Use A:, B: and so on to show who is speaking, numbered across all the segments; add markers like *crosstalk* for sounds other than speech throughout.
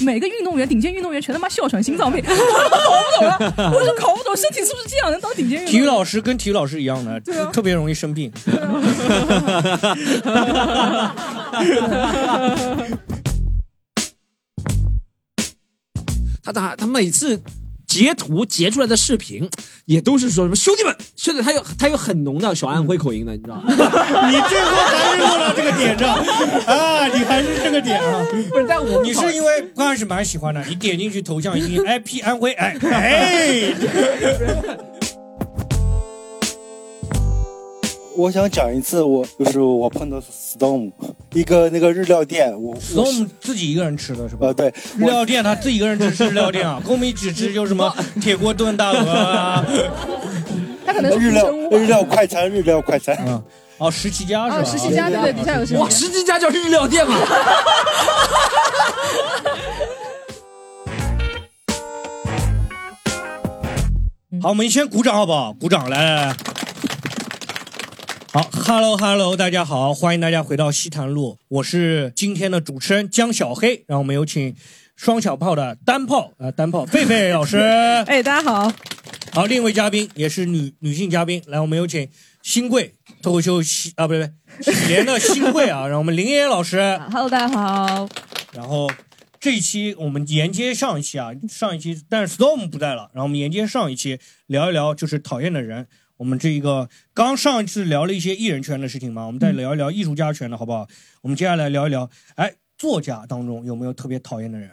A: 每个运动员，顶尖运动员全他妈哮喘、心
B: *laughs*
A: 脏病，我都搞不懂了，啊我就搞不懂身体是不是这样能当顶尖运动员。
B: 体育老师跟体育老师一样的，
A: 啊
B: 特别容易生病。 *laughs*
C: *laughs* 他他他每次截图截出来的视频，也都是说什么兄弟们，兄弟，他有他有很浓的小安徽口音的，你知道吗？
B: 你最后还是落到这个点上啊！你还是这个点啊！
A: 不是， *laughs* 但我
B: 你是因为刚开始蛮喜欢的，你点进去头像一定 IP 安徽，
A: *laughs*
B: 哎哎，
D: 我想讲一次我，就是我碰到 storm 一个那个日料店，我
B: 那
D: 我
B: 我
D: 是
B: 们自己一个人吃的是吧
D: 呃？对，
B: 日料店他自己一个人只吃日料
D: *laughs*
B: 店啊，跟我们一起吃就是什么铁锅炖大鹅啊，
A: *laughs* 他可能
D: 我
A: 是
D: 日
A: 独
D: 料
A: 生
D: 日
A: 屋吧。
D: 料快餐，日料快餐，
B: 哦十七家是
A: 啊，
B: 吧？
A: 十七家对对，底下有十七
C: 哇，
A: 家。
C: 十几家叫日料店嘛。
B: 好，我们先鼓掌好不好？鼓掌，来来来。好，Hello Hello，大家好，欢迎大家回到西坛路，我是今天的主持人江小黑，让我们有请双小炮的单炮啊、呃单炮狒狒老师， *laughs*
A: 哎，大家好，
B: 好，另一位嘉宾也是女女性嘉宾，来，我们有请新贵脱口秀喜啊，不对不对，喜言的新贵啊，让我们林爷老师，
A: ，Hello，大家
E: *laughs*
A: 好，
B: 然后这一期我们沿接上一期啊，上一期但是 Storm 不在了，然后我们沿接上一期聊一聊就是讨厌的人。我们这一个刚上一次聊了一些艺人圈的事情嘛，我们再聊一聊艺术家圈的好不好？我们接下来聊一聊，哎，作家当中有没有特别讨厌的人？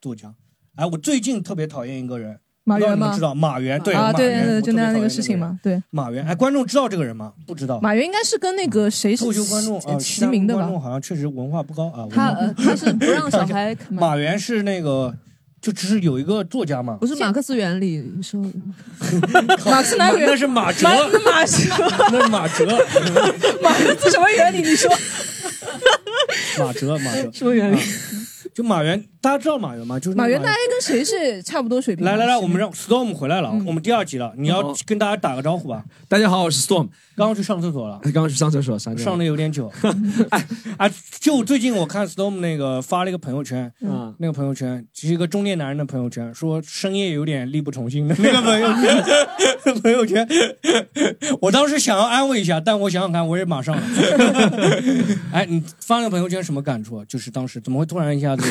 B: 作家，哎，我最近特别讨厌一个人，
A: 马
B: 不知道
A: 原
B: 你们
A: 吗
B: 知？道马原哎对
A: 啊，
B: 马
A: 对
B: 原
A: 对对，
B: 我特
A: 就
B: 别
A: 那
B: 讨厌
A: 那
B: 那
A: 个事情
B: 人？
A: 嘛，对，
B: 马原，哎，观众知道这个人吗？不知道。
A: 马原应该是跟那个谁
B: 脱口秀观众啊，
A: 齐名的
B: 观
A: 吧？
B: 众好像确实文化不高啊。文
F: 他
B: 化
F: 呃他是不
B: *laughs*
F: 让小孩看嘛，
B: 马原是那个，就只是有一个作家嘛，
F: 不是马克思原理说
A: 马克南
B: 那
A: 原
B: 是马哲
A: 马，马是
B: *laughs* 那是马哲，
A: *laughs* 马是什么原理？你说
B: *laughs* 马哲，马哲。
A: 什么原
B: 理？就马原，大家知道马原吗？就是
A: 啊
B: 那
A: 马
B: 个
A: 原大概跟谁是差不多水平吧？
B: 来来来，
A: 是
B: 我们让 Storm 回来了，
A: 嗯
B: 我们第二集了，你要
C: 好
B: 跟大家打个招呼吧。
C: 哦大家好，我是 Storm，
B: 刚刚去上厕所了，
C: *laughs* 刚刚去上厕所，上
B: 上的有
A: *laughs*
B: 点久。哎哎，就最近我看 Storm 那个发了一个朋友圈，
A: 嗯
C: 啊，
B: 那个朋友圈是一个中年男人的朋友圈，说深夜有点力不从
A: *laughs*
B: 心的那个朋友圈， *laughs* 朋友圈。我当时想要安慰一下，但我想想看，我也马
A: *laughs*
B: 上了。哎，你发那个朋友圈什么感触啊？就是当时怎么会突然一下子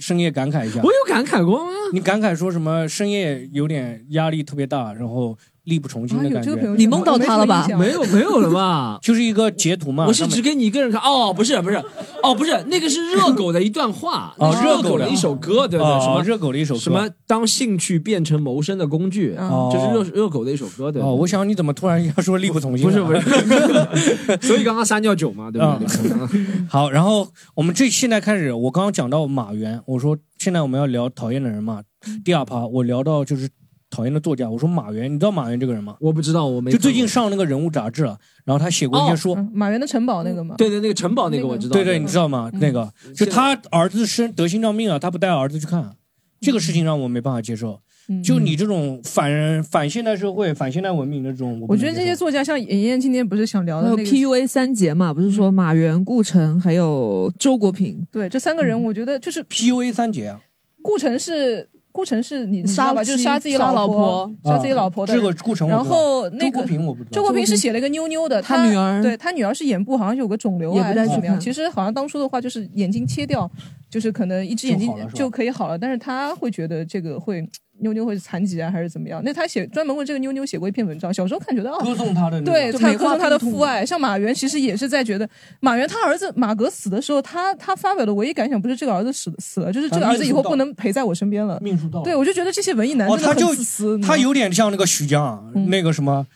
B: 深夜感慨一下
C: 我？有感慨过吗？
B: 你感慨说什么？深夜有点压力特别大，然后力不从心
A: 啊，
B: 的
A: 有
B: 感
A: 这个
B: 觉，？
A: 朋友圈吗，
F: 你梦到他了吧
A: 我没什么印象
C: 没有，没有了吧
B: 就是一个截图嘛。
C: 我是
B: 上面
C: 只给你一个人看哦，不是不是，哦不是，那个是热 *laughs* 狗的一段话，那是热
B: 哦热狗
C: 狗
B: 的
C: 的一首歌，对对，
B: 哦
C: 什么
B: 热狗的一首歌
C: 什么当兴趣变成谋生的工具，
B: 哦
C: 就是热热狗的一首歌，对。
B: 哦，我想你怎么突然要说力不从心？啊
C: 不是不是，
B: *laughs*
C: 所以刚刚三叫九嘛，对吧？
B: 哦嗯好，然后我们这现在开始，我刚刚讲到马原，我说现在我们要聊讨厌的人嘛。第二趴我聊到就是讨厌的作家，我说马原，你知道马原这个人吗？
C: 我不知道，我没
B: 就最
C: 看
B: 近
C: 哦
B: 上那个人物杂志了，然后他写过一些书，
A: 嗯马原的城堡那个吗嗯
C: 过，？对对，那个城堡那个我知道，
B: 对对，你知道吗？那个就
C: 现在
B: 他儿子生得心脏病啊了，他不带儿子去看，这个事情让我没办法接受。
A: 嗯
B: 就你这种反人、反现代社会、反现代文明的这种，我不
A: 我
B: 能
A: 觉得这
B: 接
A: 些
B: 受
A: 作家，像妍妍今天不是想聊
F: 还
A: 的
F: 有
A: 那个，
F: PUA 三杰嘛，不是说马原、顾城还有周国平，
A: 对这三个
B: 嗯
A: 人，我觉得就是
B: PUA 三杰啊，
A: 顾城是顾城是你知道吧？
F: 杀
A: 就是杀自己
F: 妻杀老
A: 婆
F: 婆，啊
A: 杀自己老婆的
B: 这
A: 人。
B: 个顾城我
A: 然
B: 不知道，
A: 后那
B: 周国
A: 个
B: 平我不知道，
A: 周国平是写了一个妞妞的，
F: 他
A: 他
F: 女儿
A: 对他女儿是眼部好像有个肿瘤啊
F: 也不
A: 还
F: 带
A: 是
F: 去
A: 怎么样？
F: 看
A: 其实好像当初的话就是眼睛切掉，就是可能一只眼睛
B: 就好了是吧
A: 就可以好了，但是他会觉得这个会妞妞会残疾啊还是怎么样？那他写专门为这个妞妞写过一篇文章，小时候看觉得
F: 哦
A: 啊。
B: 歌颂他的那个
A: 对，
F: 就
A: 他
F: 美
A: 歌
F: 化
A: 颂他的
F: 病
A: 父
F: 痛
A: 爱，像马原其实也是在觉得马原他儿子马革死的时候，他他发表的唯一感想不是这个儿子死死了，就是这个
B: 啊
A: 儿子以后
B: 命不
A: 不能陪在我身边了。
B: 命数到了
A: 对，我就觉得这些文艺男
B: 哦
A: 真的
B: 他
A: 很
B: 就
A: 自私。
B: 他
A: 你知道吗
B: 有点像那个徐江、
A: 嗯
B: 那个什么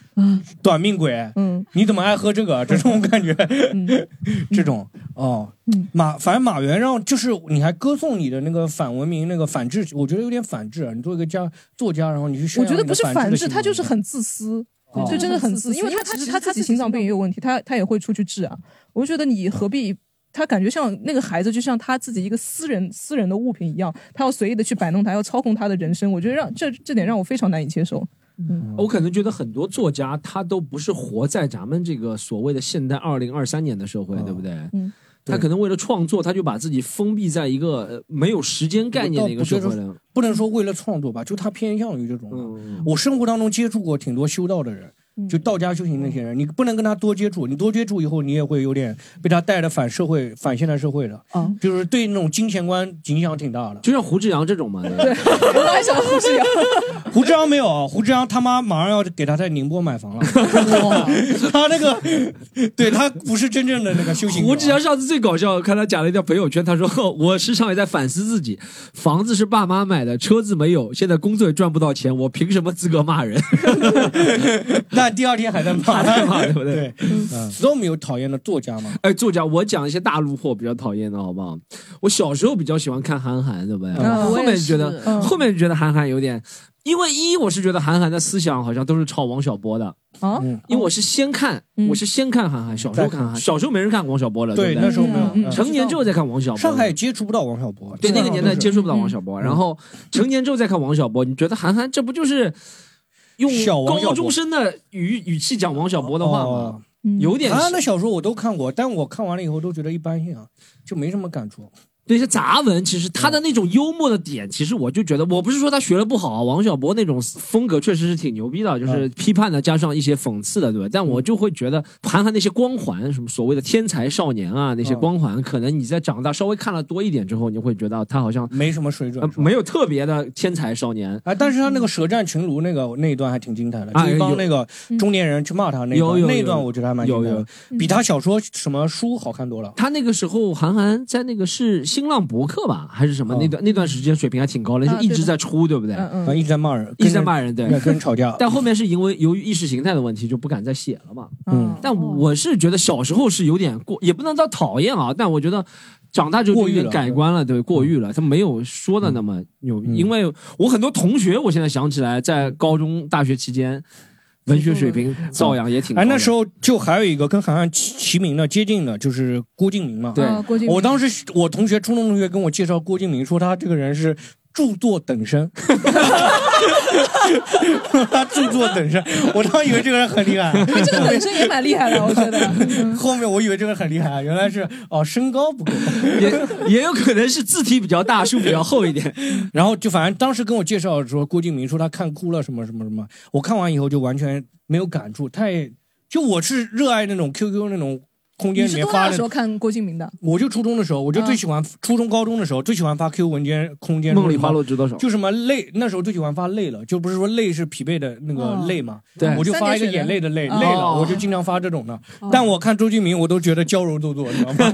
B: 短命鬼，
A: 嗯，
B: 你怎么爱喝这个？啊这种感觉，
A: 嗯
B: *laughs* 这种哦，
A: 嗯
B: 马反正马原让就是你还歌颂你的那个反文明那个反制，我觉得有点反制。你作为一个家作家，然后你去宣
A: 我
B: 扬
A: 觉得不是
B: 你的
A: 反
B: 的
A: 制，
B: 行为
A: 他就是很自私。
B: 哦
A: 就真的很
F: 很
A: 自
F: 自
A: 私，
F: 私
A: 因为
F: 因为
A: 他
F: 其
A: 其实
F: 实
A: 他自
F: 他
A: 己
F: 自己
A: 心脏
F: 心
A: 病
F: 脏
A: 也有问题，他他也会出去治啊。我就觉得你何必他感觉像那个孩子，就像他自己一个私人私人的物品一样，他要随意的去摆弄他，要操控他的人生。我觉得让这这点让我非常难以接受。
C: 我可能觉得很多作家他都不是活在咱们这个所谓的现代二零二三年的社会，对不对？
A: 嗯，
C: 他可能为了创作，他就把自己封闭在一个呃没有时间概念的一个社会 *laughs* 了。
B: 不能说为了创作吧，就他偏向于这种。
C: 嗯，
B: 我生活当中接触过挺多修道的人，就道家修行那些人，你不能跟他多接触，你多接触以后，你也会有点被他带的反社会、反现代社会的，
A: 哦
B: 就是对那种金钱观影响挺大的。
C: 就像胡志阳这种嘛，对吧
A: 我刚才想的是这样，
B: *laughs* 胡志阳没有啊，胡志阳他妈马上要给他在宁波
C: *laughs*
B: 买房了，他那个，对他不是真正的那个修行者啊。
C: 胡志强上次最搞笑，看他讲了一条朋友圈，他说 *laughs* 呵：“我时常也在反思自己，房子是爸妈买的，车子没有，现在工作也赚不到钱，我凭什么资格骂人？
B: 但第二天还在骂，
C: 还在骂对不嗯对
B: 对，Storm 有讨厌的作家吗？
C: 哎，作家，我讲一些大陆货比较讨厌的好不好？我小时候比较喜欢看韩寒，对不对？
A: 嗯
C: 后
F: 我
C: 面
F: 也
C: 就觉得，
F: 是
A: 嗯
C: 后面就觉得韩寒有点，因为一我是觉得韩寒的思想好像都是抄王小波的，
A: 啊，
B: 嗯
C: 因为我是先看，
A: 嗯
C: 我是先看韩寒，小时候看韩寒，小时候没人看王小波了，对
B: 对，
C: 不
B: 那时候没
A: 嗯
B: 有。
A: 嗯
B: 嗯
C: 成年之后再看王小波。
B: 上海也接触不到王小波，
C: 对那个年代接
B: 触
C: 触不到王小波，然后成年之后再看王小波，你觉得韩寒这不就是用
B: 小王小波
C: 高中生的语语气讲王小波的话吗？有点
B: 啊，那小说我都看过，但我看完了以后都觉得一般性啊，就没什么感触。
C: 那些杂文，其实呃他的那种幽默的点，其实我就觉得，我不是说他学的不好啊，王小波那种风格确实是挺牛逼的，就是
B: 嗯
C: 批判的加上一些讽刺的，对吧？但我就会觉得韩寒那些光环，什么所谓的天才少年啊，那些
B: 嗯
C: 光环，可能你在长大稍微看了多一点之后，你会觉得他好像
B: 没什么水准
C: 呃。没有特别的天才少年，
B: 啊！但是他那个舌战群儒那个那一段还挺精彩的，
C: 嗯啊
B: 就一帮
C: 有
B: 那个中年人去骂他那一
C: 有有
B: 段，
C: 有
B: 那一段我觉得还蛮精彩
C: 有嗯
B: 的，比他小说什么书好看多了。
C: 他那个时候，韩寒在那个是新浪博客吧，还是什么？
B: 哦
C: 那段那段时间水平还挺高的，就
A: 啊
C: 一直
A: 对的
C: 在出，对不对？
A: 嗯
B: 然后
A: 嗯
B: 一直在骂人，
C: 一
B: 跟
C: 直在
B: 人
C: 骂人，对。
B: 跟人吵架。
C: *laughs* 但后面是因为由于意识形态的问题，就不敢再写了嘛。
A: 嗯，
C: 但我是觉得小时候是有点过，也不能叫讨厌啊，但我觉得。长大就
B: 过
C: 有
B: 誉了
C: 点改观了，对，过誉
B: 嗯
C: 了。他没有说的那么有，
F: 嗯
C: 因为我很多同学，我现在想起来，在高中、大学期间，文学水平
A: 嗯
C: 照样也挺高
B: 哎，
C: 的。
B: 那时候就还有一个跟韩寒齐齐名的接近的，就是郭敬明嘛。
C: 对
A: 啊郭敬明
B: 我当时我同学初中同学跟我介绍郭敬明，说他这个人是著作
C: *laughs*
B: 等身， *laughs* 他著作等身，我当时以为这个人很厉害。
A: 这个本身也蛮厉害的，
B: *laughs*
A: 我觉得。嗯
B: 后面我以为这个人很厉害，原来是哦身高不够，
C: *laughs* 也也有可能是字体比较大，书比较厚一点。
B: *laughs* 然后就反正当时跟我介绍说郭敬明说他看哭了什么什么什么，我看完以后就完全没有感触，太就我是热爱那种 QQ 那种空间
A: 你
B: 里
A: 是
B: 面
A: 多
B: 发
A: 大
B: 的
A: 的时候看郭敬明的？
B: 我就初中的时候，
A: 嗯
B: 我就最喜欢、初中、高中的时候最喜欢发 Q 文件空间，
C: 梦里花落知多少？
B: 就什么累，那时候最喜欢发累了，就不是说累是疲惫的那个
A: 哦
B: 累嘛，
C: 对
B: 我就发一个眼泪的泪，
A: 三哦
B: 累
A: 点水的
B: 了，
C: 哦
B: 我就经常发这种的。但我看周俊明，我都觉得娇柔做作，你知
A: *laughs*
B: 道吗？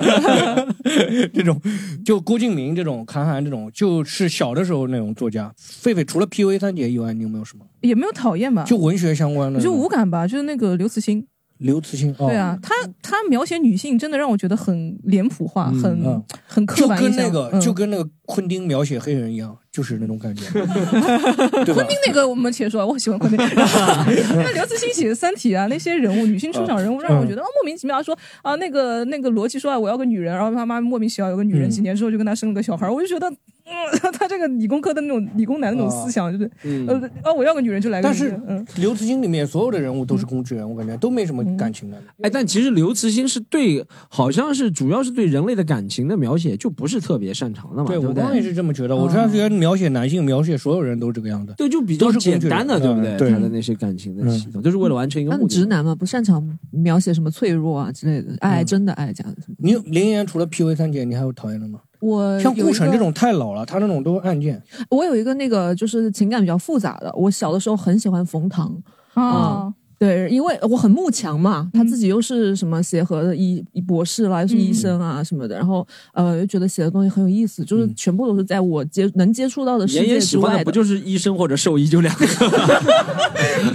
B: 这种就郭敬明这种，韩寒这种，就是小的时候那种作家。狒狒除了 P U A 三姐以外，你有没有什么
A: 也没有讨厌吧，
B: 就文学相关的？
A: 我就无感吧，就是那个刘慈欣。
B: 刘慈欣，哦
A: 对，啊，他他描写女性真的让我觉得很脸谱化，
C: 嗯
A: 很
B: 嗯
A: 很刻
B: 就
A: 板
B: 跟
A: 印象。
B: 那个
A: 嗯
B: 就跟那个昆汀描写黑人一样，就是那种感觉。 *laughs*
A: 昆汀那个我们且说，我喜欢昆汀。 *laughs* 那刘慈欣写的《三体》啊，那些人物，女性出场人
B: 嗯
A: 物，让我觉得、哦莫名其妙。说啊，那个那个罗辑说啊，我要个女人，然后他妈莫名其妙有个女人，
B: 嗯
A: 几年之后就跟他生了个小孩，我就觉得。嗯， *laughs* 他这个理工科的那种理工男那种思想，就是呃
C: 嗯，
A: 啊，我要个女人就来个
B: 啊但
A: 女
B: 是
A: 人，嗯，
B: 刘慈欣里面所有的人物都是工具人，我感觉都没什么感情的。
C: 哎，但其实刘慈欣是对，好像是主要是对人类的感情的描写就不是特别擅长的嘛，
B: 对
C: 对啊
B: 我
C: 不
B: 刚刚也
C: 对？
B: 是这么觉得，我当时觉得描写男性、描写所有人都是这个样的。
C: 嗯对，就比较
B: 都是
C: 简
B: 工具人嗯
C: 单的，对不对？
B: 对
C: 他的那些感情的系统，就是为了完成一个
F: 他
C: 目
F: 很
C: 的。
F: 直男嘛，不擅长描写什么脆弱啊之类的，爱
B: 嗯
F: 真的爱这样子。
B: *laughs* 你有林岩除了 P U A 三姐，你还有讨厌的吗？
F: 我
B: 像
F: 呃有一
B: 顾城
F: 个
B: 这种太老了，他那种都是案件。
F: 我有一个那个就是情感比较复杂的，我小的时候很喜欢冯唐，
A: 啊，
F: 对，因为我很慕强嘛，
A: 嗯
F: 他自己又是什么协和的医医博士啦，又是医生啊什么的，然后呃又觉得写的东西很有意思，就是全部都是在我接能接触到的世
C: 妍
F: 界
C: 嗯妍喜
F: 之
C: 欢的
F: 外
C: 不
F: *laughs*
C: 就是医生或者兽医就两个？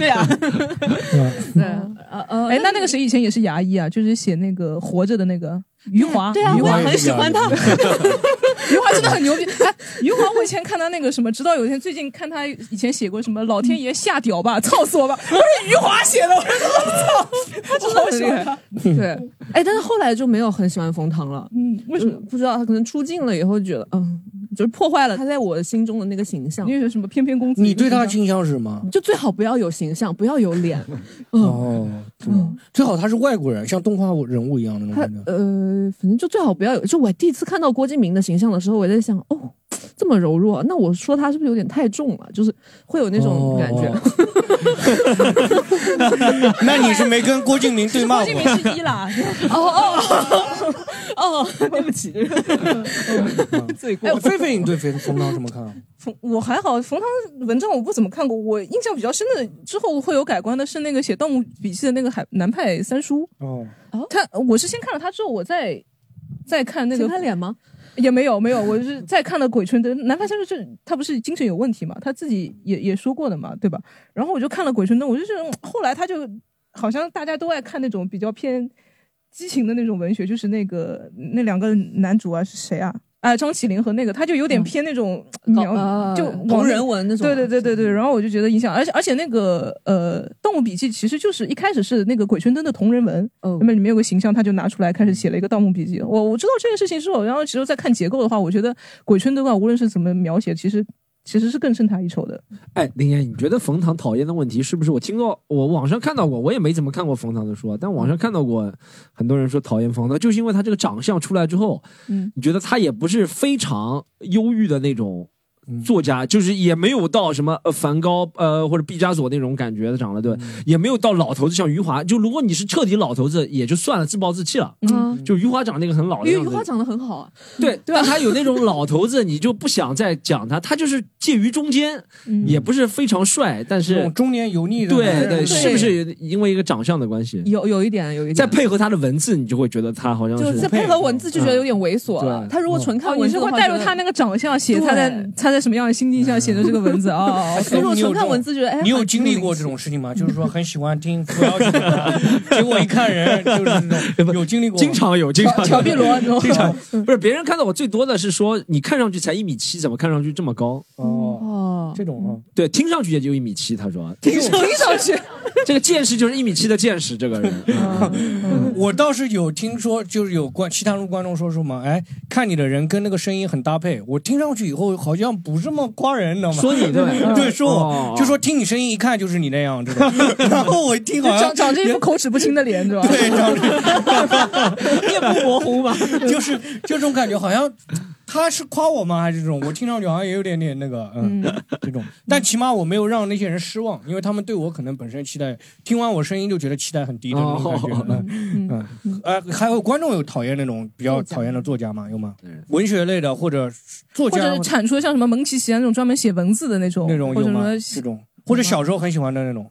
C: *laughs*
F: 对啊，
A: 对。
F: 呃呃，
A: 哎，那那个谁以前也是牙医啊，就是写那个活着的那个余华，
G: 对啊，
A: 余
G: 我
A: 华
G: 也很喜欢
A: *laughs*
G: 他。
A: 余华真的很牛逼。哎，余华，我以前看他那个什么，直到有一天最近看他以前写过什么“老天爷下屌吧，操死我吧”，我是余华写的，我说操，我好喜 *laughs* 欢他。
F: 对，哎，但是后来就没有很喜欢冯唐了。
A: 嗯，为什么？
F: 嗯不知道他可能出镜了以后觉得，嗯，就是破坏了他在我心中的那个形象
A: 你。有什么翩翩公子？
B: 你对他的倾向是什么？
F: 就最好不要有形象，不要有脸。
B: 哦，对最好他是外国人，像动画人物一样的那种
F: 他
B: 感觉。
F: 呃，反正就最好不要有。就我第一次看到郭敬明的形象的时候，我在想，哦，这么柔弱，那我说他是不是有点太重了？就是会有那种感觉。
B: 哦 *laughs* 那你是没跟郭敬明对
A: *laughs*
B: 骂
A: 郭
B: 过
A: 敬？明是伊朗。
F: 哦，对不
A: *laughs*
F: 起，
A: 嗯
F: 罪过。
B: *laughs* 哎，菲菲，你对冯冯唐怎么看？啊
A: 冯我还好，冯唐文章我不怎么看过。我印象比较深的，之后会有改观的是那个写《盗墓笔记》的那个海南派三叔。
F: *laughs*
B: 哦，
A: 他我是先看了他之后，我再再看那
F: 那个
A: 个
F: 他脸吗？
A: *laughs* 也没有没有，我是在看了《鬼吹灯》，南方先生就是他不是精神有问题嘛，他自己也也说过的嘛，对吧？然后我就看了《鬼吹灯》，我就觉得嗯后来他就好像大家都爱看那种比较偏激情的那种文学，就是那个那两个男主啊是谁啊？啊，张起灵和那个，他就有点
F: 嗯
A: 偏那种描，
F: 呃
A: 嗯就
F: 同
A: 往
F: 人文那种。
A: 对对对对对，然后我就觉得影响，而且而且那个呃，《盗墓笔记》其实就是一开始是那个鬼吹灯的同人文，
F: 哦
A: 那么里面有个形象，他就拿出来开始写了一个《盗墓笔记》我。我知道这件事情之后，然后其实再看结构的话，我觉得鬼吹灯啊，无论是怎么描写，其实其实是更胜他一筹的。
C: 哎，林岩，你觉得冯唐讨厌的问题是不是？我听过，我网上看到过，我也没怎么看过冯唐的书，啊，但网上看到过很多人说讨厌冯唐，就是因为他这个长相出来之后， *laughs*
A: 嗯，
C: 你觉得他也不是非常忧郁的那种
B: 嗯
C: 作家，就是也没有到什么呃梵高呃或者毕加索那种感觉的长了，对吧，
B: 嗯
C: 也没有到老头子像余华，就如果你是彻底老头子也就算了，自暴自弃了。
F: 啊，
B: 嗯
C: 就余华长那个很老的
F: 余
C: 样
F: 余
C: 子，
F: 华长得很好啊。 *laughs*
C: 对，但他有那种老头子，你就不想再讲他，他就是介于中间，
A: 嗯
C: 也不是非常帅，但
B: 这
C: 是
B: 种中年油腻的男
C: 对
B: 人，嗯
C: 对，
A: 对
C: 是不是因为一个长相的关系？
F: 有有一点，有一点。
C: 再配合他的文字，你就会觉得他好像
F: 就是再配合文字就觉得有点猥琐了。
C: 对
F: 他
B: 嗯
F: 如果纯看
A: 嗯哦，你
F: 文字
A: 是
F: 的话，
A: 会带入
F: 觉得
A: 他那个长相写
F: 对
A: 他在他在什么样的心境下写的这个文字
F: *laughs*
A: 啊？哦
F: 他
B: 嗯
F: 如果纯看文字，觉得哎，
B: 你有 *laughs* 经历过这种事情吗？就是说很喜欢听扶摇曲啊，结果一看人就是那种有经历过吗，
C: 经常有，经常有
A: 乔碧
B: *laughs*
A: 萝，你知道
C: 经常
A: 吗？
C: 有不是别人看到我最多的是说你看上去才一米七，怎么看上去这么高？
B: 哦，
F: 哦，
B: 这种啊，
C: 对，听上去也就一米七，他说
A: 听上去，
C: *laughs* 这个见识就是一米七的见识，这个人。
B: 我倒是有听说，就是有观西塘路观众说什么，哎，看你的人跟那个声音很搭配，我听上去以后好像不这么夸人，你知道吗？
C: 说你对吧
B: *laughs* 对，说
C: 哦
B: 我就说听你声音一看就是你那样，这种。
A: *laughs*
B: 然后我一听好
A: 长
B: 像
A: 长着一副口齿不清的脸，是吧？
B: 对，长得
A: *laughs* 你也不模糊吧？
B: *laughs* 就是就这种感觉，好像他是夸我吗？还是这种？我听上去好像也有点点那个，嗯，这种。但起码我没有让那些人失望，因为他们对我可能本身期待，听完我声音就觉得期待很低的那种感
A: 哦
B: 觉。
A: *laughs*
B: 嗯嗯呃，还有观众有讨厌那种比较讨厌的作家吗？有吗？文学类的或者作
A: 或
B: 家
A: 者产出像什么蒙奇奇啊那种专门写文字的那种，
B: 那种
A: 或者
B: 有
A: 什
B: 吗
A: 么？
B: 这种或者小时候很喜欢的那种。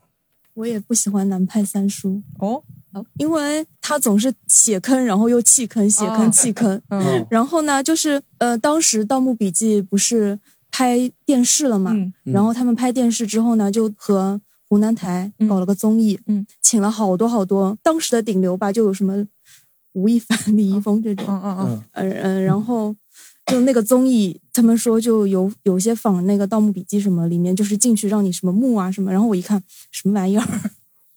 G: 我也不喜欢南派三叔，呃
A: 哦，
G: 因为他总是写坑，然后又弃坑，写
A: 哦
G: 坑弃坑。
A: 嗯
G: *laughs* 然后呢，就是呃，当时《盗墓笔记》不是拍电视了嘛，
A: 嗯
G: 然后他们拍电视之后呢，就和湖南台
A: 嗯
G: 搞了个综艺，
A: 嗯
G: 请了好多好多当时的顶流吧，就有什么吴亦凡、李易峰这种，
A: 嗯嗯嗯，
G: 嗯嗯，然后就那个综艺，他们说就有有些仿那个《盗墓笔记》什么，里面就是进去让你什么墓啊什么，然后我一看什么玩意儿，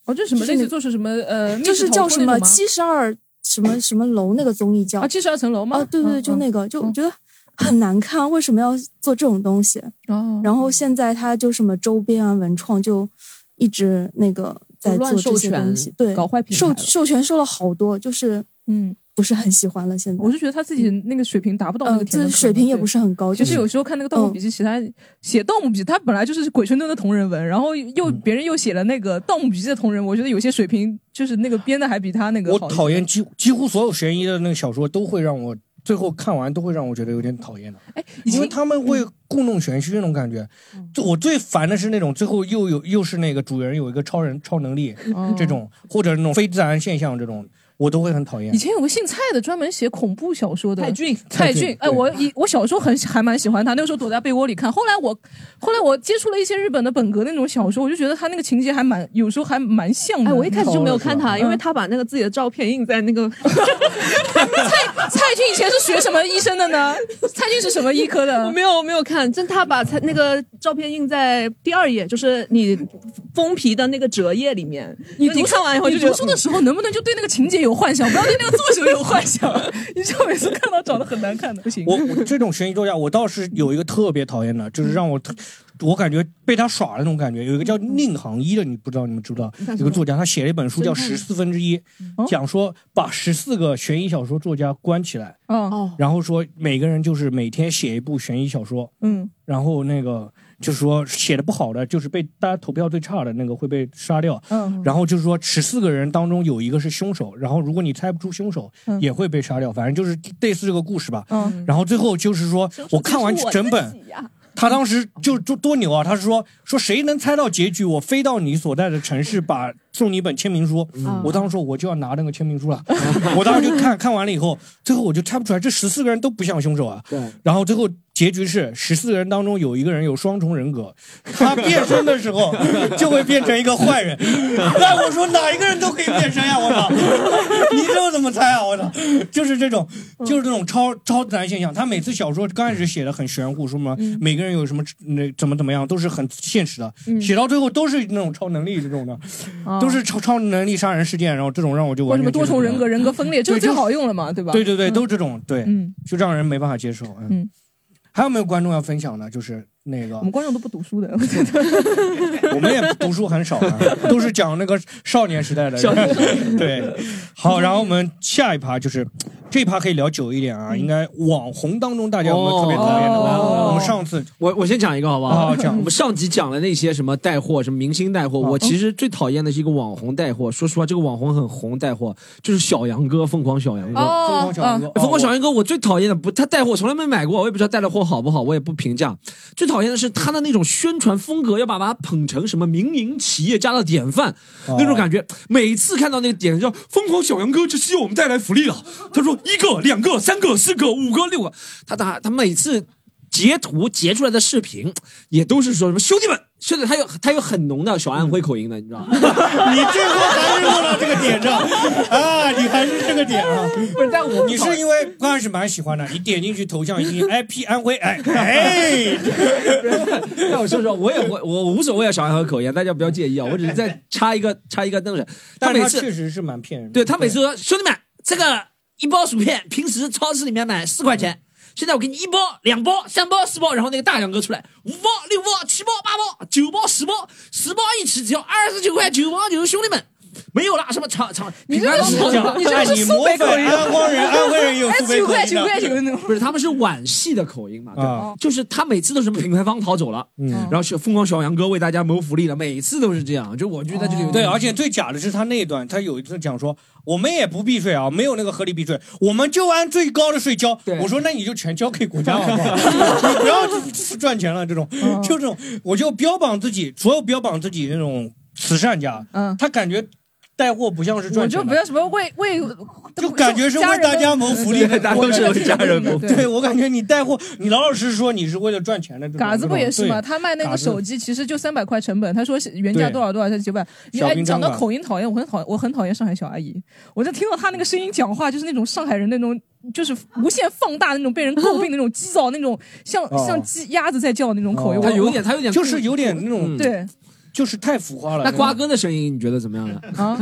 A: 哦，这是什么
G: 就是
A: 类似
G: 那
A: 做出什么呃，
G: 就是叫什么
A: 么
G: 七十二什么什么楼那个综艺叫
A: 啊，七十二层楼吗？
G: 啊，对对，
A: 嗯
G: 就那个，就
A: 嗯
G: 我觉得很难看，为什么要做这种东西？
A: 嗯哦，
G: 然后现在他就什么周边啊、文创就一直那个在做
F: 乱授
G: 这些
F: 权
G: 东西，，对，
F: 搞坏品牌
G: 授
F: 了。
G: 授权授了好多，就是
A: 嗯，
G: 不是很喜欢了。现在
A: 我是觉得他自己那个水平达不到那
G: 呃，
A: 个田
G: 这
A: 的
G: 水平也不
A: 是。
G: 是很高，
A: 其
G: 就
A: 实
G: 是
A: 有时候看那
F: 嗯
A: 个《盗墓笔记》，其他写《盗墓笔记》，他本来就是鬼吹灯的同人文，然后又
F: 嗯
A: 别人又写了那个《盗墓笔记》的同人文，我觉得有些水平就是那个编的还比他那个
B: 我
A: 好一点。
B: 讨厌几几乎所有悬疑的那个小说都会让我最后看完都会让我觉得有点讨厌的。
A: 哎，已
B: 因
A: 经
B: 为他们会故弄玄虚那种感觉。就我最烦的是那种最后又有又是那个主人有一个超人超能力
A: 哦
B: 这种，或者那种非自然现象这种。我都会很讨厌
A: 以。前有个姓蔡的，专门写恐怖小说的
F: 泰俊
A: 蔡
B: 蔡
A: 俊
B: 骏，
A: 哎，
B: 对
A: 我以我小时候很还蛮喜欢他，那个时候躲在被窝里看。后来我，后来我接触了一些日本的本格那种小说，我就觉得他那个情节还蛮，有时候还蛮像的。
F: 哎，我一开始就没有看他，
A: 嗯
F: 因为他把那个自己的照片印在那
A: *laughs*
F: 个
A: 蔡蔡俊以前是学什么医生的呢？蔡俊是什么医科
F: 我
A: 的？
F: 没有我没有看，真他把他那个照片印在第二页，就是你封皮的那个折页里面。
A: 你
F: 就你
A: 读
F: 看完以后就
A: 你
F: 觉
A: 读
F: 得
A: 书的时候能不能就对那个情节有幻想，不要对那个作者有幻想？你知道每次看到长得很难看的，不行。
B: 我我这种悬疑作家，我倒是有一个特别讨厌的，就是让我特我感觉被他耍了那种感觉。有一个叫宁杭一的，你不知道你们知不知道？
F: 看什么
B: 有个作家，他写了一本书叫《
F: 侦探
B: 十四分之一》，讲说把十四个悬疑小说作家关起来，
A: 嗯
F: 哦，
B: 然后说每个人就是每天写一部悬疑小说，
A: 嗯，
B: 然后那个就是说写的不好的，就是被大家投票最差的那个会被杀掉。
A: 嗯，
B: 然后就是说，十四个人当中有一个是凶手，然后如果你猜不出凶手，
A: 嗯
B: 也会被杀掉。反正就是类似这个故事吧。
A: 嗯
B: 然后最后就是说，我看完整本，他当时就就多牛啊！他是说说谁能猜到结局，我飞到你所在的城市，把送你一本签名书。我当时说我就要拿那个签名书了， *laughs* 我当时就看看完了以后，最后我就猜不出来，这十四个人都不像凶手啊。
C: 对，
B: 然后最后结局是十四个人当中有一个人有双重人格，他变身的时候就会变成一个
D: *laughs*
B: 坏人。那我说哪一个人都可以变身呀、我操！你这我怎么猜啊？我操！就是这种，
A: 嗯
B: 就是这种超超自然现象。他每次小说刚开始写的很玄乎，说什么
A: 嗯
B: 每个人有什么那怎么怎么样，都是很现实的。
A: 嗯
B: 写到最后都是那种超能力这种的，
F: 哦
B: 都是超超能力杀人事件，然后这种让我就
A: 哦或
B: 完
A: 什
B: 全
A: 么多重人
B: 接受不了。
A: 格、人格分裂，这个
B: 对就
A: 最
B: 是
A: 好用了嘛，对吧？
B: 对对对，都这种对。
A: 嗯，
B: 就让人没办法接受。嗯，
A: 嗯
B: 还有没有观众要分享的？就是那个
A: 我们观众都不读书的，
B: 我们也读书很少啊，都是讲那个少年时代的。对，好，然后我们下一趴就是这一趴可以聊久一点啊，应该网红当中大家有没有特别讨厌的？
A: 哦
B: 我们上次
C: 我我先讲一个好不好？
B: 啊讲哦
C: 我们上集讲了那些什么带货，什么明星带货，我其实最讨厌的是一个网红带货。说实话，这个网红很红带货，就是小杨哥，疯狂小杨哥。
B: 疯狂小杨哥，
C: 疯狂小
B: 杨
C: 杨哥，我最讨厌的不，他带货从来没买过，我也不知道带的货好不好，我也不评价。最讨厌的是他的那种宣传风格，要把把他捧成什么民营企业家的典范，
B: 哦
C: 那种感觉。每次看到那个点叫“疯狂小杨哥”，这是给我们带来福利了。他说一个、两个、三个、四个、五个、六个，他打他每次截图截出来的视频也都是说什么兄弟们，兄弟，他有他有很浓的小安徽口音的，你知道吗？
B: 哥，你最后还是落到这个点上啊，你还是这个点啊。
C: 不是，但我
B: 你是因为刚开始蛮喜欢的，你点进去头像已经 IP 安徽，哎哎，
C: *laughs* 但我说实话，我也我我无所谓啊，小孩和口音，大家不要介意啊。我只是在插一个插一个那个，他
B: 但
C: 每
B: 他
C: 次
B: 确实是蛮骗人的。
C: 对他每次说兄弟们，这个一包薯片平时超市里面买四块钱，现在我给你一包、两包、三包、四包，然后那个大杨哥出来五包、六包、七包、八包、九包、十包，十包一起只要二十九块九毛九，兄弟们。没有啦，什么厂厂？你
A: 这个是你这
B: 哎，
A: 个是
B: 你
A: 苏
B: 模
A: 北口
B: 仿
A: 音，
B: 安徽人，安徽人也有
A: 哎，
B: 苏北
A: 九
B: 口
A: 块
B: 音
A: 九
B: 的。
A: 块九那种。
C: 不是，他们是皖系的口音嘛，对吧
B: 啊
C: 就是他每次都是什么品牌方逃走了，嗯，然后是疯狂小杨哥为大家谋福利了，每次都是这样，就我觉得这个有点
B: 哦对，而且最假的是他那一段，他有一次讲说，我们也不避税啊，没有那个合理避税，我们就按最高的税交
C: 对。
B: 我说那你就全交给国家好不
C: *laughs*
B: 好？你不要赚钱了，这种就这种，我就标榜自己，所有标榜自己那种慈善家，
A: 嗯
B: 他感觉带货不像是
A: 我
B: 赚
A: 就
B: 钱
A: 不
B: 的，
A: 要什么为为，
B: 就感觉是为大家谋福利的。
C: 大家都是为家人谋福利。
B: 对，我感觉你带货，你老老实实说你是为了赚钱的。这种
A: 嘎子不也是吗？？
B: 这种
A: 他卖那个手机其实就三百块成本，他说原价多少多少，他九百。你
B: 小
A: 哎，
B: 冰
A: 讲
B: 箱
A: 到
B: 吧
A: 口音讨厌，我很讨厌，我很讨厌上海小阿姨。我就听到她那个声音讲话，就是那种上海人那种，就是无限放大的那种被人诟病的那种鸡噪，那种像
B: 哦
A: 像鸡鸭子在叫的那种口音。
B: 哦
A: 我
C: 他有点，他有
B: 对
C: 点
B: 就是有点那种，
C: 嗯
A: 对，
B: 就是太浮夸了。
C: 那
B: 种
C: 瓜哥的声音，你觉得怎么样呢？
A: 啊，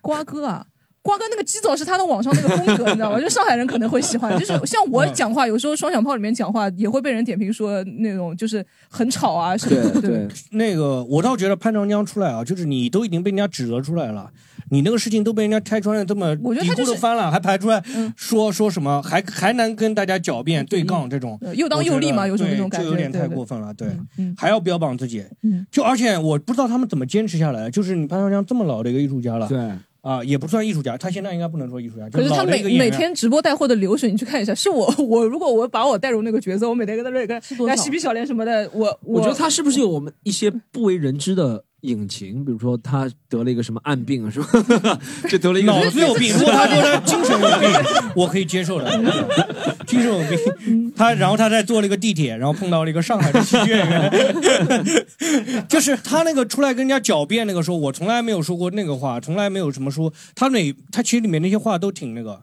A: 瓜哥啊。瓜哥那个鸡爪是他的网上那个风格，你知道吧？就上海人可能会喜欢，就是像我
B: 嗯
A: 讲话，有时候双响炮里面讲话也会被人点评说那种就是很吵啊什么的。对，
B: *laughs* 那个，我倒觉得潘长江出来啊，就是你都已经被人家指责出来了，你那个事情都被人家拆穿了这么，
A: 我觉得
B: 底
A: 他
B: 裤
A: 就是
B: 都翻了，还排出来
A: 嗯
B: 说说什么，还还能跟大家狡辩对杠这种，
A: 呃又当又立嘛，有
B: 我觉
A: 种
B: 得
A: 那种感觉，
B: 对就有点
A: 对
B: 太
A: 对
B: 过分了，对，
A: 嗯
B: 还要标榜自己
A: 嗯，
B: 就而且我不知道他们怎么坚持下来，就是你潘长江这么老的一个艺术家了
C: 对，
B: 啊，也不算艺术家，他现在应该不能说艺术家，就
A: 可是他
B: 老的
A: 每
B: 一个演
A: 每
B: 员。
A: 天直播带货的流水，你去看一下。是我 *laughs* 我如果我把我带入那个角色，我每天跟他说跟
F: 多
A: 来
F: 少
A: 嬉皮笑脸什么的，我我
C: 我觉得他是不是有我们一些不为人知的隐情，比如说他得了一个什么暗病，啊是吧？ *laughs* 就得了一个
B: 脑子有病，如果他说他精神有病，我可以接受的。精神有病，他然后他在坐了一个地铁，然后碰到了一个上海的喜剧演员， *laughs* 就是他那个出来跟人家狡辩那个时候，我从来没有说过那个话，从来没有什么说他每他其实里面那些话都挺那个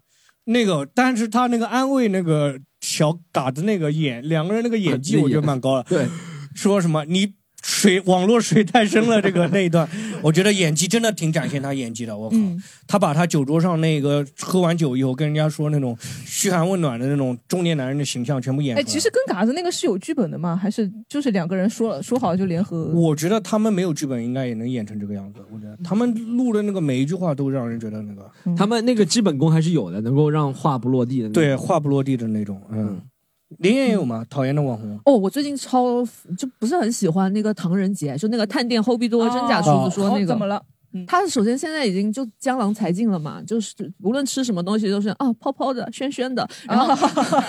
B: 那个，但是他那个安慰那个小嘎子那个演两个人那个演技，我觉得蛮高的。
C: 对，
B: 说什么你。水网络水太深了，这个那一段，我觉得演技真的挺展现他演技的。我靠，
A: 嗯
B: 他把他酒桌上那个喝完酒以后跟人家说那种嘘寒问暖的那种中年男人的形象全部演出
A: 哎，
B: 来。
A: 其实跟嘎子那个是有剧本的吗？还是就是两个人说了说好就联合？
B: 我觉得他们没有剧本，应该也能演成这个样子。我觉得他们录的那个每一句话都让人觉得那个
F: 嗯
C: 他们那个基本功还是有的，能够让话不落地的。
B: 对，话不落地的那种。嗯，林岩也有吗？讨厌的网
F: *laughs*
B: 红。
F: 哦，我最近超就不是很喜欢那个唐人街，就那个探店后壁多真假叔
B: 哦
F: 子说那
A: 哦
F: 个
A: 怎么。了？
F: 他首先现在已经就江郎才尽了嘛，就是无论吃什么东西都是啊泡泡的、暄暄的，然后
A: 哦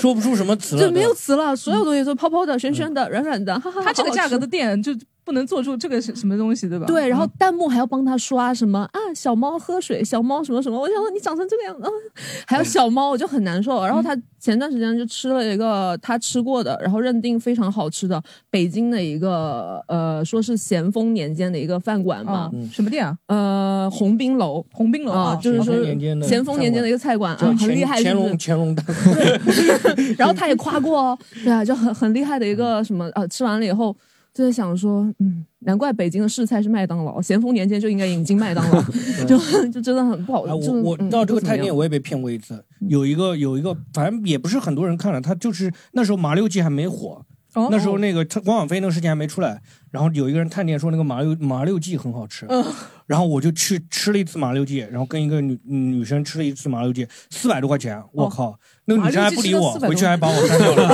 B: 说不出什么词了，
F: 就没有
B: 对吧
F: 词了，所有东西都泡泡的、暄暄的、软软的，哈哈。
A: 他这个
F: 好好
A: 价格
F: 吃
A: 的店就不能做出这个是什么东西，对吧？嗯
F: 对，然后弹幕还要帮他刷什么啊，小猫喝水，小猫什么什么，我想说你长成这个样子，啊、还有小猫，我就很难受。然后他前段时间就吃了一个他吃过的，然后认定非常好吃的北京的一个呃，说是咸丰年间的一个饭馆
A: 啊
F: 嘛，，
A: 什么店啊？
F: 呃，红冰楼。
A: 红冰楼
F: 啊，就是
B: 咸
F: 说
B: 丰年间的
F: 咸丰年间的一个菜馆啊，
B: 叫
F: 很厉
B: 乾
F: 害，
B: 乾
F: 是不
B: 隆
F: 是？
B: 乾隆大
F: 然后他也夸过哦，对啊，就很很厉害的一个什么呃，吃完了以后就在想说，嗯，难怪北京的市菜是麦当劳，咸丰年间就应该引进麦当劳，就就真的很不好。
A: 哎
B: 啊，
F: 就
B: 我
F: 是
B: 我
F: 嗯
B: 到这个
F: 不怎么
B: 探店
F: 样
B: 我也被骗过一次，
A: 嗯
B: 有一个有一个，反正也不是很多人看了，他就是那时候马六记还没火，
A: 哦
B: 那时候那个他汪小菲那个事情还没出来，然后有一个人探店说那个马六马六记很好吃，
A: 嗯
C: 嗯
B: 然后我就去吃了一次马六记，然后跟一个女女生吃了一次马六记，四百多块钱，我
A: 哦
B: 靠，那个女生还不理我，
A: 马六记吃了400
B: 回去还
A: *laughs*
B: 把我删掉了。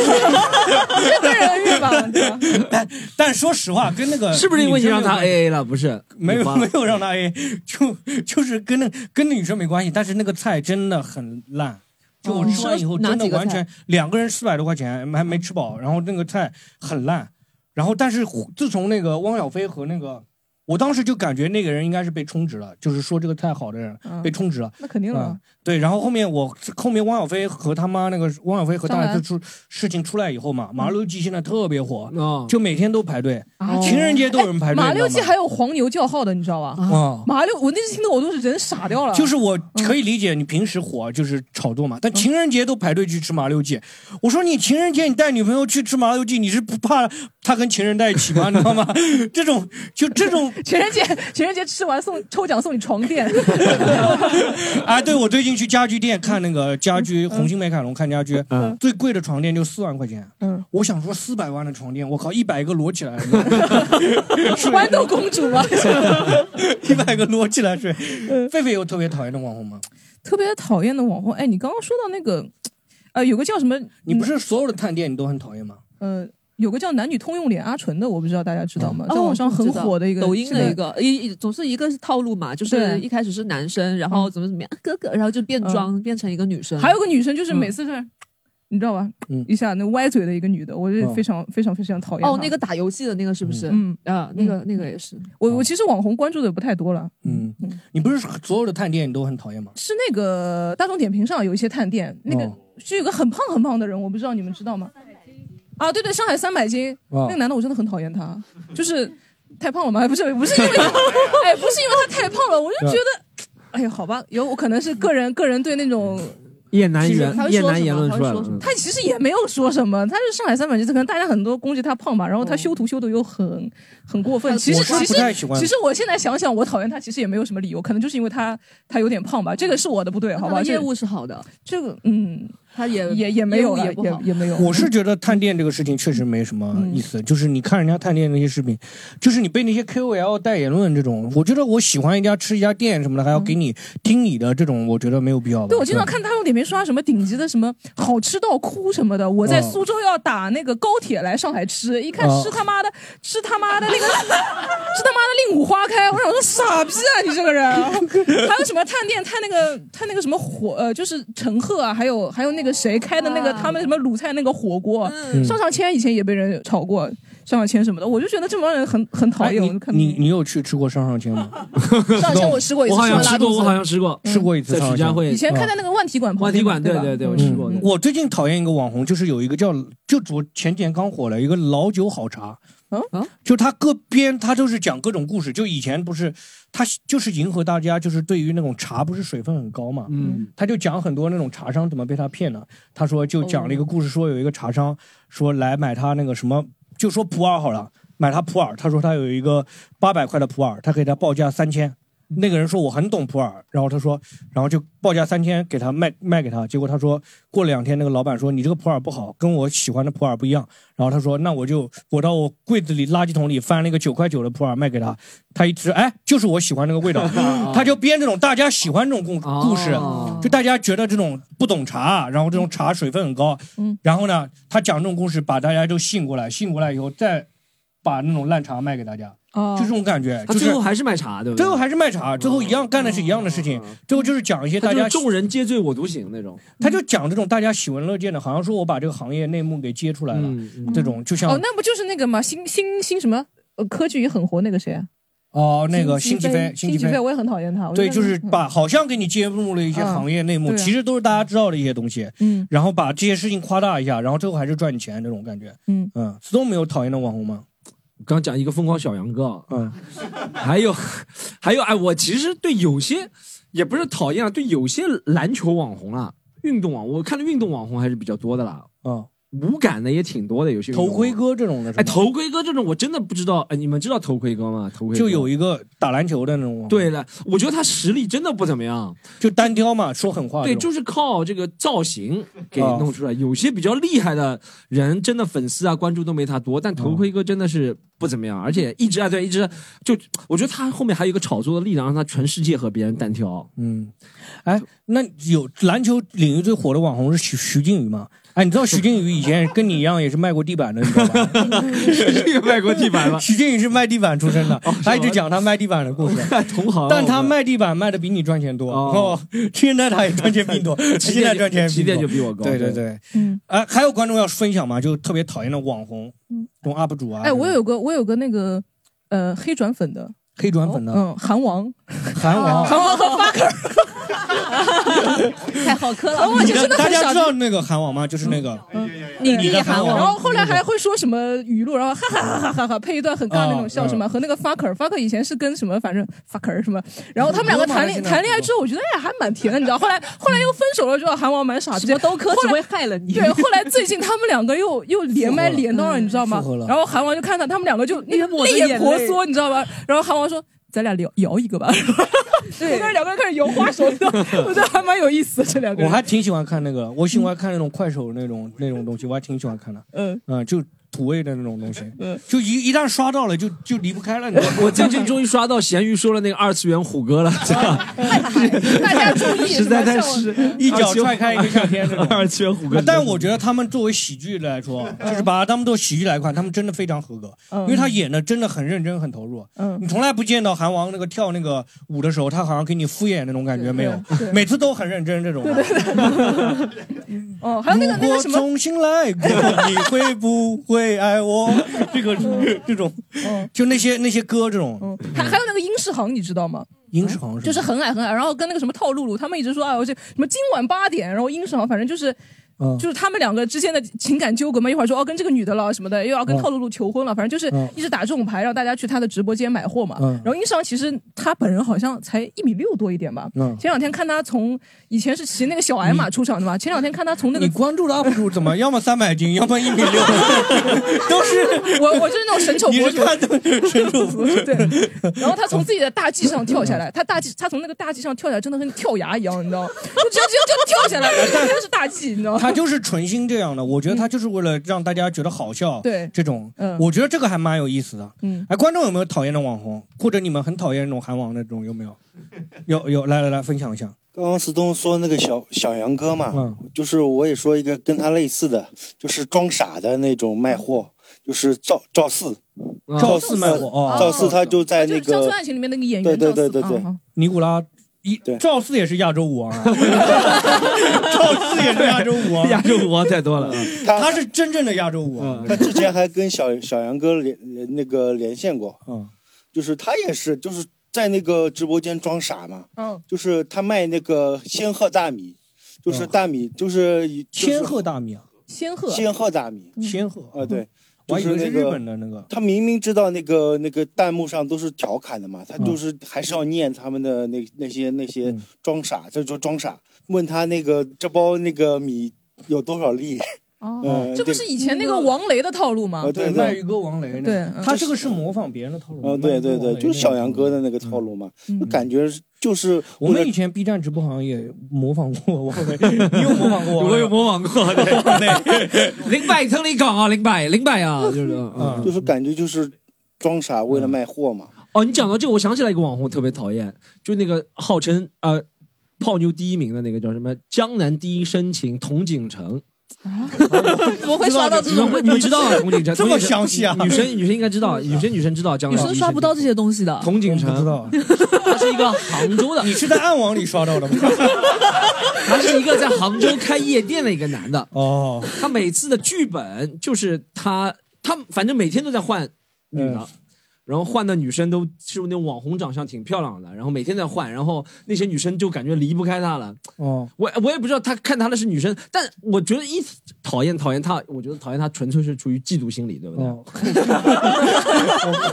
A: 个人日吧，我操
B: *laughs* 但说实话，跟那个
C: 是不是因为你让他哎
B: 女生
C: A A 了？不是，
B: 没
C: 你
B: 有
C: 花
B: 没有让他 A，就就是跟那跟那女生没关系，但是那个菜真的很烂。就
A: 哦
B: 我吃完以后，
F: 你说哪
B: 真的
F: 几个
B: 完全两个人四百多块钱还没吃饱，然后那个菜很烂，然后但是自从那个汪小菲和那个，我当时就感觉那个人应该是被充值了，就是说这个菜好的人
A: 嗯
B: 被充值了，
A: 那肯定了
B: 嗯。对，然后后面我后面汪小菲和他妈那个汪小菲和
A: 张
B: 大 S
A: 兰
B: 出事情出来以后嘛，马六记现在特别火，
C: 哦，
B: 就每天都排队，
A: 啊
B: 嗯
A: 哎
B: 情人节都有人排队，
A: 嗯马六
B: 你知
A: 记
B: 道吗
A: 还有黄牛叫号的，你知道吧？
B: 啊，
A: 马六，我那次听的我都是人傻掉了。
B: 就是我可以理解你平时火就是炒作嘛，但情人节都排队去吃麻六记。我说你情人节你带女朋友去吃麻六记，你是不怕她跟情人在一起吗？ *laughs* 你知道吗？这种就这种
A: *laughs* 情人节，情人节吃完送抽奖送你床垫，
B: *laughs*
A: *laughs*
B: 啊，对我最近去家居店看那个家居，红星美凯龙看家居，
C: 嗯
B: 最贵的床垫就四万块钱。
A: 嗯
B: 我想说四百万的床垫，我靠，一百个摞起
A: *laughs*
B: 来，你知道吗
A: 豌豆公主
B: *laughs*
A: 啊，
B: 一百个摞起来睡。
A: 嗯
B: 狒狒有特别讨厌的网红吗？
A: 特别讨厌的网红。哎，你刚刚说到那个，呃，有个叫什么？
B: 你不是所有的探店你都很讨厌吗？
A: 呃，有个叫男女通用脸阿纯的，我不知道大家知道吗？
F: 哦
A: 在网上很火的一个
F: 抖音的一
A: 是
F: 个，一一总是一个是套路嘛，就
A: 对嗯
F: 是一开始是男生，然后怎么怎么样，哥哥，然后就变装变成一个女生，嗯
A: 还有个女生，就是每次是，你知道吧？
B: 嗯
A: 一下那歪嘴的一个女 *laughs* 的，我就非常、非常非常讨厌她。
F: 哦那个打游戏的那个是不是？
A: 嗯，
F: 啊，那个那个也是，
A: 我
B: 哦
A: 我其实网红关注的不太多了，
B: 嗯，你不是所有的探店你都很讨厌吗？
A: 是那个大众点评上有一些探店，那个
B: 哦
A: 是有个很胖很胖的人，我不知道你们知道吗？啊，对对，上海三百斤，
B: 哦
A: 那个男的我真的很讨厌他，就是太胖了嘛，哎不是不是因
C: *laughs*
A: 为他，哎不是因为他太胖了，我就觉得，哎呀好吧，有我可能是个人个人对那种
C: 厌男
F: 其实他
C: 言厌
F: 会说
C: 男
F: 什
C: 言
F: 么
C: 论
F: 他
C: 出
F: 会
C: 来
F: 说
C: 了嗯
F: 什么。
A: 他其实也没有说什么，他是上海三百斤，可能大家很多攻击他胖吧，然后他修图修的又很很过分。其实
B: 我
A: 其
B: 不
A: 实
B: 太喜欢
A: 其实我现在想想，我讨厌他其实也没有什么理由，可能就是因为他他有点胖吧，这个是我的不对，好
F: 他
A: 吧？
F: 的
A: 这
F: 业
A: 个
F: 务是好的，
A: 这个嗯
F: 他也
A: 也也没有
F: 业
A: 了，
F: 务也不
A: 也
F: 好。
A: 也没有。
B: 我是觉得探店这个事情确实没什么
A: 嗯
B: 意思，就是你看人家探店那些视频，就是你被那些 KOL 代言论这种，我觉得我喜欢一家吃一家店什么的，还要给你听你的这种，我觉得没有必要吧。
A: 对，我经常看他用点评刷什么顶级的什么好吃到哭什么的。我在
B: 哦
A: 苏州要打那个高铁来上海吃，一看
B: 哦
A: 吃他妈的，吃他妈的那 *laughs* 个，吃他妈的令五花开。我想说傻逼啊， *laughs* 你这个人！还有什么探店探那个探那个什么火呃，就是陈赫啊，还有还有那个谁开的那
F: 嗯
A: 个他们什么鲁菜那个火锅，
B: 嗯
A: 上上签以前也被人炒过，上上签什么的，我就觉得这帮人很很讨厌。我就看
B: 你你有去吃过上上签吗？
A: *laughs* 上上签我吃过一次，
C: 我好像吃过，
A: 过
C: 我好像吃过，
B: 吃过一次
C: 在
B: 上
C: 徐
B: 上
C: 家
B: 签。
C: 汇
A: 以前开在那个万体馆旁
C: 万体
A: 边嘛，
C: 馆，对
A: 对吧嗯
C: 对对，我吃过。对
B: 我最近讨厌一个网红，就是有一个叫就昨前几天刚火了一个老酒好茶，
A: 嗯
C: 啊
B: 就他各边他就是讲各种故事，就以前不是他就是迎合大家，就是对于那种茶不是水分很高嘛，
C: 嗯，
B: 他就讲很多那种茶商怎么被他骗的。他说就讲了
A: 哦
B: 一个故事，说有一个茶商说来买他那个什么，就说普洱好了，买他普洱。他说他有一个八百块的普洱，他给他报价三千。那个人说我很懂普洱，然后他说，然后就报价三千给他卖卖给他。结果他说过了两天，那个老板说你这个普洱不好，跟我喜欢的普洱不一样。然后他说那我就我到我柜子里垃圾桶里翻了一个九块九的普洱卖给他，他一吃哎就是我喜欢那个味
C: *laughs*
B: 道，他就编这种大家喜欢这种故故事。
C: 哦
B: 就大家觉得这种不懂茶，啊然后这种茶水分很高，
A: 嗯
B: 然后呢，他讲这种故事把大家都吸引过来，吸引过来以后再把那种烂茶卖给大家，
A: 哦
B: 就这种感觉，
C: 他
B: 就
C: 最
B: 是
C: 后还是卖茶，对不对？哦
B: 最后还是卖茶，最后一样干的是一样的事情，最后就是讲一些
C: 他
B: 大
C: 就是
B: 家，
C: 众人皆醉我独醒那种。
B: 他就讲这种大家喜闻乐见的，好像说我把这个行业内幕给揭出来了，
C: 嗯，嗯
B: 这种就像
A: 哦，那不就是那个嘛，新新新什么？呃，科举也很火那个谁啊？
B: 哦那个
A: 辛
B: 辛吉飞，
A: 辛
B: 吉
A: 吉
B: 飞。
A: 我也很讨厌他。我
B: 对，
A: 觉得
B: 就是把好像给你揭露了一些
A: 嗯
B: 行业内幕，
A: 对啊
B: 其实都是大家知道的一些东西。
A: 嗯
B: 然后把这些事情夸大一下，然后最后还是赚你钱这种感觉。
A: 嗯
B: 嗯，Storm 没有讨厌的网红吗？
C: 刚讲一个疯狂小杨哥，啊
B: 嗯，
C: 还有还有，哎，我其实对有些也不是讨厌啊，对有些篮球网红啊、运动网，我看的运动网红还是比较多的啦，
B: 啊，
C: 无感的也挺多的，有些运动
B: 头
C: 网红
B: 盔。哥这种的是吧，
C: 哎，头盔哥这种我真的不知道，哎，你们知道头盔哥吗？头盔哥
B: 就有一个打篮球的那种网红，
C: 对了，我觉得他实力真的不怎么样，
B: 就单挑嘛，说狠话这
C: 对，
B: 种，啊
C: 就是靠这个造型给弄出来。有些比较厉害的人，真的粉丝啊关注都没他多，但头
B: 嗯
C: 盔哥真的是不怎么样，而且一直啊对，一直就我觉得他后面还有一个炒作的力量，让他全世界和别人单挑。
B: 嗯，哎，那有篮球领域最火的网红是徐徐静宇吗？哎，你知道徐静宇以前跟你一样也是卖过地板的，你知道吧？
C: *laughs* 这个外国地板哦了，
B: 徐静宇是卖地板出身的，他一直讲他卖地板的故事。
C: 同行啊，
B: 但他
C: 我们
B: 卖地板卖的比你赚钱多
C: 哦
B: 哦，现在他也赚钱比你多，现在赚钱比
C: *laughs* 起
B: 你多
C: 点就比我高。
B: 对对，对，
A: 嗯，
B: 哎，还有观众要分享吗？就特别讨厌的网红，嗯，这种 UP 主啊，
A: 哎，我有个我有个那个呃黑转粉的，
B: 黑转粉的
A: 嗯，韩王，
B: 韩王，
A: 韩王
B: *laughs*
A: 和 *laughs* fucker，
F: 太好磕了
A: 韩。王就真的嗯
B: 大
A: 很
B: 家
A: 小
B: 知道那个韩王吗？就是那个
F: 你
B: 你的韩
A: 然
B: 王
A: 后后来还会说什么语录，然后哈哈哈哈哈哈配一段很尬的那种笑声嘛，和
B: 嗯
A: 那个 fucker fucker 以前是跟什么反正 fucker 什么，然后他们两个谈恋谈恋爱之后，我觉得哎呀还蛮甜的，你知道，
B: *laughs*
A: 后来后来又分手了之后，韩王蛮傻逼
F: 什么
A: 的。
F: 都磕，
A: 后
F: 只
A: 来
F: 会害了你。
A: 对，后来 *laughs* 最近他们两个又又连麦连到了，你知道吗
B: 复合了？
A: 然后韩王就看他，他们两个就那个
F: 边抹着
A: 泪眼
F: 眼
A: 婆
F: 泪
A: 娑，你知道
B: *laughs*
A: 吧？然后韩王说：“咱俩聊摇一个吧。” *laughs* 对，两个人开始摇
B: *laughs*
A: 花手，我觉得还蛮有意思的这两个
B: 我
A: 人。 *laughs*
B: 还挺喜欢看那个，我喜欢看那种快手那种那种东西，我还挺喜欢看的，
A: 嗯，
B: 嗯，就土味的那种东西
A: 嗯，
B: 呃就一一旦刷到了，就就离不开了，你知道吗？
C: 我最近终于刷到咸鱼说了那个二次元虎哥了，
A: *laughs*
B: *laughs*
A: 大家注意，
C: *laughs* 实在
A: 什
C: 太
A: 么像
C: 是
A: *laughs*
B: 一脚踹开一个夏天那种。
C: 二次元虎哥。
B: 但我觉得他们作为喜剧来说，就是把他们作为喜剧来看，他们真的非常合格，
A: 嗯
B: 因为他演的真的很认真、很投入。
A: 嗯
B: 你从来不见到韩王那个跳那个舞的时候，他好像给你敷衍那种感觉，没有
A: 对对，
B: 每次都很认真这种。
A: 哦，还有那个
B: 如
A: 那
B: 果
A: 个什么，
B: 重新
A: *laughs*
B: 来哦过，你会不会爱我？ *laughs* 这个这种
A: 嗯，
B: 就那些那些歌这种，
A: 嗯，还还有那个殷世航，你知道吗？
B: 英式好像是
A: 就是很矮很矮，然后跟那个什么套露露，他们一直说啊，我这什么今晚八点，然后殷世航，反正就是。
B: 嗯
A: 就是他们两个之间的情感纠葛嘛，一会儿说哦跟这个女的了什么的，又要跟
B: 嗯
A: 套露露求婚了，反正就是
B: 嗯
A: 一直打这种牌，让大家去他的直播间买货嘛。
B: 嗯
A: 然后殷商其实他本人好像才一米六多一点吧。
B: 嗯
A: 前两天看他从以前是骑那个小矮马出场的嘛，前两天看他从那个
B: 你
A: *laughs*
B: 关注的 UP 主怎么要么三百斤，要么一米六，都是
A: 我我就是那种神丑
B: 你
A: 博
B: 是
A: 主，
B: 看的神主
A: 对，然后他从自己的大 G 上跳
B: 嗯
A: 下来，他大 G 他从那个大 G 上跳下来，真的跟跳崖一样，你知道吗？就直接就就跳下来
B: *laughs*
A: 了，真是大 G，你知道吗？
B: *laughs* 他就是纯心这样的，我觉得他就是为了让大家觉得好笑，
A: 对
B: 这种，
A: 嗯
B: 我觉得这个还蛮有意思的。
A: 嗯，
B: 哎，观众有没有讨厌的网红，或者你们很讨厌那种韩网那种有没有？有有，来来来，分享一下。
D: 刚刚石东说那个小小杨哥嘛，
B: 嗯
D: 就是我也说一个跟他类似的，就是装傻的那种卖货，就是赵赵四，
C: 啊
B: 赵四卖火哦，
D: 赵四他就在
A: 哦就
D: 那
A: 是《乡村
D: 个
A: 爱情》里面那个演
D: 对
A: 员赵
D: 对
A: 四，
D: 对对对
A: 啊
B: 尼古拉一赵四也是亚洲舞王啊，赵四也是亚洲舞王，
C: 亚洲舞王太多了。嗯
B: 他是真正的亚洲舞王。
D: 他之前还跟小小杨哥连连那个连线过，
B: 嗯，
D: 就是他也是就是在那个直播间装傻嘛，
A: 嗯，
D: 就是他卖那个仙鹤大米，就是大米，就是
B: 仙鹤大米啊，
A: 仙鹤，
D: 仙鹤大米，
B: 仙鹤
D: 啊，对。
B: 我还以
D: 就
B: 为
D: 是
B: 是
D: 那
B: 日
D: 个
B: 本的那个，
D: 他明明知道那个那个弹幕上都是调侃的嘛，他就是还是要念他们的那那些那些装傻，就说装傻，问他那个这包那个米有多少粒？
A: 哦
D: *laughs* 嗯，
A: 这不是以前那个王雷的套路吗？
D: 啊对
B: 卖鱼哥王雷呢。
A: 对嗯
B: 他这个是模仿别人的套路。
D: 啊，对对对，就是小杨哥的那个套
B: 路。
D: 路嘛，
A: 嗯
D: 就感觉是就是
B: 我们以前 B 站直播好像也模仿过
C: *laughs*
B: 王雷，你有模仿过王
C: 我
B: 雷
C: 有
B: 吗？
C: 模仿过的， *laughs* 零百听你讲啊，零百零百啊，就是嗯
D: 就是感觉就是装傻为了卖货嘛。
C: 哦，你讲到这个，我想起来一个网红特别讨厌，就那个号称呃泡妞第一名的那个叫什么江南第一深情童景城，
A: 怎么会刷到这
C: 你们
A: 种？
C: 会你们知道啊？童景城
B: 这么
C: 童景城
B: 详细啊
C: 女生女生应该知
B: *laughs*
C: 道，女生女生知道江
F: 女
C: 南第
F: 生
C: 一
F: 刷不到这
C: 深
F: 些东西的
C: 情。童景
B: 不知
C: 城，
B: 道，
C: 它是一个杭州的，
B: 你是在暗网里刷到
C: *laughs*
B: 的吗？
C: 他是一个在杭州开夜店的一个男的，
B: 哦，
C: 他每次的剧本就是他他反正每天都在换女的。然后换的女生都是那种网红长相，挺漂亮的。然后每天在换，然后那些女生就感觉离不开他了。 *laughs*
B: 哦，
C: 我我也不知道他看他的是女生，但我觉得一讨厌讨厌他，我觉得讨厌他纯粹是出于嫉妒心理，对不对？
B: 哦，
C: *laughs*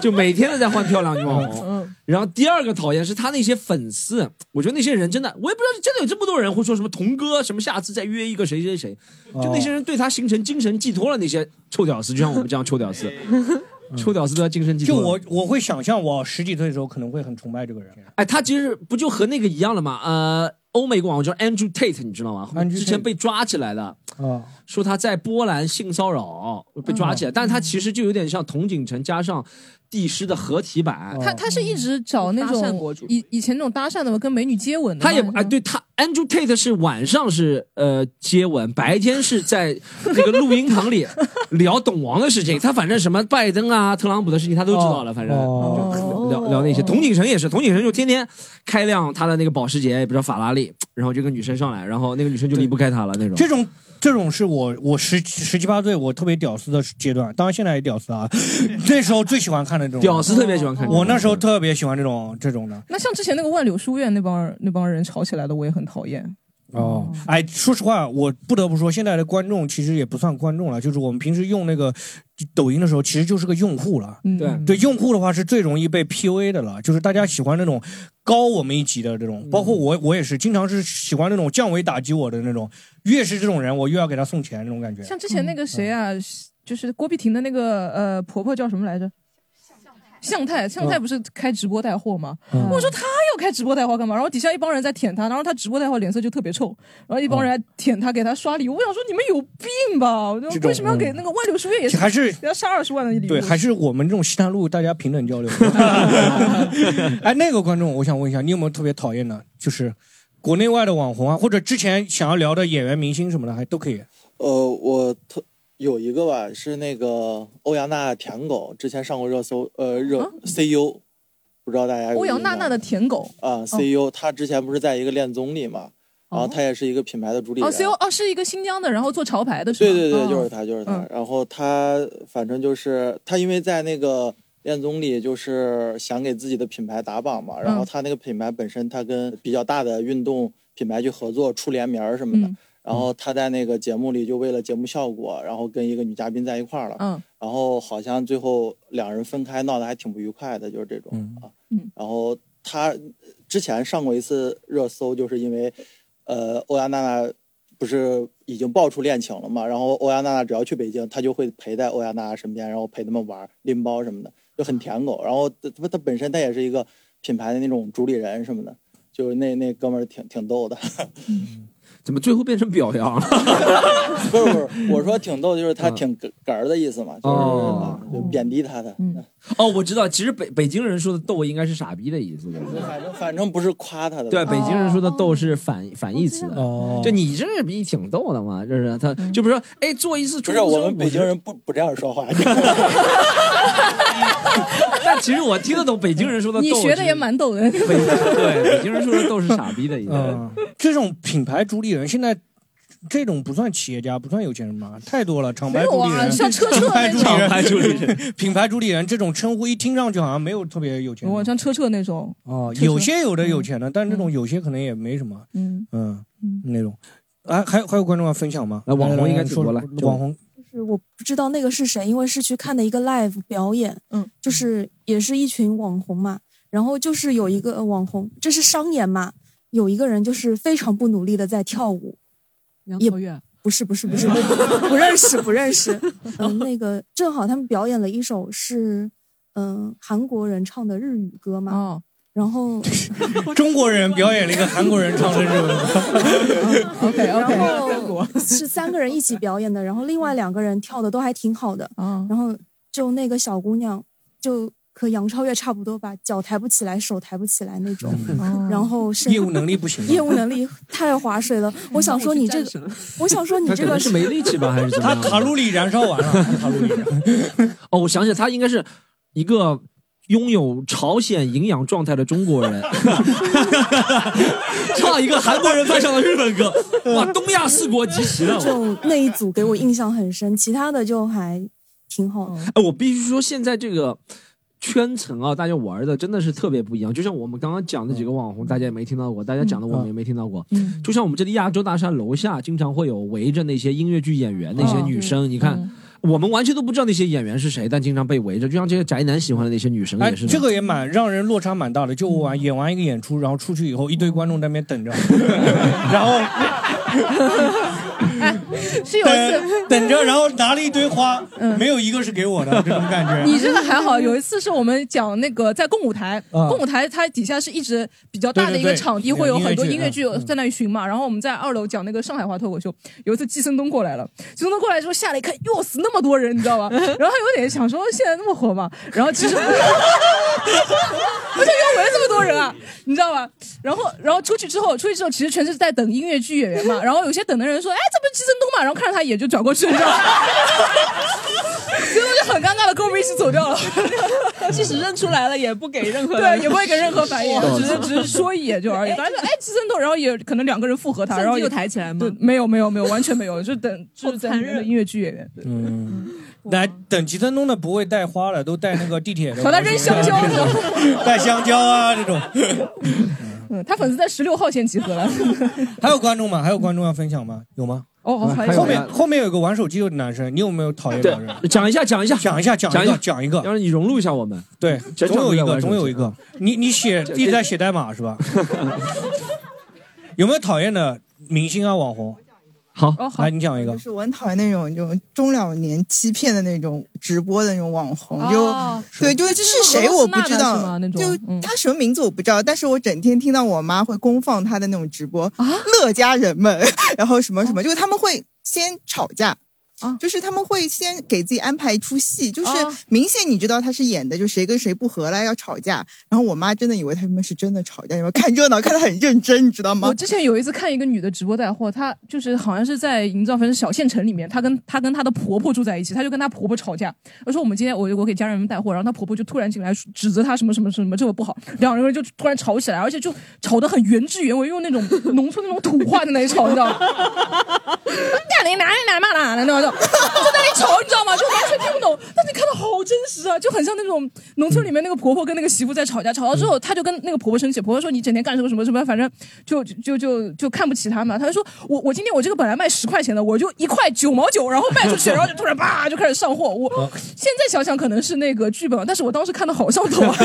C: 就每天都在换漂亮女网红。
A: 嗯，
C: 然后第二个讨厌是他那些粉丝，我觉得那些人真的，我也不知道真的有这么多人会说什么童哥什么下次再约一个谁谁谁，就那些人对他形成精神寄托了。那些臭屌丝，就像我们这样臭屌丝，臭屌丝对他精神寄
B: 就
C: 托了。
B: 我我会想象，我十几岁的时候可能会很崇拜这个人。
C: 哎，他其实不就和那个一样了吗？呃，欧美网红叫 Andrew Tate，你知道吗
B: Andrew
C: 之前
B: Tate
C: 被抓起来的，
B: 啊，
C: 说他在波兰性骚扰被抓
B: 嗯
C: 起来，但是他其实就有点像童景城加上帝师的合体
B: 哦
C: 版。
A: 他他是一直找那
F: 搭讪博
A: 种
F: 主
A: 以以前那种搭讪的嘛，跟美女接吻的嘛。
C: 他也
A: 是吧
C: 啊，，对他 Andrew Tate 是晚上是呃接吻，白天是在那个录音堂
B: *laughs*
C: 里聊懂王的事情。他反正什么拜登啊、特朗普的事情他都知道了，反正。
B: 哦
A: 哦
C: 聊聊那些，童景城也是，童景城就天天开辆他的那个保时捷，也不知道法拉利，然后就跟女生上来，然后那个女生就离不开他了那种。
B: 这种这种是我我十十七八岁我特别屌丝的阶段，当然现在也屌丝啊。 *laughs* 那时候最喜欢看的这种
C: 屌，丝特别喜欢看这种。
B: 我那时候特别喜欢这种这种的。
A: 那像之前那个万柳书院那帮人那帮人吵起来的，我也很讨厌。
B: 哦，
A: 嗯
B: 哎，说实话，我不得不说，现在的观众其实也不算观众了，就是我们平时用那个抖音的时候，其实就是个用户了。
A: 嗯，
C: 对
B: 对用户的话是最容易被 PUA 的了，就是大家喜欢那种高我们一级的这种，包括我我也是，经常是喜欢那种降维打击我的那种，越是这种人，我越要给他送钱那种感觉。
A: 像之前那个谁啊，就是郭碧婷的那个呃婆婆叫什么来着？向太，向太不是开直播带货吗？
B: 嗯
A: 我说她要开直播带货干嘛？然后底下一帮人在舔她，然后她直播带货脸色就特别臭，然后一帮人还舔她，给她刷礼物。我想说你们有病吧？我就
B: 嗯这种嗯
A: 为什么要给那个万柳书院也是
B: 还是
A: 给她杀二十万的礼物？
B: 对，还是我们这种西坦路大家平等交流。
A: *laughs*
B: *laughs* 哎，那个观众，我想问一下，你有没有特别讨厌的，就是国内外的网红啊，或者之前想要聊的演员、明星什么的，还都可以。
H: 呃，我特有一个吧，是那个欧阳娜娜舔狗，之前上过热搜，呃，热、
A: 啊
H: CU，不知道大家有
A: 欧阳娜娜哦的舔狗
H: 印象吗啊 CU，她之前不是在一个恋综里嘛，然后她也是一个品牌的主理人。
A: 哦，C O 哦是一个新疆的，然后做潮牌的是吗？
H: 啊对对对，
A: 哦
H: 就是她，就是她。
A: 嗯
H: 然后她反正就是她，因为在那个恋综里，就是想给自己的品牌打榜嘛。然后
A: 嗯
H: 她那个品牌本身，她跟比较大的运动品牌去合作出联名儿什么的。
A: 嗯
H: 然后她在那个节目里，就为了节目效果，然后跟一个女嘉宾在一块儿了。
A: 嗯，
H: *laughs* 然后好像最后两人分开，闹得还挺不愉快的，就是这种、啊。
A: 嗯
H: 然后他之前上过一次热搜，就是因为，呃，欧阳娜娜不是已经爆出恋情了嘛？然后欧阳娜娜只要去北京，她就会陪在欧阳娜娜身边，然后陪他们玩儿拎包什么的，就很舔狗。然后她她她本身她也是一个品牌的那种主理人什么的，就是那那哥们儿挺挺逗的。
C: 怎么最后变成表扬了？
B: *laughs*
H: 不是不是，我说挺逗，就是他挺哏儿的意思嘛，就是、
C: 嗯哦
H: 啊就贬低他的。
C: 哦，我知道，其实北北京人说的逗应该是傻逼的意思，对不对？
H: 反正反正不是夸他的。
C: 对，北京人说的逗是反反义词。
B: 哦
C: 就你这逼挺逗的嘛，就是他就比如说，哎，做一次出
H: 不是我们北
C: 50
H: 京人不不这样说话，
C: *laughs* 但其实我听得懂北京人说的逗。
A: 你学的也
C: 是
A: 蛮逗的。
C: 北对北京
B: *laughs*
C: 人说的逗是傻逼的意思。
B: 嗯，这种品牌主理人现在。这种不算企业家，不算有钱人吧？太多了，厂牌主理
A: 没有啊
B: 人，
A: 像车澈
B: 品牌主理
C: 厂牌
B: 人，
C: 主理人，
B: 品牌主理人这种称呼一听上去好像没有特别有钱
A: *laughs*
B: 人。
A: 我像车澈那种，
B: 哦，
A: 就是
B: 有些有的有钱
C: 嗯
B: 的，但是这种有些可能也没什么，
A: 嗯，
B: 嗯
A: 嗯，
B: 那种。啊，还有还有观众要分享吗？
C: 来网红
B: 来来
C: 应该
B: 说
C: 主播来就
B: 网红
I: 就是我不知道那个是谁，因为是去看的一个 live 表演，
A: 嗯，
I: 就是也是一群网红嘛，然后就是有一个呃网红，这是商演嘛，有一个人就是非常不努力的在跳舞，
F: 杨
I: 也
F: 超越，
I: 不是不是不是
A: 嗯
I: 不认识不
A: *laughs*
I: 认识，嗯，那个正好他们表演了一首是嗯、韩国人唱的日语歌嘛，
A: 哦，
I: 然后
A: *laughs*
B: 中国人表演了一个韩国人唱的日文歌，
I: 然后是三个人一起表演的，然后另外两个人跳的都还挺好的，
A: 哦，
I: 然后就那个小姑娘就和杨超越差不多吧，脚抬不起来，手抬不起来那种，
C: 嗯
I: 然后是
B: 业务能力不
C: 啊
B: 行。
I: 业务能力太划水了。我想说你这个，我想说你
C: 他
I: 这
C: 可
I: 个
C: 能是没力气吧，还是怎么
B: 他
C: 样？
B: 卡路里燃烧完了，卡路里燃烧。
C: *laughs* 哦，我想起来，他应该是一个拥有朝鲜营养状态的中国人， *laughs* 唱一个韩国人翻唱的日本歌，哇，东亚四国集齐了。我
I: *laughs* 就那一组给我印象很深，其他的就还挺好的。
C: 哎，我必须说，现在这个。圈层啊，大家玩的真的是特别不一样。就像我们刚刚讲的几个网红，大家也没听到过，大家讲的我们也没听到过。
A: 嗯
C: 就像我们这里亚洲大厦楼下，经常会有围着那些音乐剧演员、那些
A: 哦
C: 女生，你看，我们完全都不知道那些演员是谁，但经常被围着，就像这些宅男喜欢的那些女生
B: 哎，
C: 也嗯是的。嗯
B: 这个也蛮让人落差蛮大的。就我完演完一个演出，然后出去以后，一堆观众在那
C: *laughs*
B: 边等着，然后
A: 哎是有一次。
B: 等等着，然后拿了一堆花，
A: 嗯
B: 没有一个是给我的这种感觉。
A: *laughs* 你这个还好，有一次是我们讲那个在共舞台，
B: 啊
A: 共舞台它底下是一直比较大的一
B: 对对
A: 个
B: 对
A: 场地，
B: 有
A: 会有很多
B: 音
A: 音
B: 乐
A: 乐
B: 剧
A: 剧
B: 嗯嗯
A: 在那里巡嘛。然后我们在二楼讲那个上海话脱口秀，有一次季森东过来了，季森东过来之后下来一看，哟死那么多人，你知道吧？ *laughs* 然后他有点想说现在那么火嘛，然后其实我就要围了这么多人啊，你知道吧？然后然后出去之后，出去之后其实全是在等音乐剧演
F: *laughs*
A: 员嘛。然后有些等的人说，哎，这不是季森东嘛？然后看着他也就转过去，你知道吗？ *laughs* 结果就很尴尬的跟我们一起走掉了。
F: *laughs* 即使认出来了也不给任何
A: 对，也不会给任何反应，
C: 哇
A: 只是只是说一眼就而已。
F: *laughs*
A: 反正就哎，寄生豆，然后也可能两个人附和他，然后
F: 又
A: 也
F: 抬起来吗
A: 对，？没有没有没有，完全没有，就
F: *laughs*
A: 等
F: 好
A: 就是在
F: 残
A: 里面的
F: 忍
A: 音乐剧演员，对
B: 嗯，来等吉森东的不会带花了，都带那个地铁的。
A: 朝他扔香蕉，
B: 带香蕉啊这种。
A: 嗯，他粉丝在十六号线集合了。
B: 还有观众吗？还有观众要分享吗？有吗？
A: 哦，好
C: 还
A: 意
C: 有
A: 思
B: 后面后面有个玩手机的男生，你有没有讨厌的人？
C: 对，讲一下，讲一下，
B: 讲一下，讲
C: 讲一
B: 一个，
C: 下
B: 讲一个。
C: 要是你融入一下我们，
B: 对，
C: 讲
B: 总有一个，
C: 讲
B: 总有一个。你你写一直在写代码
C: *laughs*
B: 是吧？有没有讨厌的明星啊、网红？
C: 好，
A: 哦好
B: 来，，你讲一个
J: 就。是我很讨厌那种就中老年欺骗的那种直播的那种网红，
A: 哦
J: 就对，就是是谁我不知
A: 是吗
J: 道
A: 那，种
J: 就
A: 嗯
J: 他什么名字我不知道，但是我整天听到我妈会公放他的那种直播，
A: 啊
J: 乐家人们， *laughs* 然后什么
A: 哦
J: 什么，就是他们会先吵架。
A: 啊
J: 就是他们会先给自己安排一出戏，就是
A: 啊
J: 明显你知道他是演的，就谁跟谁不合啦，要吵架。然后我妈真的以为他们是真的吵架，因为看热闹看得很认真，你知道吗
A: 我？之前有一次看一个女的直播带货，她就是好像是在营造反正小县城里面，她跟她跟她的婆婆住在一起，她就跟她婆婆吵架。我说我们今天我我给家人们带货，然后她婆婆就突然进来指责她什么什么什么这个不好，两个人就突然吵起来，而且就吵得很原汁原味，用那种农村那种土话在那里吵，你知道吗？干你奶奶嘛啦，那种就就在那里吵，你知道吗？就完全听不懂，但是看到好真实啊，就很像那种农村里面那个婆婆跟那个媳妇在吵架，吵到之后，她就跟那个婆婆生气，婆婆说你整天干什么什么什么，反正就就就就看不起她嘛。她就说我我今天我这个本来卖十块钱的，我就一块九毛九，然后卖出去，然后就突然叭就开始上货。我现在想想可能是那个剧本，但是我当时看的好上头啊。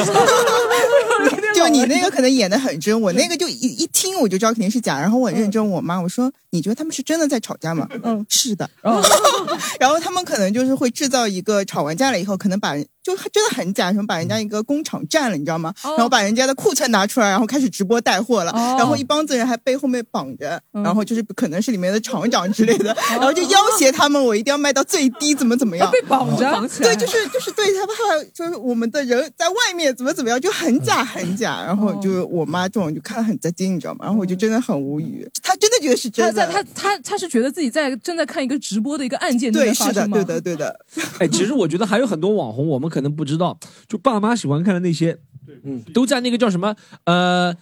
J: *laughs* 就你那个可能演的很真，我那个就一一听我就知道肯定是假。然后我很认
A: 嗯
J: 真问我妈，我说你觉得他们是真的在吵架吗？嗯，是的。
A: 哦
J: *laughs* 然后他们可能就是会制造一个吵完架了以后，可能把人就真的很假，什么把人
A: 嗯
J: 家一个工厂占了，你知道吗？然后把人家的库存拿出来，然后开始直播带货了，
A: 哦嗯
J: 然后一帮子人还被后面绑着，然后就是可能是里面的厂长之类
A: 哦
J: 的，然后就要挟他们，我一定要卖到最低，怎么怎么样，
A: 被绑着绑起来
J: 啊对，就是就是对他们还有就是我们的人在外面怎么怎么样，就很假很假，然后就我妈这种就看得很在惊，你知道吗？然后我就真的很无语， *laughs* 她真的觉得是
A: 他
J: 真
A: 在
J: 的，
A: 他他他是觉得自己在正在看一个直播的一个案件正在
J: 对
A: 发
J: 是的
A: 生吗？
J: 对的对的，
C: 哎，其实我觉得还有很多网红，我们可能不知道，就爸妈喜欢看的那些，嗯，都在那个叫什么呃。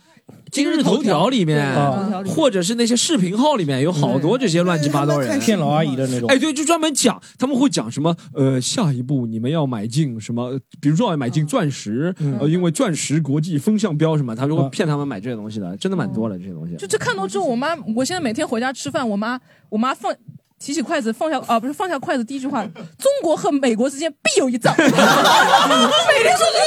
C: 今日头条里面
B: 嗯对头条，里面
C: 或者是那些视频号里面，有好多这些乱七八糟人，
B: 骗老阿姨的那种。
C: 哎，对，就专门讲，他们会讲什么？呃，下一步你们要买进什么？比如说要买
B: 嗯
C: 进钻石，呃，因为钻石国际风向标什么，他就
B: 嗯
C: 会骗他们买这些东西的，真的蛮多的这些东西。
A: 就这看多之后，我妈，我现在每天回家吃饭，我妈，我妈放提起筷子放下啊，不是放下筷子，第一句话，中国和美国之间必有一仗。每 *laughs* 天说这个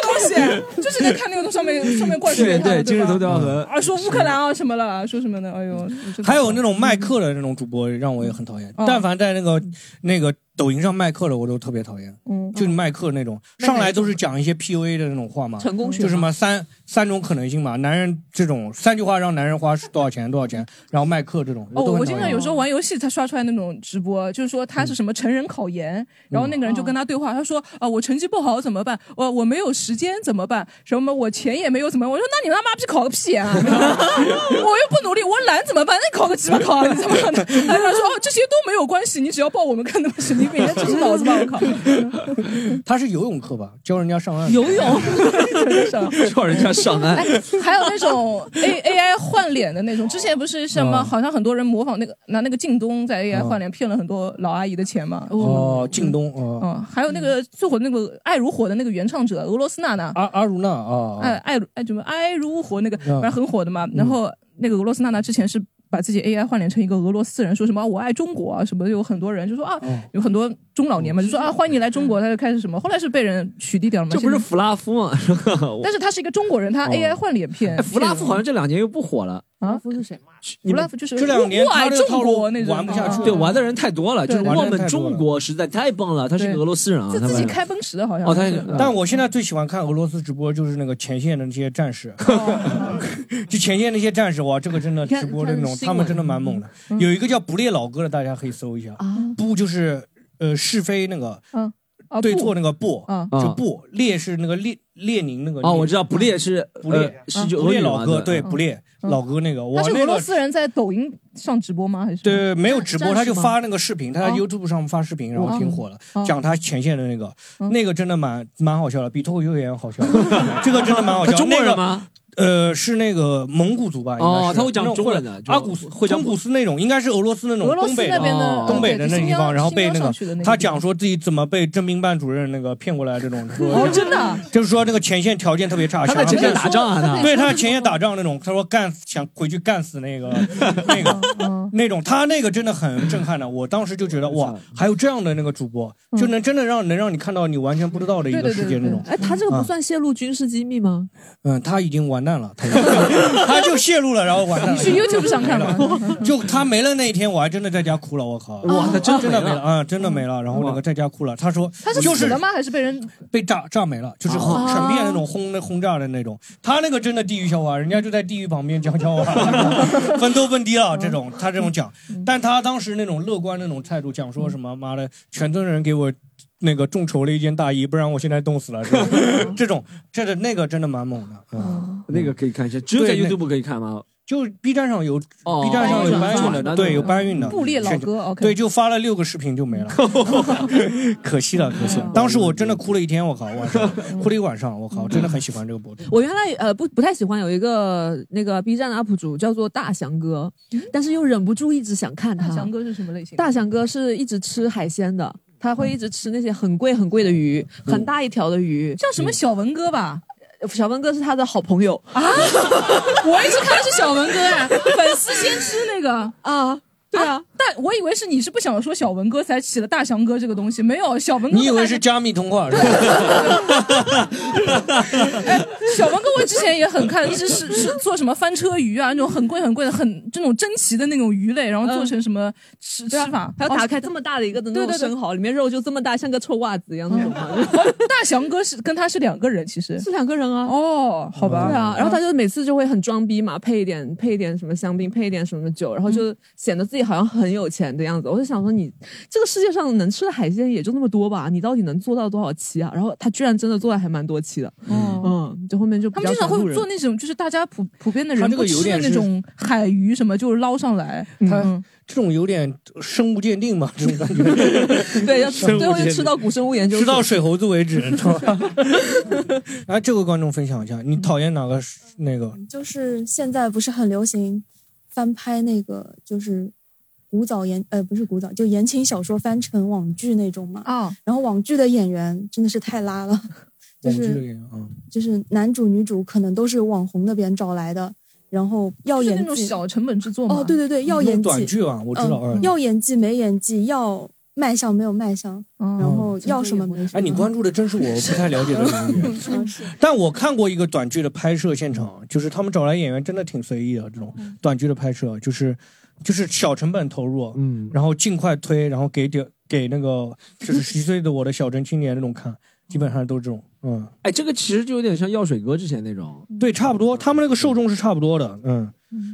A: 东西，就是在看那个东西上面上面灌输给
C: 对
A: 她的
C: 对，今日
A: 吧
C: 头条和
A: 啊，说乌克兰啊什么了，说什么的，哎呦，真的
B: 嗯还有那种卖课的那种主播，让我也很讨厌。
A: 嗯
B: 但凡在那个那个抖音上卖课的，我都特别讨厌。
A: 嗯
B: 就你卖课那种，
A: 那哪
B: 上来都是讲一些 PUA 的那种话嘛，
A: 成功学
B: 就什
A: 嘛
B: 么三三种可能性嘛，男人这种三句话让男人花多少钱多少钱，然后卖课这种。
A: 哦，
B: 都很
A: 我
B: 讨
A: 经
B: 厌
A: 常有时候玩游戏，他刷出来那种直播，就是说
B: 嗯
A: 他是什么成人考研，然后那个人就跟他对话，他说啊、我成绩不好怎么办？我、我没有时间怎么办？什么我钱也没有怎么办？我说那你他妈逼考个屁啊！ *laughs* 我又不努力，我懒怎么办？那你考个鸡巴考啊，你怎么办呢？ *laughs* 然后他说哦，这些都没有关系，你只要报我们看的神经病，那就是脑子吧！我靠，
B: *laughs* 他是游泳课吧，教人家上岸。
A: 游
C: *laughs*
A: 泳
C: 叫人家上岸
A: 哎。， *laughs* 还有那种 A A I 换脸的那种，之前不是什么，
B: 哦
A: 好像很多人模仿那个拿那个靳东在 A I
B: 哦
A: 换脸，骗了很多老阿姨的钱嘛。
B: 哦，靳东哦，
A: 嗯，还有那个最火的那个《爱如火》的那个原唱者俄罗斯娜娜，
B: 阿阿如娜啊，
A: 爱爱如爱什么爱如火那个，反
B: 嗯
A: 正很火的嘛。然后那个俄罗斯娜娜之前是把自己 AI 换脸成一个俄罗斯人，说什么我爱中国啊什么的，有很多人就说啊，有很多中老年嘛，就说啊欢迎你来中国，他就开始什么，后来是被人取缔掉了嘛。
C: 这不是
A: 现在
C: 弗拉夫吗？ *laughs*
A: 但是他啊是一个中国人，他
C: 哦
A: AI 换脸骗
C: 哎，弗拉夫好
A: 像
C: 像这两年又不火了。
A: 啊，
F: 夫是谁嘛？
C: 你
A: 弗
C: 们
A: 拉夫就是
B: 这两年
A: 我
B: 他
A: 爱
B: 这个
A: 中
B: 套路
A: 国那种
B: 玩不下去
A: 啊
C: 对玩的人太多了，就是
A: 对
C: 我
B: 玩的
C: 们
B: 人太多了
C: 中国实在太棒了，他是一个
A: 对
C: 俄罗斯人啊，
A: 自
C: 他
A: 自己
C: 们
A: 开奔驰的好像
C: 哦，他
A: 是
B: 但我现在最喜欢看俄罗斯直播，就是那个前线的那些战士，
A: 哦
B: *laughs* 就前线那些战士，哇，这个真的直播的那种，他们真的蛮猛的。
A: 嗯
B: 有一个叫不列老哥的，大家可以搜一下，
A: 哦
B: 不就是呃是非那个
A: 嗯啊
B: 对
A: 不
B: 错那个不嗯
A: 啊，
B: 就不列是那个列列宁那个
C: 哦，我知道不列是
B: 不列
C: 呃是就
B: 不
C: 俄
B: 列
C: 语
B: 老
C: 嘛
B: 哥，
C: 对
B: 对不列老哥那个，我
A: 嗯他是
B: 那
A: 俄罗
B: 个
A: 斯人在抖音上直播吗？还是什么
B: 对，没有直播，
A: 战
B: 他
A: 士
B: 就
A: 吗
B: 发那个视频，他在
A: 哦
B: YouTube 上发视频，然后挺火的
A: 哦，
B: 讲他前线的那个
A: 嗯，
B: 那个真的蛮蛮好笑的，比脱口秀演员
A: *laughs*
B: 好笑，这个真的蛮好
C: 他
B: 笑。
C: 中国
B: 那
C: 人
B: 个
C: 吗？
B: 呃，是那个蒙古族吧？应该
C: 哦
B: 是
C: 他会讲
B: 那种
C: 中
B: 或
C: 文
B: 者
C: 的就
B: 阿古斯
C: 会讲
B: 通古斯那种，应该是俄罗斯那种
A: 俄罗
B: 东
A: 斯
B: 北
A: 那
B: 的。
A: 边的
C: 哦
A: 对
B: 东北的那
A: 新
B: 地
A: 疆
B: 方，然后被
A: 新疆
B: 那
A: 上
B: 个
A: 去的那个
B: 他讲说自己怎么被征兵办主任那个骗过来，这种
A: 哦，
B: 说
A: 真的啊，
B: 就是说那个前线条件特别差，
C: 他在
B: 想
C: 前
B: 让
C: 线打仗啊，他
B: 对，他在前线打仗那种，他说干想回去干死那
A: *laughs*
B: 个那个
A: 嗯
B: 那种，他那个真的很震撼的。我当时就觉得哇，还有这样的那个主播，就能真的让能让你看到你完全不知道的
A: 嗯
B: 一
A: 对
B: 个
A: 对
B: 世
A: 对
B: 界
A: 对
B: 那
A: 对
B: 种。。
F: 哎，他这个不算泄露军事机密吗？
B: 嗯，他已经完蛋了，
A: *laughs*
B: 他已经他就泄露了，然后完蛋
A: 你去
B: 了。
A: YouTube 上看吗？
B: *laughs* 就他没了那一天，我还真的在家哭了，我靠！
C: 哇他真
B: 真的
C: 没
B: 没
C: 了
B: 了啊，真的没了。然后那个在家哭了，他说
A: 他是
B: 就
A: 死
B: 是
A: 了吗？还是被人
B: 被炸炸没了，就是
C: 哦
B: 全面那种轰的轰炸的那种。他那个真的地狱笑话，人家就在地狱旁边讲笑话， *laughs* 分都分低了这种，他这种讲。但他当时那种乐观那种态度，讲说什么妈的，全村人给我。那个众筹了一件大衣，不然我现在冻死了。这种 *laughs* 这种，这个那个真的蛮猛的，嗯，
C: 那个可以看一下，只有在
B: 对那
C: YouTube 可以看吗？
B: 就是 B 站上有
C: 哦
B: B 站上有
C: 转
B: 搬运
C: 转
B: 的，
C: 转
B: 对，有搬运的。
F: 嗯
C: 嗯
A: 布列老哥？OK，
B: 对，就发了六个视频
C: *laughs*
B: 就没了，可惜了，可惜
F: 嗯
B: 了。当时我真的哭了一天，我靠，晚上哭了一晚上，我靠，真的很喜欢这个博主。
F: 我原来呃不不太喜欢有一个那个 B 站的 UP 主叫做大翔哥，但是又忍不住一直想看他。
A: 嗯大翔哥是什么类型？*laughs*
F: 大翔哥是一直吃海鲜的，他
A: 嗯
F: 会一直吃那些很贵很贵的鱼，
B: 嗯
F: 很大一条的鱼。呃
A: 叫什么小文哥吧？
F: 小文哥是他的好朋友 *laughs*
A: *laughs* 啊，我一直看的是小文哥哎，粉丝先吃那个
F: 啊，对啊，
A: 但我以为是你是不想说小文哥才起了大翔哥这个东西，没有小文哥。
B: 你
F: 嗯
B: 以为是加密通话是吧？
A: 小文哥，我之前也很看，一直是是做什么翻车鱼啊，那种很贵很贵的，很这种珍奇的那种鱼类，然后做成什么吃、
F: 嗯对啊
A: 吃法，哦
F: 还有打开这么大的一个的那
A: 对
F: 种
A: 对对
F: 生蚝，里面肉就这么大，像个臭袜子一样那种嘛，
A: *laughs* 大翔哥是跟他是两个人，其
F: *laughs*
A: 实
F: 是两个人啊。
A: 哦，好吧，
F: 对啊，然后他就每次就会很装逼嘛，配一点配一点什么香槟，配一点什么酒，然后
A: 嗯
F: 就显得自己好像很有钱的样子。我就想说你，这个世界上能吃的海鲜也就那么多吧，你到底能做到多少期啊？然后他居然真的做的还蛮多期的，
A: 哦。
F: 嗯，就后面就
A: 他
F: 比
A: 们
F: 较
A: 经常
F: 少
A: 会
F: 路
A: 做
F: 人
A: 那种，就是大家普普遍的人
B: 他这
A: 不
B: 个有
A: 吃的
B: 点
A: 那
B: 是嗯
A: 种海鱼什么，就是捞上来。
F: 嗯
A: 嗯
B: 他这种有点生物鉴定嘛，这种感觉，
F: *laughs* 对，要
B: 生物
F: 最后就
B: 界
F: 吃到古生物研究
B: 吃到
F: 所。
B: 水猴子为止，你知道吧？ *laughs* 哎，这个观众分享一下，你讨厌哪个是那个？
I: 就是现在不是很流行翻拍那个就是古早言呃不是古早就言情小说翻成网剧那种嘛，
A: 啊，
I: 然后网剧的演员真的是太拉了， *laughs* 就
B: 网剧
I: 是
B: 的演员啊，
I: 就是男主女主可能都是网红那边找来的，然后要
A: 是
I: 演
A: 那种
I: 技
A: 小成本制作嘛。
I: 哦，对，对对，要
B: 那种
I: 演
B: 短
I: 技，
B: 剧啊，我知道啊
I: 嗯，。要演技没演技，要卖相没有卖相，然
A: 嗯，
I: 后要什么没什么。
B: 哎，你关注的真是我不太了解
A: *laughs*
B: 的领域。
I: 嗯是
B: 但我看过一个短剧的拍摄现场，就是他们找来演员真的挺随意的，这种
A: 嗯
B: 短剧的拍摄就是就是小成本投入，
C: 嗯，
B: 然后尽快推，然后给点给那个就是十岁的我的小镇青年那种看，基本上都是这种，
C: *laughs*
B: 嗯，
C: 哎，这个其实就有点像药水哥之前那种，
B: 对，差不多，他们那个受众是差不多的，嗯。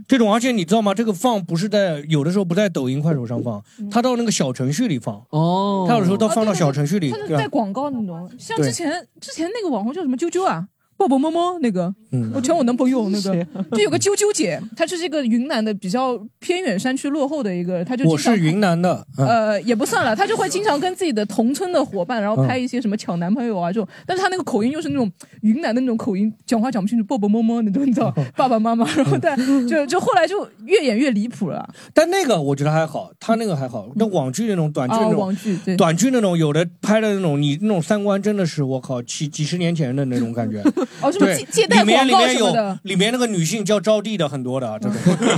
B: 这种，而且你知道吗？这个放不是在有的时候不在抖音、快手上放，他到那个小程序里放，
C: 哦，
B: 他有的时候到放
A: 嗯哦对
B: 到
A: 对对
B: 小程序里，
A: 他是
B: 对吧
A: 带广告那种，像
B: 对
A: 之前之前那个网红叫什么啾啾啊，抱抱摸摸那个，
B: 嗯
A: 我全我男朋友
B: *laughs*
A: 那个，就有个啾啾姐，她就是一个云南的比较偏远山区落后的一个，她就
B: 我
A: 经常
B: 是云南的，嗯
A: 呃，也不算了，她就会经常跟自己的同村的伙伴，然后拍一些什么抢男朋友啊这种，但是她那个口音又是那种云南的那种口音，讲话讲不清楚，啵啵摸摸那种，你知道，爸爸妈妈，然后但就就后来就越演越离谱了啊
B: 但那个我觉得还好，他那个还好。那网剧那种短剧
A: 啊，
B: 那种、
A: 嗯网剧对，
B: 短剧那种，有的拍的那种，你那种三观真的是我靠，几几十年前的那种感觉。
A: *laughs* 哦什么
B: 对
A: 借，借
B: 里
A: 贷
B: 面
A: 广
B: 里
A: 告
B: 面
A: 什么的哦
B: 有。里面那个女性叫招娣的很多的啊，这种、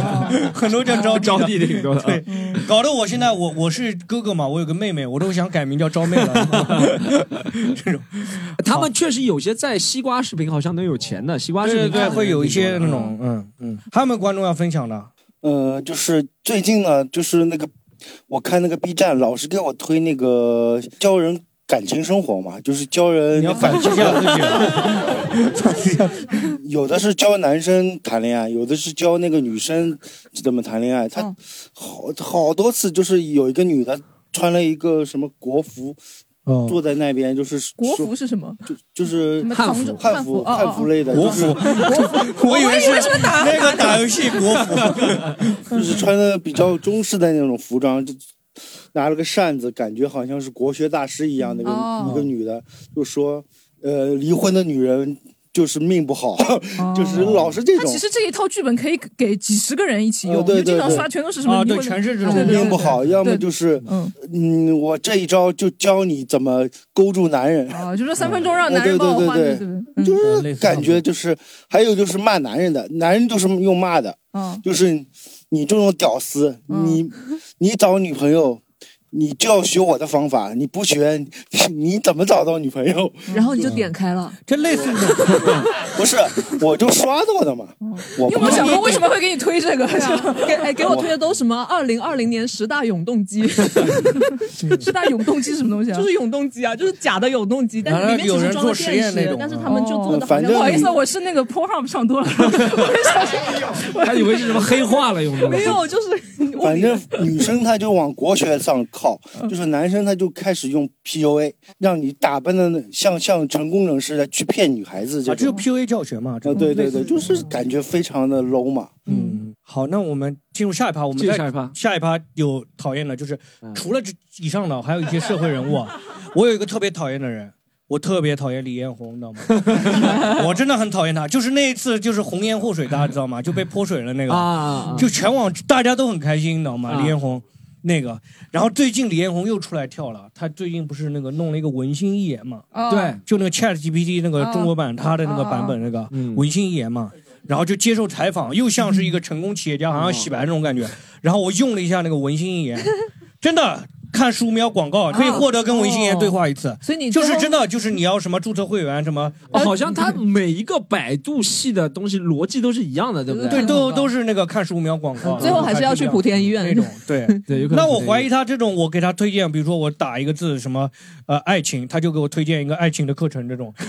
B: *laughs* 很多叫招
C: 招
B: 的。
C: 娣挺多的，啊
B: 对，
A: 嗯
B: 搞得我现在我我是哥哥嘛，我有个妹妹，我都想改名叫招妹
A: *laughs*
B: 了。
C: *laughs* 他们确实有些在西瓜视频好像能有钱的，西瓜视
B: 对对
C: 频
B: 对，
C: 看的
B: 会有一些
C: 人
B: 那
C: 挺多的
B: 种，嗯
A: *laughs*
B: 嗯。还有没有观众要分享的？
D: 呃，就是最近呢，就是那个我看那个 B 站老是给我推那个教人感情生活嘛，就是教人
B: 你要反击一下
D: *laughs*
B: 自己。啊
D: 有的是教男生谈恋爱，有的是教那个女生怎么谈恋爱。他
A: 嗯
D: 好好多次就是有一个女的穿了一个什么国服，
B: 哦
D: 坐在那边就是
A: 国
D: 说
A: 服是什么？
D: 就就是
A: 什么
C: 汉
A: 藏
C: 服
A: 着
D: 汉服
A: 哦
D: 汉服
A: 哦
D: 类的，
B: 国
D: 就
B: 服
D: 是，
B: 我以为是
A: 什么打
B: 那个打游戏国服。
D: *laughs* 就是穿的比较中式的那种服装，就拿了个扇子，感觉好像是国学大师一样的一个、
A: 哦
D: 一个女的，就说呃离婚的女人就是命不好， *laughs*
A: 哦
D: 就是老是这
A: 他
D: 种
A: 其。实这一套剧本可以给几十个人一起用，
D: 哦对
A: 就经常
D: 对对
A: 刷全都是什么
B: 啊，
A: 离
B: 对，
A: 婚
B: 全是这
A: 对对对
D: 命
B: 种。
D: 不好，要么
A: 对
D: 就是，
A: 嗯
D: 嗯，我这一招就教你怎么勾住男人，
A: 啊，就说三分钟让男
D: 哎
A: 人
D: 对
A: 帮我
D: 对
A: 画
D: 对
A: 面，对不对？
D: 就
A: 嗯
B: 类
D: 是
B: 似
D: 感觉就是，还有就是骂男人的，男人就是用骂的，
A: 啊，
D: 就是你这种屌丝，
A: 嗯
D: 你你找女朋友，你就要学我的方法，你不学， *laughs* 你怎么找到女朋友？
F: 然后你就点开了，
B: 这类似这
D: *laughs*
B: 种。
D: 不是，我就刷到的嘛，我
A: 你有
D: 不
A: 没有想哦啊过为什么会给你推这个？
F: *laughs* 给哎给我推的都什么二零二零年十大永
A: *laughs*
F: 动机，
A: 是大永动机什么东西啊
F: *laughs* 就？是永动机啊，就是假的永动机，但是里面
B: 有
F: 其
B: 人
F: 实装
B: 做
F: 了
B: 实验
F: 电
B: 那
F: 池
B: 种，
F: 但是他们就做的
D: 反正
A: 不好意思，我是那个 p o r h u b 上多了，
C: 他以为是什么黑化了用的，
F: 没有，就是我
D: 反正女生她就往国学上靠，
A: 嗯
D: *laughs* 就是男生他就开始用 PUA，让你打扮的像像成功人士的去骗女孩子
B: 啊，
D: 这
B: 这就
D: 种。
B: PUA 教学嘛，这
D: 啊，
B: 种
D: 对对
B: 类似
D: 对，
A: 嗯
D: 就是感觉非常的 low 嘛。
B: 嗯，好，那我们进入下一趴，我们
C: 进入
B: 再
C: 下一趴
B: 下一趴有讨厌的，就是
C: 嗯
B: 除了这以上的，还有一些社会人物
C: *laughs*
B: 啊。我有一个特别讨厌的人，我特别讨厌李彦宏，你知道吗？
C: *laughs*
B: 我真的很讨厌他，就是那一次就是红颜祸水，大家知道吗？就被泼水了那个，
C: 啊，
B: 就全网大家都很开心，你知道吗？
C: 啊
B: 李彦宏。那个，然后最近李彦宏又出来跳了，他最近不是那个弄了一个文心一言嘛，
A: 哦
C: 对，
B: 就那个 Chat GPT 那个
A: 啊
B: 中国版，它的那个版本那个
C: 嗯
B: 文心一言嘛。然后就接受采访，又像是一个成功企业家，好像洗白那种感
A: 嗯
B: 觉。然后我用了一下那个文心一言， *laughs* 真的看树苗广告可以获得跟文心一言对话一次。
A: 哦所以你
B: 就是真的，就是你要什么注册会员什么，呃
C: 哦好像它每一个百度系的东西逻辑都是一样的，对不对？
B: 嗯
C: 嗯
B: 对都都是那个看树苗广告，
A: 嗯最后还是要去莆田医院
B: 那种。对
C: 对，有可能。
B: 那我怀疑他这种，我给他推荐，比如说我打一个字什么呃爱情，他就给我推荐一个爱情的课程，这种， *laughs*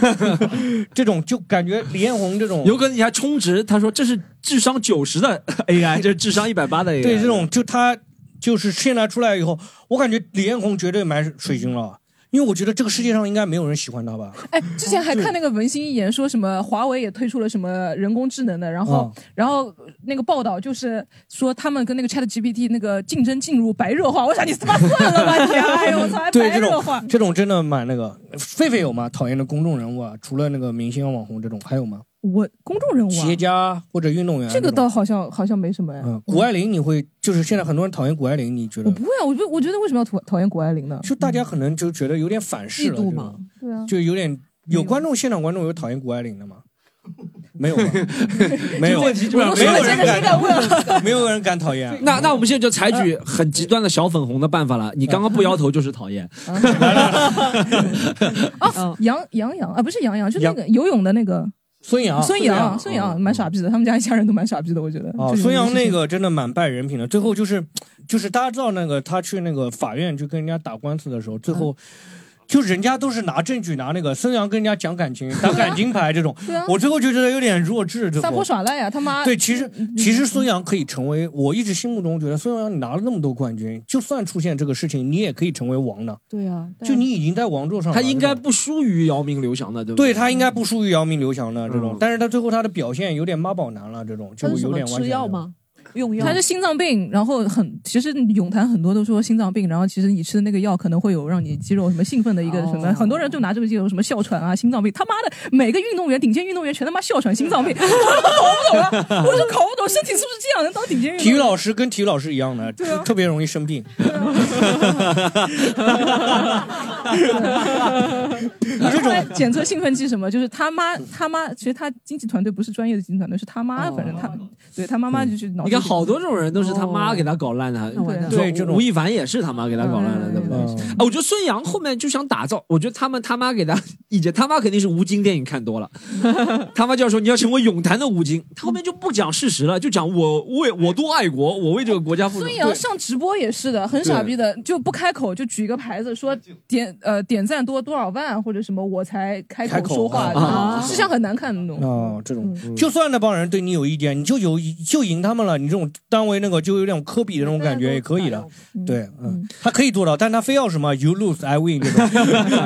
B: 这种就感觉李彦宏这种，
C: 有可能你还充值，他说这是智商九十的 *laughs* AI，这是智商一百八的 AI。
B: 对这种就他就是现在出来以后，我感觉李彦宏绝对买水军了。因为我觉得这个世界上应该没有人喜欢他吧？
A: 哎，之前还看那个文心一言说什么华为也推出了什么人工智能的，然
B: 啊
A: 后、然后那个报道就是说他们跟那个 Chat GPT 那个竞争进入白热化，我想你他妈算了吧你、哎呦我操，还
B: *laughs* 对
A: 白
B: 这
A: 热
B: 种
A: 化。
B: 这种真的蛮那个。狒狒有吗？讨厌的公众人物啊，除了那个明星、网红这种，还有吗？
A: 我公众人物、
B: 企
A: 啊
B: 业，家或者运动员？
A: 这个倒。好像好像没什么呀。
B: 嗯，谷爱凌你会就是现在很多人讨厌谷爱凌，你觉
A: 我
B: 得
A: 不会啊，我就我觉得为什么要讨讨厌谷爱凌呢？
B: 就大家可能就觉得有点反噬
A: 嫉
B: 了，
A: 妒
B: 对吧
A: 嘛，对啊，
B: 就有点有观众现场观众有讨厌谷爱凌的吗？没有吧，没有，
A: 我都
B: 没
A: 说
B: 有
A: 了，现
B: 人
A: 在谁敢问啊？
B: 敢， *laughs* 没有人敢讨厌。
C: 那那我们现在就采取很极端的小粉红的办法了。你刚刚
A: 嗯
C: 不摇头就是讨厌，
B: 嗯
A: 啊，杨杨洋啊，不是杨洋，就那个游泳的那个
B: 孙杨，嗯
A: 孙杨，孙杨蛮傻逼的，他们家一家人都蛮傻逼的，我觉得。
B: 哦，
A: 就是
B: 孙杨
A: 这
B: 那
A: 事情
B: 个真的蛮败人品的。最后就是，就是大家知道那个他去那个法院去跟人家打官司的时候，最后。
A: 嗯
B: 就人家都是拿证据拿那个，孙杨跟人家讲感情， *laughs* 打感情牌这种
A: 对啊，
B: 我最后就觉得有点弱智。最
A: 撒
B: 后
A: 泼，耍赖呀，他妈
B: 对，其实
A: 嗯
B: 其实孙杨可以成为，我一直心目中觉得孙杨你拿了那么多冠军，就算出现这个事情，你也可以成为王的。
A: *laughs* 对啊呀，
B: 就你已经在王座上了，
C: 他应该
B: 这种
C: 不输于姚明、刘翔的，对不
B: 对
C: 对？
B: 他应该不输于姚明、刘翔的这种
C: 嗯，
B: 但是他最后他的表现有点妈宝男了，这种就
F: 他是什
B: 有
F: 么
B: 点完全
F: 吃药？吗？用药？
A: 他是心脏病，然后很，其实泳坛很多都说心脏病，然后其实你吃的那个药可能会有让你肌肉什么兴奋的一个什么，
F: 哦
A: 很多人就拿这个肌肉什么哮喘啊、心脏病，他妈的每个运动员顶尖运动员全他妈哮喘、心
F: *laughs*
A: 脏病，我搞不懂啊，我就搞不懂身体是不是这样能当顶尖运
B: *laughs* 体
A: 动
B: 育
A: 员？
B: 老师跟体育老师一样的，
F: 啊
B: *laughs* 特别容易生病。
A: 这种检测兴奋剂什么，就是他妈他妈，其实他经纪团队不是专业的经纪团队，是他
B: 哦
A: 妈，反正他对他妈妈
B: 嗯
A: 就是脑子
C: 你
A: 里
C: 看，好多这种人都是他妈给他搞烂的，
F: 那完蛋
B: 对这种
C: 吴亦凡也是他妈给他搞烂的，对不对？
B: 嗯
C: 啊，我觉得孙杨后面就想打造，我觉得他们他妈给他以前他妈肯定是吴京电影看多了，他妈就要说你要成为泳坛的吴京，他后面就不讲事实了，就讲我为我多爱国，我为这个国家付出
A: 孙。杨上直播也是的，很傻逼的，就不开口，就举一个牌子说点呃点赞多多少万或者什么，我才开
B: 开口
A: 口说话，
B: 啊
A: 就
C: 啊
A: 是像很难看的那种。
B: *laughs* 哦，这种
F: 嗯
B: 就算那帮人对你有意见，你就有就赢他们了，你这种单位那个就有点科比的那种感觉也可以的。对，嗯，他可以做到，但他非要什么 “you lose I win” 这
F: *laughs*
B: 种，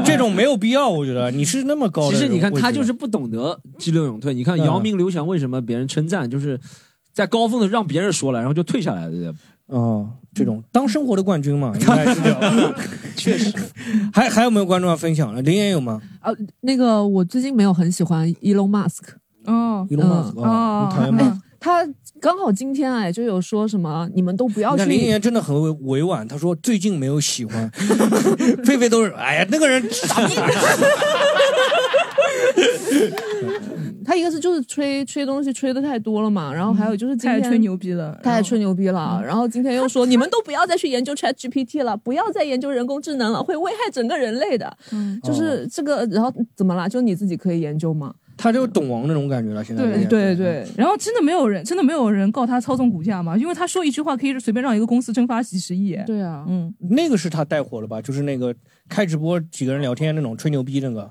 B: 这种没有必要，我觉得你是那么高的
C: 其
B: 人。
C: 实你看
B: 我觉得
C: 他就是不懂得激流勇退，你看
B: 啊嗯
C: 姚明、刘翔为什么别人称赞就是。在高峰的让别人说了，然后就退下来了，对不对？
B: 哦，这
C: 嗯
B: 种当生活的冠军
C: *laughs*
B: 嘛，应该是这样。确实， *laughs* 还还有没有观众要分享的？林岩有吗？
F: 呃那个我最近没有很喜欢 Elon Musk，
A: 哦
B: 伊隆马斯克，
F: 嗯哎
A: 哦
B: 哦你讨厌吗？
F: 他刚好今天哎就有说什么你们都不
A: 哦
F: 要
B: 那林 *laughs*
F: 去。
B: 岩真的很委委婉，他说最近没有喜欢， *laughs* 菲菲都是哎呀那个人
A: *laughs*
B: 傻逼，
F: *laughs* 他一个是就是吹吹东西吹的太多了嘛，然后还有就是今
A: 太嗯
F: 天
A: 吹。牛逼了，嗯
F: 太吹牛逼了，然后今天又说你们都不要再去研究 Chat GPT 了，不要再研究人工智能了，会危害整个人类的。
A: 嗯
B: 哦
F: 就是这个，然后怎么啦？就你自己可以研究吗？
B: 他就是懂王那种感觉了。现在林
A: 对对，
B: 彦
A: 对，然后真的没有人，真的没有人告他操纵股价嘛？因为他说一句话可以随便让一个公司蒸发几十亿。
F: 对啊，
A: 嗯，
B: 那个是他带火了吧？就是那个开直播几个人聊天那种吹牛逼那个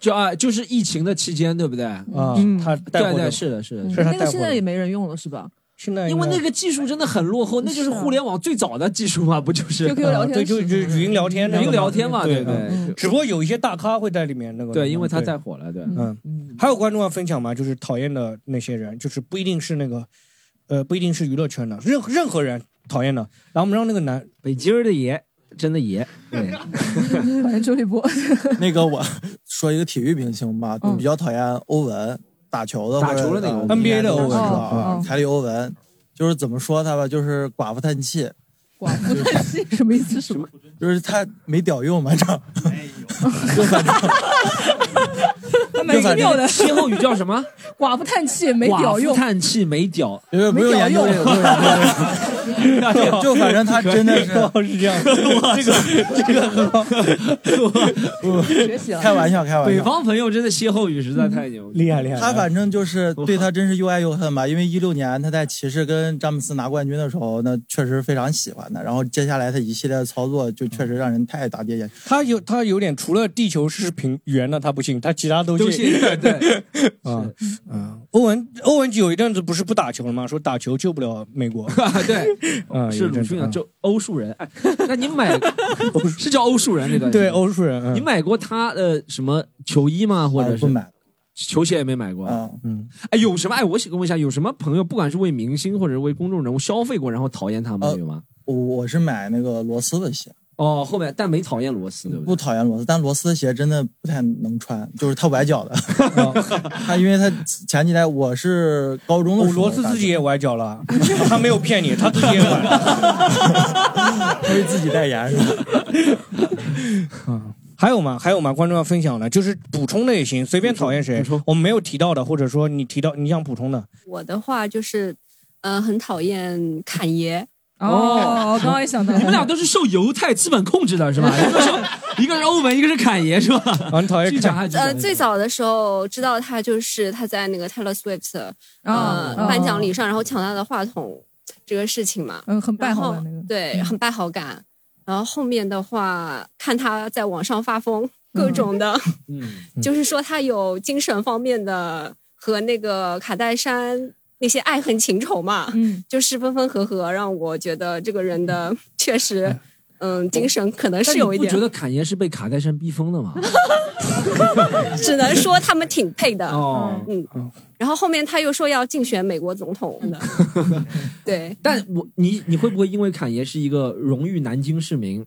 C: 就啊，就是疫情的期间，对不对？
B: 啊，
A: 嗯
B: 他带
C: 对
B: 火
C: 对，
B: 的，
C: 是的，是的，
B: 是他
F: 嗯那
B: 带
F: 个
B: 火
F: 现在
B: 的
F: 也。没人用了是吧
B: 现在
C: 因为
A: 嗯
C: 那
B: 个
C: 个技术真的很落后，那就是
A: 啊
C: 互联网最早的技术嘛，不就是
F: ？QQ 聊
K: 啊
B: 对，
F: 天
B: 就
F: 室
B: 就语音聊天那个嘛，
C: 语音聊天嘛，
B: 对
C: 对不
A: 嗯
C: 对？
B: 只不过有一些大咖会在里面那个。
C: 对，因为他
B: 对
C: 带火了，对。
B: 嗯，还有观众要分享吗？就是讨厌的那些人，就是不一定是那个，呃，不一定是娱乐圈的，任任何人讨厌的。然后我们让那个男，
C: 北京儿的爷，真的爷，对，
A: 讨嗯厌周立波，
H: *laughs* 那个我说一个体育明星吧，
A: 嗯
H: 比较讨厌欧文，打球的
C: 打
H: 或者
C: 球的那个
H: 呃
B: NBA 的欧文
H: 是吧？
A: 哦
H: 啊
A: 哦，
H: 凯里欧文，就是怎么说他吧，就是寡妇叹气，
A: 寡妇叹息
B: *laughs*
A: 什么意思？什么？
H: 就是他没屌用，反正，就反正，
A: 还蛮
C: 就
A: 奇妙的
C: 反正歇后语叫什么？
A: 寡妇叹气 *laughs* 没屌
C: 寡妇
A: 用，
C: 叹气没屌，
K: *laughs* 因为不用研究这个，不用研究
C: *laughs*
K: 这个就反正他真的是
B: 是这样，这个这个很好，
A: *laughs* 学习了。
K: *laughs* 开玩笑，开玩
C: 北
K: 笑。
C: 方朋友真的歇后语实在太牛逼。
B: 厉害厉害。
H: 他反正就是对他真是又爱又恨吧，因为一六年他在骑士跟詹姆斯拿冠军的时候，那确实非常喜欢他。然后接下来他一系列的操作就确实让人太打跌眼镜。
B: 他有他有点，除了地球是平圆的他不信，他其他都
C: 都
B: 信。 *laughs*
C: 信对，
B: 啊
K: 嗯
B: 啊！欧文欧文有一阵子不是不打球了吗？说打球救不了美国。
C: *laughs* 对，
B: *laughs* 嗯，
C: 是鲁迅啊，就欧术人。哎，那你
B: *laughs*
C: 买是叫欧术人那段？
B: 对，欧术人。
C: 你
B: 嗯
C: 买过他呃什么球衣吗？或者
H: 不
C: 是
H: 买
C: 球鞋也没买过？
H: 啊、嗯
C: 哎，有什么？哎，我想问一下，有什么朋友，不管是为明星或者为公众人物消费过，然后讨厌他们
H: 呃
C: 有吗？
H: 我我是买那个罗斯的鞋，
C: 哦，后面但没讨厌罗斯，对不
H: 不
C: 对？
H: 讨厌罗斯，但罗斯的鞋真的不太能穿，就是他崴
C: *laughs*
H: 脚的。他因为他前几天我是高中的
B: 哦
H: 时候，
B: 罗斯自己也崴脚了， *laughs* 他没有骗你，他自己也崴。
H: 他为自己代言是
B: *laughs*
H: 吧？
B: 嗯还有吗？还有吗？观众要分享的，就是补充的也行，随便讨厌谁
C: 补充补充，
B: 我们没有提到的，或者说你提到你想补充的，
E: 我的话就是，呃，很讨厌侃爷，
A: 哦，我刚刚也想到，
C: 你们俩都是受犹太资本控制的，是吧？一个是一个是欧文，一个是侃爷，是吧？
B: 啊，你讨厌
C: 剧
B: 看
C: 场还是剧
E: 呃，
C: 场
E: 最早的时候知道他就是他在那个 Taylor Swift
A: 啊
E: 呃颁奖礼，上，然后抢他的话筒这个事情嘛，
A: 嗯，很败
E: 然
A: 好
E: 后
A: 的那个，嗯
E: 对，很败好感。然后后面的话，看他在网上发疯，
A: 嗯
E: 各种的，
C: 嗯，
E: 就是说他有精神方面的和那个卡戴珊那些爱恨情仇嘛，
A: 嗯，
E: 就是分分合合，让我觉得这个人的确实，嗯，精神可能
C: 但
E: 是
C: 你
E: 有一
C: 不
E: 点
C: 觉，得侃爷是被卡戴珊逼疯的吗？
E: 只能说他们挺配的。
C: 哦，
E: 嗯，然后后面他又说要竞选美国总统
C: *laughs*
E: 的，对，
C: 但我你你会不会因为侃爷是一个荣誉南京市民，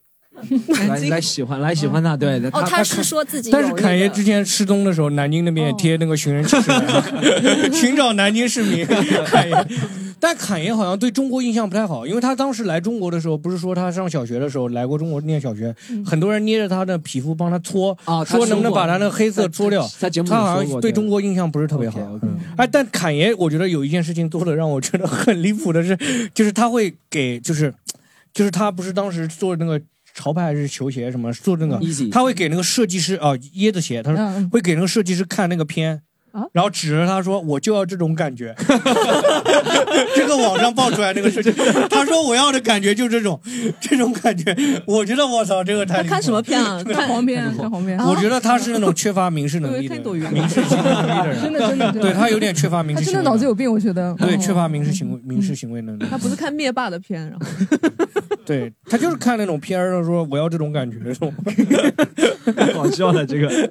C: 来来喜欢来喜欢他？对，
E: 哦，
C: 他
E: 是说自己有
B: 但
E: 那
B: 是
E: 个，
B: 侃爷之前失踪的时候，南京那边也贴那个
C: *laughs*
B: 寻人启事，寻找南京市民。侃爷，但侃爷好像对中国印象不太好，因为他当时来中国的时候，不是说他上小学的时候来过中国念小学，很多人捏着他的皮肤帮他搓，
C: 啊，
B: 说能不能把他
C: 嗯他
B: 的黑色搓掉。
C: 在节目里
B: 他好
C: 说
B: 像
C: 过，
B: 对中国印象不是特别好。
C: OK，OK
A: 嗯
B: 哎，但侃爷，我觉得有一件事情做的让我觉得很离谱的是，就是他会给，就是，就是他不是当时做那个潮牌还是球鞋什么做那个，
C: easy，
B: 他会给那个设计师啊、椰子鞋，他说
A: 嗯，
B: 会给那个设计师看那个片。
A: 啊
B: 然后指着他说：“我就要这种感觉。”这个网上爆出来那
A: *laughs*
B: 个设计师，他说我要的感觉就这种，这种感觉。我觉得我操，这个太
F: 他
B: 离
F: 看
B: 谱
F: 什么
B: 了？
F: 片
A: *laughs*
F: 啊？
A: 看
F: 看
A: 黄片，看黄片，啊
B: 我觉得他是那种缺乏民事能力
A: 对，看
B: 的人，
A: 抖音，
B: 民事行为能力
A: *laughs*
B: 的
A: 真
B: 人。
A: 的真的，
B: 对他有点缺乏民
A: 他
B: 事
A: 真
B: 行
A: 的
B: 为能力，
A: 脑子有病，我觉得，
B: 对
A: 哦
B: 缺乏民事行为民事行为能力。
F: 他不是看灭霸的片，然后
B: 对他就是看那种片儿，他说我要这种感觉，这种
C: 搞笑的这个，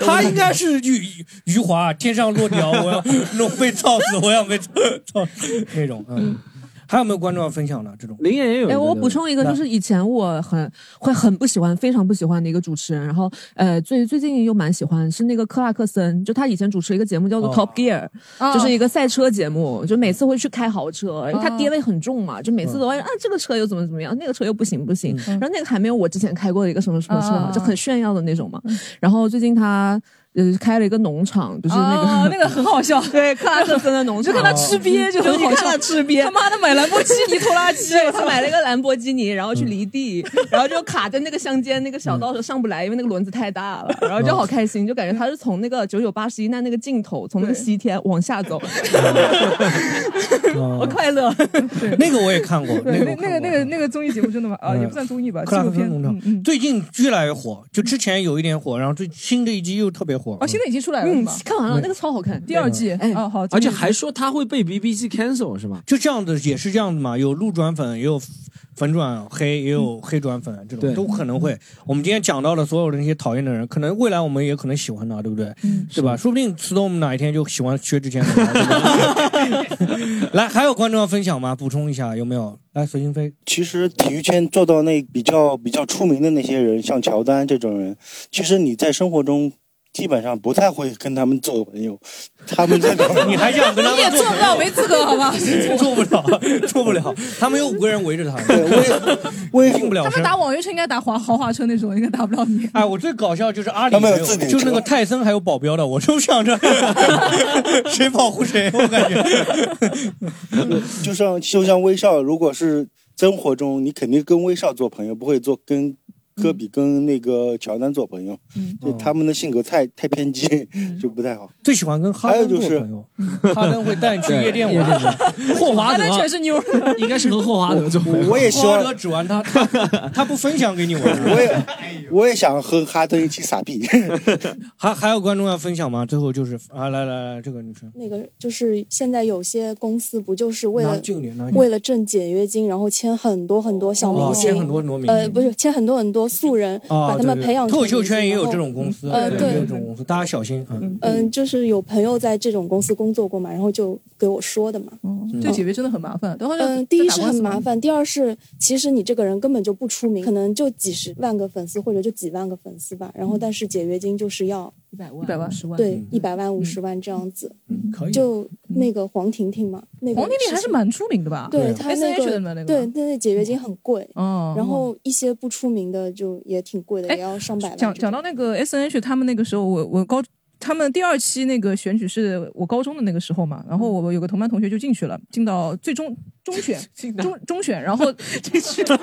B: 他应该是余余华，天上落鸟，我要那种被造死，我要被造造那种。嗯，还有没有观众要分享的这种？
C: 林演也有一个。
F: 哎，我补
C: 对吧，
F: 充一个，就是以前我很会很不喜欢，非常不喜欢的一个主持人，然后呃，最最近又蛮喜欢，是那个克拉克森，就他以前主持一个节目叫做
B: 哦
F: Top Gear，、
A: 啊
F: 就是一个赛车节目，就每次会去开豪车，因为他爹位很重嘛，就每次都
C: 哦
F: 会啊这个车又怎么怎么样，那个车又不行不行，
A: 嗯
F: 然后那个还没有我之前开过的一个什么什么车好，
A: 啊
F: 就很炫耀的那种嘛。
A: 嗯
F: 然后最近他呃开了一个农场，就是那个、
A: 哦那个很好笑，
F: *laughs* 对克拉克森的农
A: 就
F: 场，
A: 看他吃鳖就
F: 就
A: 很
F: 你
A: 好
F: 看
A: 笑
F: 他，吃鳖
A: 他。妈的买兰博基 *laughs* 尼拖拉机，嗯
F: 对他买了一个兰博基尼，然后去离地，然后就卡在那个乡间那个小道上上不来，因为那个轮子太
A: *laughs*
F: 大了，然后
A: 哦
F: 就好开心，就感觉他是从那个九九八十一难那个尽头，从那个西天往下走，
C: 哦
F: *laughs* 我快乐。
B: *laughs* 那个我也看过，那
A: 对，
B: 个
A: 那那个
B: 我看过
A: 那个那个综艺节目真的蛮啊，
B: 嗯
A: 也不算综艺吧，纪
B: 克拉
A: 录
B: 克
A: 片
B: 森，农场
A: 嗯嗯，
B: 最近越来越火，就之前有一点火，然后最新的一季又特别火。
A: 哦，现在已经出来了是
F: 嗯
A: 吧？，
F: 看完了那个超好看，
A: 第二季，
F: 哎
A: 哦好，
C: 而且
A: 今天
C: 还说他会被 BBC cancel 是嗯吧？
B: 就这样子也是这样子嘛，有路转粉，也有粉转黑，也有黑转粉，这种
C: 对嗯
B: 都可能会。我们今天讲到的所有的那些讨厌的人，可能未来我们也可能喜欢他，对不对？
A: 嗯
B: 对吧？说不定 Storm 哪一天就喜欢薛之谦了。对
A: *laughs*
B: 吧来，还有观众要分享吗？补充一下，有没有？来，随
A: *laughs*
B: 心飞，
D: *laughs* 其实体育圈做到那比较比较出名的那些人，像乔丹这种人，其实你在生活中基本上不太会跟他们做朋友，他们
B: *laughs*
D: 这种
B: 你还想跟他们
A: 也做不到，没资格，好
F: *laughs*
A: 吧？
B: 做不了，做不了。他们有五个人围着他，我也听不了
A: 他们
B: 声。
A: 打网约车应该打华豪华车那种，应该打不了你。
B: 哎，我最搞笑就是阿里
A: 他们
B: 没
A: 有
B: 有
A: 自己，的
B: 就是那个泰森还有保镖的，我就想着 *laughs* 谁保护谁，我感觉。
A: *laughs*
D: 就像就像威少，如果是生活中，你肯定跟威少做朋友，不会做跟科比、跟那个乔丹做朋友，就他们的性格太太偏激， *laughs* 就不太好。
B: 嗯最喜欢跟哈
D: 还有
B: 登
D: 就
B: 做
D: 是
B: 朋友，哈
D: *laughs*
B: 登会带你去夜店玩，
C: *laughs*
B: 霍华德
A: 妞，
C: 应该是和霍华德做朋友。
D: 我也希望
B: 霍华德只玩他，他他不分享给你玩。
D: *laughs* 我也我也想和哈登一起傻逼。
B: 还还有观众要分享吗？最后就是啊，来来来，这个女生，
G: 那个就是现在有些公司不就是为
B: 拿
G: 了
B: 这个脸拿哦
G: 为了挣解约金，然后签很多很多小明星，
B: 签很多很多明星
G: 呃，不是签很多很多素人，
B: 啊，
G: 把他们
B: 对对
G: 培养成
B: 脱口秀
G: 明星
B: 圈也有
G: 然后
B: 这种公司，
G: 呃，
B: 也有
G: 对
B: 这，种公司，大家小心啊。
G: 嗯，就是有朋友在这种公司工作过嘛，然后就给我说的嘛。嗯
B: 嗯
A: 对解约真的很麻烦。等会儿
G: 嗯，第一是很麻
A: 烦，
G: 烦，第二是其实你这个人根本就不出名，可能就几十万个粉丝或者就几万个粉丝吧。然后但是解约金就是要
A: 一百嗯万、一百嗯万、十万嗯
G: 对，一百万、五十万这样子。
B: 可以
G: 就那个黄婷婷嘛，那
A: 啊
G: 个
A: 黄婷婷还是
G: 情
A: 蛮啊出名的吧？
G: 对她那
A: SH 的嘛那
G: 个
A: 个
G: 对，那那解约金很贵，
A: 哦
G: 然后一些不出名的就也挺贵的，也要上百万这
A: 哎讲
G: 种。
A: 讲到那个 S N H，他们那个时候，我我高他们第二期那个选举是我高中的那个时候嘛，然后我有个同班同学就进去了，进到最终中 *laughs* 选，中中选，然后 *laughs* 进去了，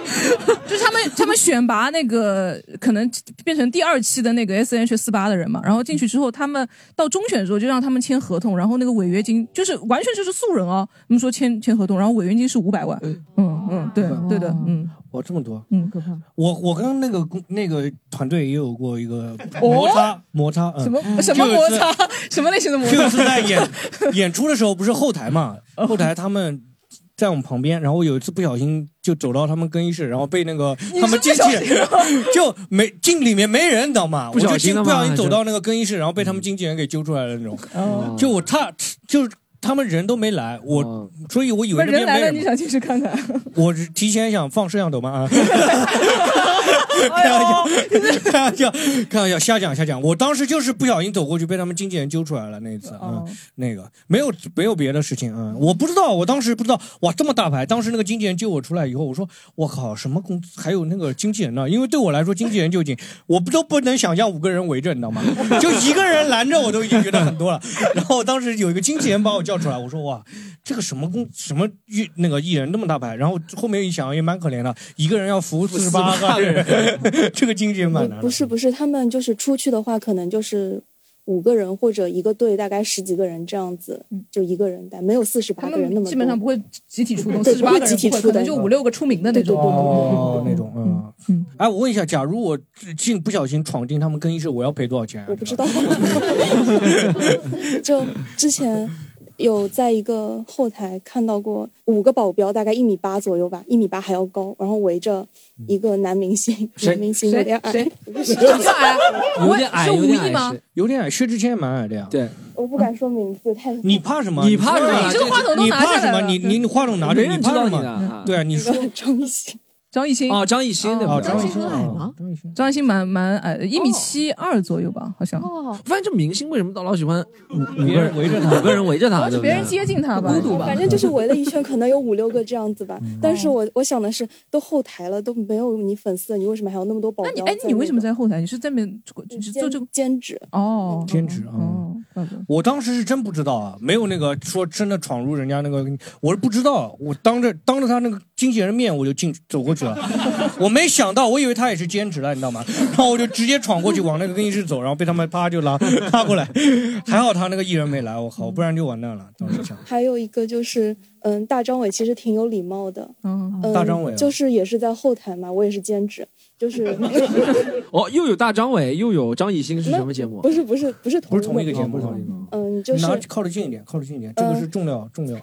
A: 就是他们他们选拔那个可能变成第二期的那个 S N H 四八的人嘛，然后进去之后，他们到中选的时候就让他们签合同，然后那个违约金就是完全就是素人哦，我们说签签合同，然后违约金是五百万，嗯嗯，对对的，嗯
B: 哇，这么多！
A: 嗯，可怕。
B: 我我跟那个公那个团队也有过一个摩擦、摩擦，
A: 哦
B: 嗯、
A: 什么什么摩擦？ *laughs* 什么类型的摩
B: 就
A: 擦？
B: 是？ *laughs* 就是在演演出的时候，不是后台嘛？
L: 哦
B: 后台他们在我们旁边，然后有一次不小心就走到他们更衣室，然后被那个
L: 你是
B: 他们经纪人
L: 不小心
B: *laughs* 就没进里面没人，你知道吗？
L: 不小心的
B: 我就进
L: 吗哦
B: 不小心走到那个更衣室，然后被他们经纪人给揪出来了那种。就我差就是他们人都没来，我所以我以为那边
A: 人来
B: 没
A: 了，
B: 人
A: 你。想进去看 *laughs* 看？
B: 我是提前想放摄像头嘛
A: *laughs*
B: 啊！
A: 哎呦，
B: 开玩笑，开玩笑，瞎讲瞎讲。我当时就是不小心走过去，被他们经纪人揪出来了那一次啊、
A: 哦
B: 那个没有没有别的事情啊、我不知道，我当时不知道哇这么大牌。当时那个经纪人揪我出来以后，我说我靠什么公司还有那个经纪人呢？因为对我来说经纪人就已经我不都不能想象五个人围着，你知道吗？就一个人拦着我都已经觉得很多了。 *laughs* 然后当时有一个经纪人把我叫出来，我说哇这个什么公什么艺那个艺人那么大牌，然后后面一想也蛮可怜的，一个人要服务四十八个人， *laughs* 这个经纪人蛮难的
G: 呃不。是不是，他们就是出去的话，可能就是五个人或者一个队，大概十几个人这样子，就一个人带，没有四十八个人那么多。
A: 嗯基本上不会集体出动，
G: *laughs* 对
A: 四十八
G: 不
A: 个
G: 会
A: 人
G: 集体
A: 不会
G: 出
A: 可能
G: 动
A: 就五六个出名的那种。
B: 哦，那种嗯，哎，我问一下，假如我进不小心闯进他们更衣室，我要赔多少钱啊？
G: 我不知道， *laughs* 就之前有在一个后台看到过五个保镖，大概一米八左右吧，一米八还要高，然后围着一个男明星，
B: 谁
G: 男明星有点矮，
A: 嗯
G: *laughs*
A: 谁 *laughs*
B: 长得
A: 矮啊
B: 有点矮，
G: 是
B: 有
G: 无
B: 点
G: 意
B: 矮
G: 吗
B: 是，？有点矮。薛之谦也蛮矮的呀。对，
G: 我不敢说名字，太
B: 你怕什么？
C: 你怕什么
B: 你
C: 你这个话筒都
B: 你
C: 拿下
B: 怕
C: 来
B: 什么？
C: 了
B: 你你你话筒拿着，
C: 没人
B: 你怕
C: 知道
B: 什
C: 你的
B: 么
C: 啊？
B: 对啊，你说
G: 张
A: 张艺
G: 艺兴，
A: 兴
C: 哦张艺兴对吧
A: 哦
C: 张艺兴
A: 很矮吗？哦张艺兴蛮蛮矮的，一米七二左右吧，好像。
C: 哦，发现这明星为什么老喜欢五五
B: 别
C: 个
B: 人
C: 人
B: 围着他
C: 五个人围着
A: 主
C: 他，
A: 要
C: 对
A: 是
C: 不
A: 别
C: 对
A: 人？接近他吧，
G: 反正就是围了一圈，可能有五六个这样子吧。
B: 嗯
G: 但是我我想的是，都后台了，都没有你粉丝了，你为什么还有那么多保镖
A: 那
G: 在
A: 你
G: 那
A: 哎
G: 边？，
A: 你为什么在后台？你是在那边你是做这个
G: 兼职？
A: 哦，
B: 兼职
C: 嗯
B: 啊。我当时是真不知道啊，没有那个说真的闯入人家那个，我是不知道，我当着当着他那个经纪人面我就进走过去了， *laughs* 我没想到，我以为他也是兼职了，你知道吗？然后我就直接闯过去往那个更衣室走，然后被他们啪就拉拉过来， *laughs* 还好他那个艺人没来，我靠，不然就完蛋了。当时想，
G: 还有一个就是，嗯，大张伟其实挺有礼貌的。
A: 嗯，
B: 大张伟啊
G: 就是也是在后台嘛，我也是兼职，就是
C: 哦，又有大张伟，又有张艺兴，是什么节目？
G: 不是不是不是
B: 不是同一个节目，不是同一
C: 个。
G: 嗯，就是
B: 拿靠得近一点，靠得近一点，这个是重要重要。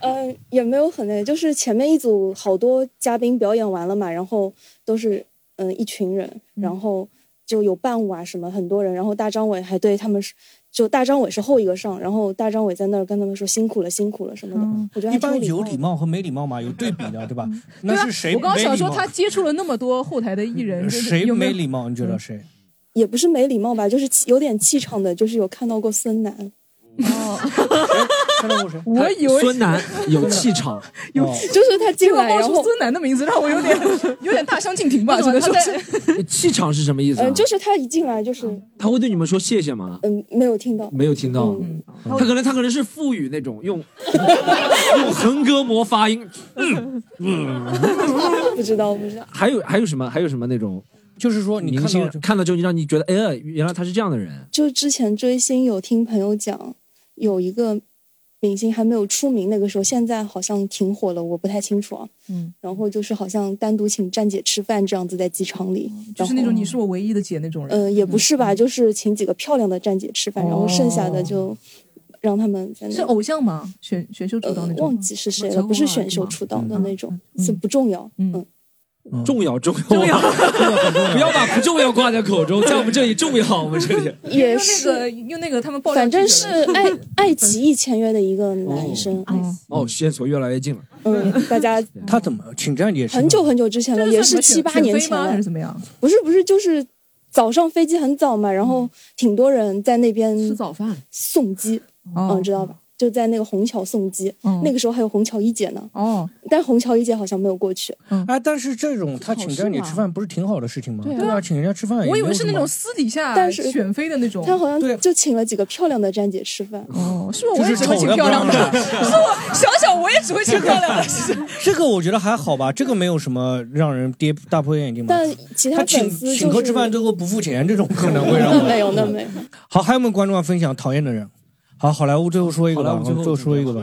G: 嗯，也没有很累，就是前面一组好多嘉宾表演完了嘛，然后都是嗯一群人，然后就有伴舞啊什么很多人，然后大张伟还对他们是。就大张伟是后一个上，然后大张伟在那儿跟他们说辛苦了，辛苦了什么的。
A: 嗯
G: 我觉得还
B: 一
G: 挺
B: 般
G: 礼
B: 有
G: 貌
B: 礼貌和没礼貌嘛，有对比的，对吧？
A: 对
B: 那
A: 啊
B: 是谁没
A: 我
B: 礼貌？啊呃
A: 刚刚想说，他接触了那么多后台的艺人，就是
B: 谁
A: 有
B: 没
A: 有
B: 礼貌？你觉得谁？
G: 也也不是没礼貌吧，就是气有点气场的，就是有看到过孙楠。
A: 我以为
C: 孙楠有气场，哦有
G: 就是他进来，
A: 结
G: 然
A: 果
G: 后
A: 冒出孙楠的名字，让我
G: *laughs*
A: 有点有点大相径庭吧，只
G: 不
A: 能
G: 懂
A: 说
G: 他
A: 是
G: 在
C: 气场是什么意思啊？
G: 嗯，就是他一进来就是
C: 他会对你们说谢谢吗？
G: 嗯没有听到，
C: 没有听到，
A: 嗯
C: 他可能他可能是腹语那种用 *laughs* 用横膈膜发音，嗯嗯。
G: *laughs* 不知道不知道。
C: 还有还有什么还有什么那种，
B: 就是说
C: 你明星看到之后你让你觉得，哎呀，原来他是这样的人。
G: 就之前追星有听朋友讲，有一个明星还没有出名那个时候，现在好像挺火了，我不太清楚啊。
A: 嗯，
G: 然后就是好像单独请站姐吃饭这样子，在机场里，
A: 哦就是那种你是我唯一的姐嗯那种人。
G: 呃也不是吧，就是请几个漂亮的站姐吃饭，然后剩下的就让他们在那
A: 哦
G: 呃
A: 是偶像吗？选选秀出道那种？
G: 忘记是谁了，不是
A: 啊
G: 选秀出道
A: 嗯
G: 的那种，这不重要。嗯，
C: 重要重要重要，不要把不重要挂在口中，在我们这里重要，我们这里
G: 也
A: 用那
G: 是
A: 个用那个他们爆料
G: 反
A: 记者的，
G: 正是爱
A: *laughs*
G: 爱奇艺签约的一个男生，
C: 哦，线索越来越近了。
G: 嗯，
A: *laughs*
G: 大家
B: 他怎么请站姐？
G: 很久很久之前了，
A: 这
G: 也
A: 算什
G: 是
A: 么
G: 七
A: 选
G: 八
A: 选
G: 年
A: 妃
G: 前
A: 吗
G: 了
A: 还是怎么样？
G: 不是不是，就是早上飞机很早嘛，然后挺多人在那边吃
F: 早饭
G: 送机，
A: 哦
G: 嗯，知道吧？就在那个虹桥送机，
A: 嗯
G: 那个时候还有虹桥一姐呢。
A: 哦，
G: 但虹桥一姐好像没有过去。
B: 哎，但是这种他请站姐吃饭不是挺好的事情吗？
G: 对啊
B: 对啊，请人家吃饭也
A: 我
B: 没
A: 以
B: 有什么。
A: 为是那种私底下
G: 但是
A: 选妃的那种。
G: 她好像就请了几个漂亮的站姐吃饭。
A: 哦，是我我也只会请漂亮的， *laughs* 是我想想我也只会请漂亮的。其实
B: 这个我觉得还好吧，这个没有什么让人跌大破眼镜吧。
G: 但其
B: 他
G: 粉
B: 请
G: 丝
B: 请客
G: 就
B: 吃
G: 是
B: 饭最后不付钱，这种可能会让
G: 那
B: 我
G: *laughs* 没有那没有。
B: 好，还有没有观众要分享讨厌的人？好，好莱坞最后说一个吧，
L: 好
B: 我
L: 莱坞最
B: 们最
L: 后
B: 后说一个吧。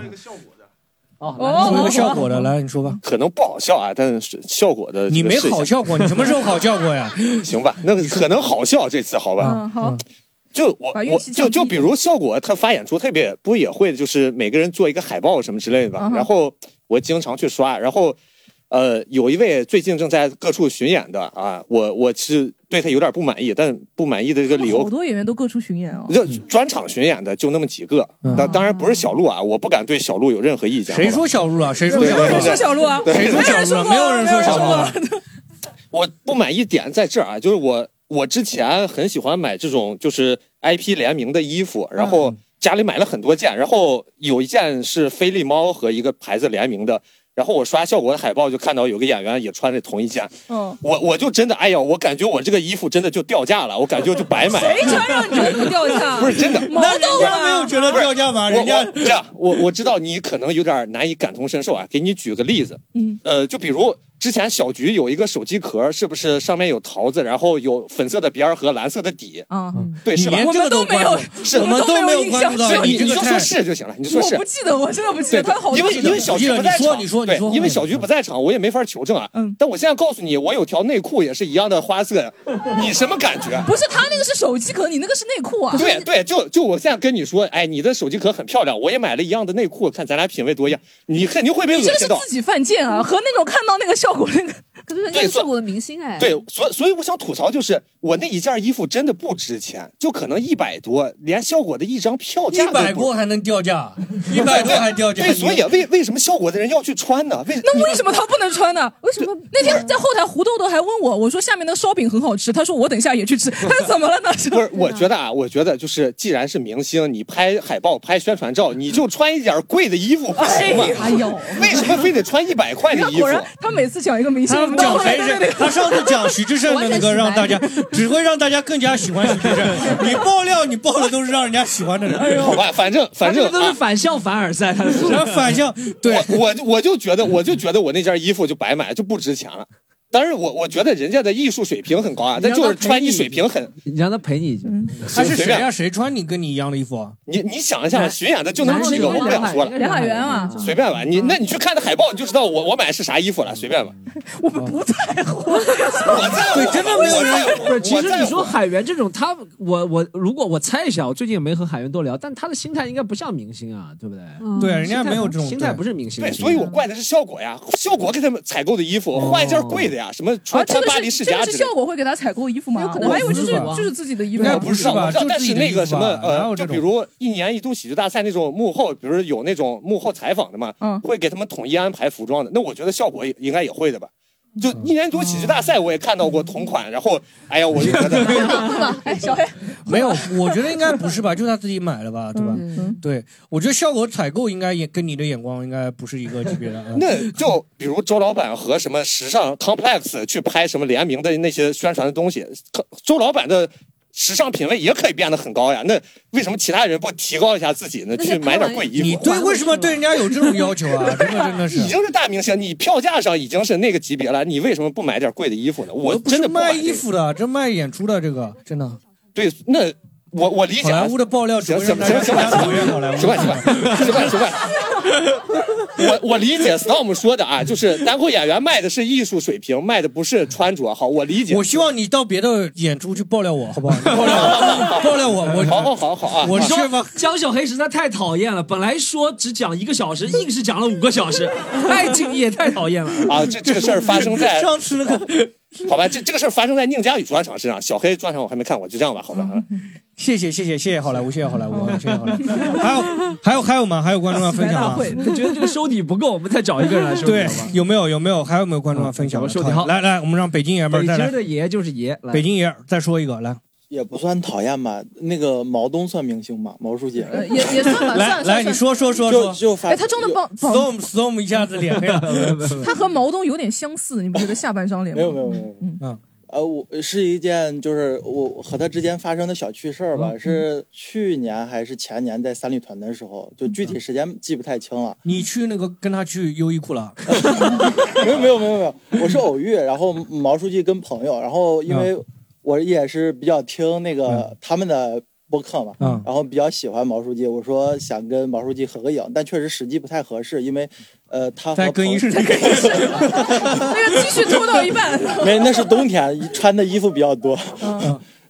L: 哦
B: 说一个效果的，来你说吧。
L: 可能不好笑啊，但是效果的
B: 你没好效果，你什么时候好效果呀？
L: 行吧，那可能好笑这次好吧？
A: 嗯，好，
L: 就我
A: 把运
L: 我
A: 气
L: 就
A: 降
L: 就
A: 低
L: 比如效果，他发演出特别不也会就是每个人做一个海报什么之类的吧
A: 嗯。哼
L: 然后我经常去刷，然后呃有一位最近正在各处巡演的啊，我我是对他有点不满意，但不满意的这个理由
A: 好多演员都各出巡演哦。
L: 就专场巡演的就那么几个，那、当然不是小鹿啊，我不敢对小鹿有任何意见。
B: 嗯谁
L: 好吧
B: 说小鹿了？谁说
L: 对
B: 小鹿了？
L: 对对对对
B: 谁说小鹿了？没有人说小鹿啊了。
L: 我不满意点在这儿啊，就是我我之前很喜欢买这种就是 IP 联名的衣服，然后
B: 嗯
L: 家里买了很多件，然后有一件是菲利猫和一个牌子联名的，然后我刷效果的海报就看到有个演员也穿着同一件， *laughs*
A: 嗯，
L: 我我就真的哎呀，我感觉我这个衣服真的就掉价了，我感觉就白买了。
A: 谁承认人不掉价？
L: *laughs* 不是真的，
A: 毛豆啊，
B: 觉得掉价吗
L: 人家这样，我我知道你可能有点难以感同身受啊，给你举个例子，
A: 嗯，
L: 呃，就比如之前小菊有一个手机壳，是不是上面有桃子，然后有粉色的边儿和蓝色的底？
A: 啊，
L: 对，是吧？
B: 你连这个都我们都没有关注
L: 是
B: 我们都没有关注到
L: 是你
B: 你这
L: 你
B: 个
L: 就
B: 菜
L: 说是就行了，你就说是。
A: 我不记得，我真的不记得，
L: 对
A: 他好多
L: 因为因为小菊不在场，
B: 你说你说你
L: 对
B: 说后嗯面
L: 因为小菊不在场，我也没法求证啊。嗯，但我现在告诉你，我有条内裤也是一样的花色，你什么感觉？
A: 不是他那个是手机壳，你那个是内裤啊。
L: 对对，就就我现在跟你说，哎，你的手机壳很漂亮，我也买了一样的内裤，看咱俩品味多一样，你肯定会被
A: 你这
L: 恶
A: 个
L: 心
A: 是
L: 到
A: 自。己犯贱啊，和那种看到那个效果 *laughs* 那个，
F: 可是人
L: 对
F: 家
L: 所
F: 是我的明星哎，
L: 对，所以所以我想吐槽就是，我那一件衣服真的不值钱，就可能一百多，连效果的一张票价
B: 一
L: 都
B: 百
L: 不
B: 多还能
L: *laughs*
B: 掉价，一百多还掉价。
L: 对，所以为为什么效果的人要去穿呢？为
A: 那为什么他不
L: *laughs*
A: 能穿呢？为什么那天在后台胡豆豆还问我，我说下面那个烧饼很好吃，他说我等一下也去吃， *laughs* 他说怎么了呢？
L: 不是，我觉得啊，我觉得就是，既然是明星，你拍海报、拍宣传照，你就穿一点贵的衣服不行吗？
A: 哎呦
L: 为什么非得穿一百块的
A: 他
L: 衣服
A: 果？然他每次讲一个明星，
B: 他
A: 们
B: 讲谁是？他上次讲徐志胜的那个，让大家只会让大家更加喜欢徐志胜。你爆料，你爆的都是让人家喜欢的人。哎呦，
L: 好吧， *laughs* 反正反正啊
C: 他这个都是反向凡尔赛，他是
B: 然后 *laughs* 反向对
L: 我我我就觉得我就觉得我那件衣服就白买，就不值钱了。当然我我觉得人家的艺术水平很高啊，但就是穿衣水平很。
C: 你让他陪你一下。
B: 他是
L: 随
B: 谁
L: 便
B: 呀？谁穿你跟你一样的衣服啊？
L: 你你想一下，巡演的就那么几个，我不想说了。
B: 嗯
A: 梁海源啊，
L: 随便吧，你那你去看那海报，你就知道我我买的是啥衣服了。随便吧，
A: 我们不在乎。
L: 我在乎，
B: 对真的没有人
L: 我在乎
C: 对，其
L: 我
C: 实
L: 在
C: 你
L: 乎
C: 说海源这种，他我我如果我猜一下，我最近也没和海源多聊，但他的心态应该不像明星啊，对不对？
B: 对，人家没有这种
C: 心态不是明星的
L: 嗯对，
C: 心
L: 所
C: 态。
L: 以我怪的是效果呀，效果给他们采购的衣服，换一件贵的呀，什么
A: 啊，
L: 穿
A: 这
L: 穿
A: 个
L: 巴黎
A: 是
L: 世
A: 这
L: 家
A: 个
L: 之
A: 是
L: 类的
A: 效。果会给他采购衣服吗？
C: 有可能
A: 我还以为
C: 不
A: 就是是
C: 吧
A: 就是自己的衣服
L: *laughs*
B: 应
A: 啊。
B: 该不
L: 不
B: 是吧
L: 我知道
B: 就
L: 但
B: 自己
L: 是
B: 的
L: 那个
B: 衣服
L: 什
B: 吧
L: 么
B: 哪
L: 呃
B: 有，
L: 就
B: 这
L: 比
B: 种
L: 如一年一度喜剧大赛那种幕后，比如有那种幕后采访的嘛
A: 嗯，
L: 会给他们统一安排服装的。那我觉得效果也应该也会的吧。
B: 嗯
L: 就一年一度喜剧大赛我也看到过同款，然后哎呀，我就觉得
B: *laughs*
A: 哎，小黑，
B: 没有，我觉得应该不是吧，就他自己买了吧，对吧？对，我觉得效果采购应该也跟你的眼光应该不是一个级别的。嗯
L: 那就比如周老板和什么时尚 Complex 去拍什么联名的那些宣传的东西，可周老板的时尚品味也可以变得很高呀。那为什么其他人不提高一下自己呢？去买点贵衣服？
B: 你对为什么对人家有这种要求啊？真的真的是。
L: 已经是大明星， *laughs* 你票价上已经是那个级别了，你为什么不买点贵的衣服呢？我
B: 我不
L: 真
B: 是
L: 的不买
B: 卖
L: 这个
B: 衣服的，这卖演出的，这个真的。
L: 对，那我我理解
B: 好莱坞的爆料只
L: 行
B: 会
L: 行
B: 让
L: 行
B: 大家
L: 行行
B: 更加讨厌好莱坞。
L: 行吧行吧行吧行吧，我我理解 Storm 说的啊，就是单口演员卖的是艺术水平，卖的不是穿着。好，我理解。
B: *laughs* 我希望你到别的演出去爆料我，好不好？你 *laughs* 爆料我，爆料我，我
L: 好好好好啊！
B: 我
C: 你知道
B: 缺乏
C: 江小黑实在太讨厌了，本来说只讲一个小时，硬是讲了五个小时，太敬业，太讨厌了
L: 啊，这这个事儿发生在
C: 上
B: 次那个。
L: 好吧，这这个事儿发生在宁佳宇专场身上，小黑专场我还没看过，就这样吧，好吧。
B: 谢谢谢谢谢谢好莱坞，谢谢好莱坞，谢谢好莱坞。还有还有还有吗？还有观众要分享吗？
C: 觉得这个收底不够，我们再找一个人来收底。
B: 对
C: 好吧，
B: 有没有有没有还有没有观众要分享
C: 嗯
B: 的？
C: 找个收听号
B: 来来，我们让北京爷们儿
C: 北
B: 再来
C: 京，的爷就是爷，来
B: 北京爷儿再说一个来。
H: 也不算讨厌吧。那个毛东算明星吗？毛书记
A: 呃也也算吧
B: 来
A: 算算
B: 来，你说说说
H: 就
B: 说，
H: 就发
A: 哎，他真的帮帮
B: storm storm 一下子脸黑了。 *laughs*
A: 他和毛东有点相似，你不觉得下半张脸吗？
H: 没有没有没有，
B: 嗯，
H: *laughs* 呃，我是一件就是我和他之间发生的小趣事儿
B: 嗯
H: 吧，是去年还是前年在三里屯的时候，就具体时间记不太清了。
B: 你去那个跟他去优衣库了？
H: *laughs* 没有没有没有没有，我是偶遇，然后毛书记跟朋友，然后因
B: 嗯
H: 为我也是比较听那个他们的播客嘛，
B: 嗯
H: 然后比较喜欢毛书记，我说想跟毛书记合个影，但确实时机不太合适，因为呃他和
B: 在更衣室
H: 朋
B: 在
H: 友
B: 更
A: *laughs*
H: *laughs*
B: 衣室。
A: *laughs* 那个 T 恤脱到一半，嗯
H: 没，那是冬天穿的衣服比较多。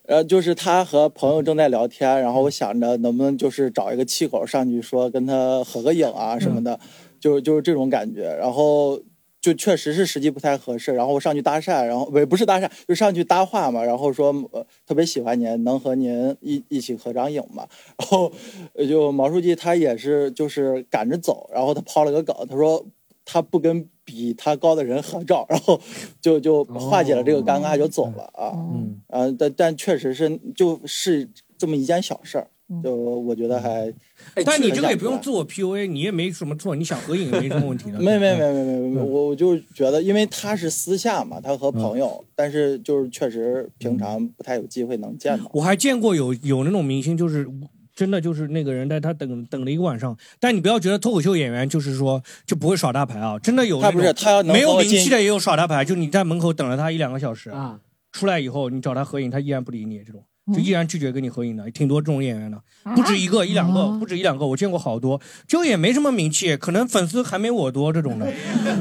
H: 呃，就是他和朋友正在聊天，然后我想着能不能就是找一个气口上去说跟他合个影啊什么的，就就是这种感觉。然后就确实是时机不太合适，然后我上去搭讪，然后不是不是搭讪，就上去搭话嘛，然后说、呃、特别喜欢您，能和您一一起合张影嘛。然后呃就毛书记他也是就是赶着走，然后他抛了个梗，他说他不跟比他高的人合照，然后就就化解了这个尴尬就走了啊。
K: 哦
B: 嗯
H: 啊，但但确实是就是这么一件小事儿，就我觉得还。
C: 哎
B: 哎但你这个也不用自我 PUA，你也没什么错，你想合影也没什么问
C: *laughs*
B: 题的。
H: 没没没没没
B: 嗯
H: 没，我我就觉得，因为他是私下嘛，他和朋友，
B: 嗯
H: 但是就是确实平常不太有机会能见到。
B: 我还见过有有那种明星，就是真的就是那个人在他等等了一个晚上。但你不要觉得脱口秀演员就是说就不会耍大牌啊，真的有那
H: 他
B: 种
H: 不是他要能
B: 没有
H: 和我
B: 名气
H: 进
B: 的也有耍大牌，就你在门口等了他一两个小时
C: 啊，
B: 出来以后你找他合影，他依然不理你，这种就依然拒绝跟你合影的，挺多这种演员的，不止一个一两个，不止一两个，我见过好多，就也没什么名气，可能粉丝还没我多这种的，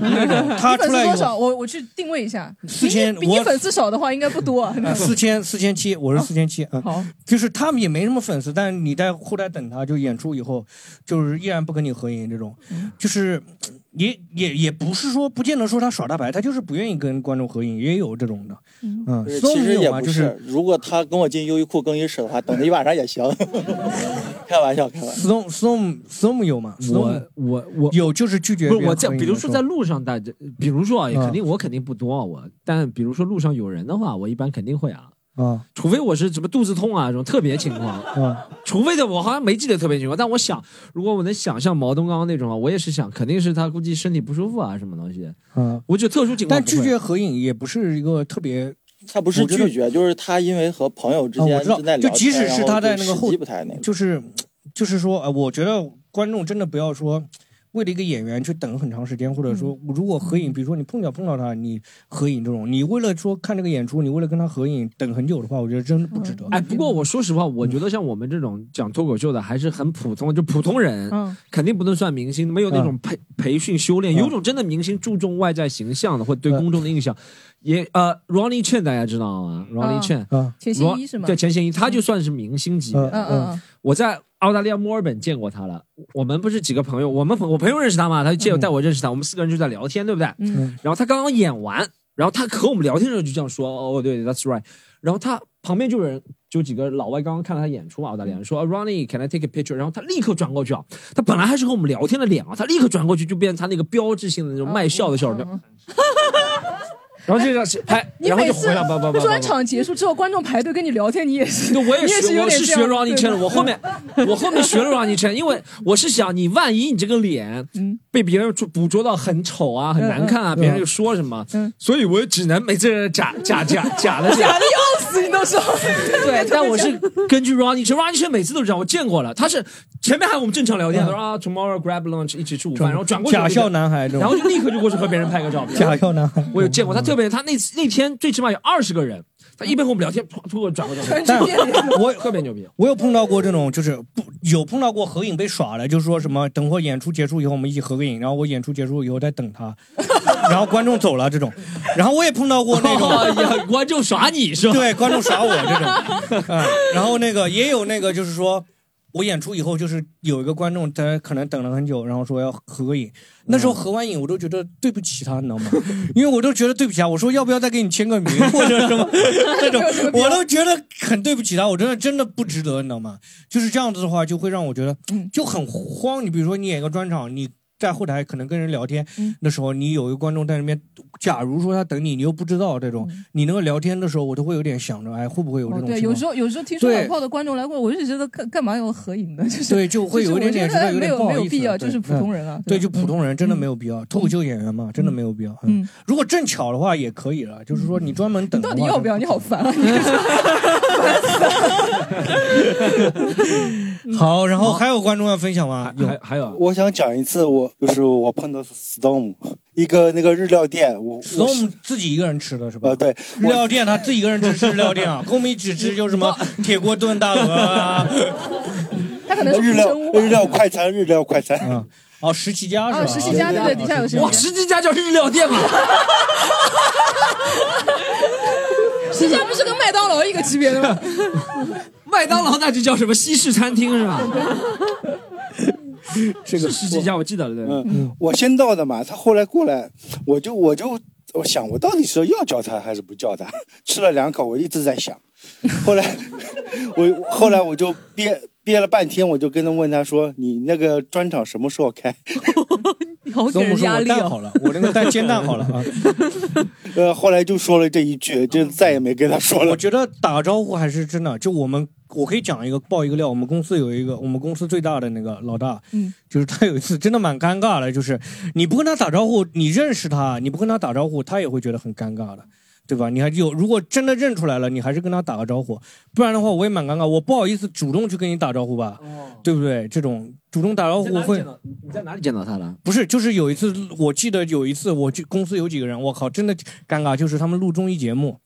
B: 那种他
A: 你粉
B: 出
A: 丝
B: 来以
A: 多
B: 后
A: 少？。我我去定位一下，
B: 四千
A: 比你比你
B: 我
A: 粉丝少的话应该不多。
B: *laughs* 啊四千四千七，我是四千七啊。
A: 好，
B: 就是他们也没什么粉丝，但是你在后台等他，就演出以后，就是依然不跟你合影这种，就是也也也不是说不见得说他耍大牌，他就是不愿意跟观众合影，也有这种的。嗯
H: 就是
B: 松
H: 其实
B: 有
H: 也
B: 吗
H: 不
B: 就是
H: 是，如果他跟我进优衣库更衣室的话，等他一晚上也行。 *laughs* 开玩笑，开玩笑。
B: storm storm storm 有吗？
C: 我我我
B: 有就是拒绝
C: 不
B: 别
C: 是
B: 人
C: 我
B: 合
C: 在，
B: 影的时候。
C: 比如说在路上，大家，比如说啊，也
B: 嗯
C: 肯定我肯定不多啊，我，但比如说路上有人的话，我一般肯定会啊，
B: 啊
C: 除非我是什么肚子痛啊这种特别情况，
B: 啊
C: 除非的我好像没记得特别情况，但我想，如果我能想象毛东刚刚那种啊，我也是想，肯定是他估计身体不舒服啊，什么东西，
B: 啊，
C: 我就特殊情况
B: 但
C: 不会，
B: 拒绝合影也不是一个特别，
H: 他不是
B: 我觉得
H: 拒绝，就是他因为和朋友之
B: 啊
H: 间
B: 我知道
H: 正在聊天，
B: 就即使是他在那
H: 然
B: 个
H: 后
B: 后
H: 时机不太那个。
B: 就是就是说，呃，我觉得观众真的不要说为了一个演员去等很长时间，或者说
C: 嗯
B: 如果合影，比如说你碰巧碰到他，你合影这种，你为了说看这个演出，你为了跟他合影等很久的话，我觉得真的不值得。
C: 哎，不过我说实话，我觉得像我们这种讲脱口秀的，还是很普通，就普通人，
A: 嗯
C: 肯定不能算明星，没有那种
B: 嗯
C: 培、培训修炼。
B: 嗯
C: 有种真的明星注重外在形象的，或对公众的印象，也呃，Ronnie Chen 大家知道吗？Ronnie
A: 嗯
C: Chen，、
B: 嗯
A: 钱信一是吗
C: 对，钱信一，他就算是明星级别
A: 嗯嗯嗯嗯
C: 我在澳大利亚墨尔本见过他了。我们不是几个朋友，我们朋我朋友认识他嘛，他就介带我认识他，我们四个人就在聊天，对不对？
A: 嗯。
C: 然后他刚刚演完，然后他和我们聊天的时候就这样说：“哦，对，That's right。”然后他旁边就有人，就几个老外刚刚看了他演出嘛，澳大利亚人
A: 嗯
C: 说、r o n n i e can I take a picture？”然后他立刻转过去啊，他本来还是和我们
A: 哦
C: 聊天的脸啊，他立刻转过去就变成他那个标志性的那种卖笑的笑容。
M: 然后就这样拍，
A: *laughs* 你
M: 然后
A: 每
M: 就
A: 次
M: 回来叭叭叭叭叭
A: 专。场结束之后，观众排队跟你聊天，你也是，
C: 对，我
A: 也
C: 也
A: 是
C: 学，
A: 有
C: 我
A: 点
C: 是
A: 这
C: 学
A: 样对
C: Ronnie Chen，的
A: 吧
C: 我后
A: *laughs*
C: 面我后面学了 Ronnie Chen，因为我是想你万一你这个脸被别人捉捕捉到很丑啊、很难看
M: 嗯
C: 啊，
M: 嗯
C: 别人又说什么，所以我只能每次假假假假的
A: 假的要死，你都说
C: *laughs* 对，但我是根据 Ronnie Chen，Ronnie Chen 每次都是这样，我见过了，他是前面还我们正常聊天，
L: 嗯
C: 他说啊 tomorrow grab lunch 一起吃午饭，然后转过去
B: 假笑男孩这种
C: 然后就立刻就过去和别人拍个照片，
B: *laughs* 假笑男孩。
C: 我有见过他特别，他那次那天最起码有二十个人，他一边和我们聊天，突突然转过头来，
B: 但
C: 我特别牛逼。
B: 我有碰到过这种，就是不有碰到过合影被耍了，就是说什么等会儿演出结束以后我们一起合个影，然后我演出结束以后再等
C: *laughs*
B: 他，然后观众走了这种，然后我也碰到过那
C: *laughs* 种、观众耍你是吧？
B: 对，观众耍我这种，嗯，然后那个也有那个就是说。我演出以后，就是有一个观众，他可能等了很久，然后说要合个影。那时候合完影，我都觉得对不起他，你
C: *laughs*
B: 知道吗？因为我都觉得对不起他，我说要不要再给你签个名或者什么那
C: *laughs*
B: 种，我都觉得很对不起他，我真的真的不值得，你知道吗？就是这样子的话，就会让我觉得
A: 嗯
B: 就很慌。你比如说，你演个专场，你在后台可能跟人聊天
A: 嗯
B: 的时候，你有一个观众在那边，假如说他等你，你又不知道这种，你那个聊天的时候，我都会有点想着，哎，会不会有这
A: 嗯哦，
B: 种
A: 对，
B: 情
A: 有
B: 况？
A: 时候有时候听说
B: 对
A: 老炮的观众来过，我就觉得干干嘛要合影呢？就是
B: 对，就会有一点点
A: 就
B: 觉
A: 是我觉得
B: 得
A: 没
B: 点
A: 有
B: 不好
A: 没
B: 意思
A: 有必要，
B: 对
A: 就是普通人啊
B: 嗯。对，就普通人真的没有必要，脱口秀演员嘛，真的没有必要。嗯，如果正巧的话也可以了，就是说你专门等的
A: 到
B: 话。
A: 底要不要？你好
B: *laughs*
A: 烦啊！你
B: 好，然后还 *laughs* 有啊观众要分享吗？
C: 还还有
D: 我想讲一次，我就是我碰到 Storm 一个那个日料店，我我是
B: Storm 自己一个人吃的是吧？
D: 呃对
B: 日料店他自己一个人吃吃日料店 *laughs* 啊，跟我们一起吃就什么铁锅炖大鹅 *laughs* 啊，
A: 他可能是
D: 日料
A: 真
D: 日料快餐，日料快餐。
B: 哦，十七家
A: 是吧哦十七家对对底下有十七家
C: 哇，十七家叫日料店嘛？
A: 新疆不是跟麦当劳一个级别的吗？ *laughs*
C: 麦当劳那就叫什么西式餐厅是吧？
B: *laughs*
D: 这个
C: 十几家我记得了，对。
D: 嗯，我先到的嘛，他后来过来，我就我就我想，我到底是要叫他还是不叫他？吃了两口，我一直在想。后来 *laughs* 我后来我就憋憋了半天，我就跟他问他说：“你那个专场什么时候开？” *laughs*
A: 好
B: 给人压力啊 Storm 说我蛋 *laughs* 好了我那个蛋煎蛋好了啊。
D: *laughs* 呃，后来就说了这一句，就再也没跟他说了。
B: 我觉得打招呼还是真的，就我们我可以讲一个爆一个料，我们公司有一个我们公司最大的那个老大，
A: 嗯，
B: *laughs* 就是他有一次真的蛮尴尬的，就是你不跟他打招呼，你认识他，你不跟他打招呼，他也会觉得很尴尬的。对吧？你还有，如果真的认出来了，你还是跟他打个招呼，不然的话我也蛮尴尬，我不好意思主动去跟你打招呼吧，对不对？这种主动打招呼会，
C: 你在哪里见到他了？
B: 不是，就是有一次，我记得有一次，我去公司有几个人，我靠，真的尴尬，就是他们录综艺节目，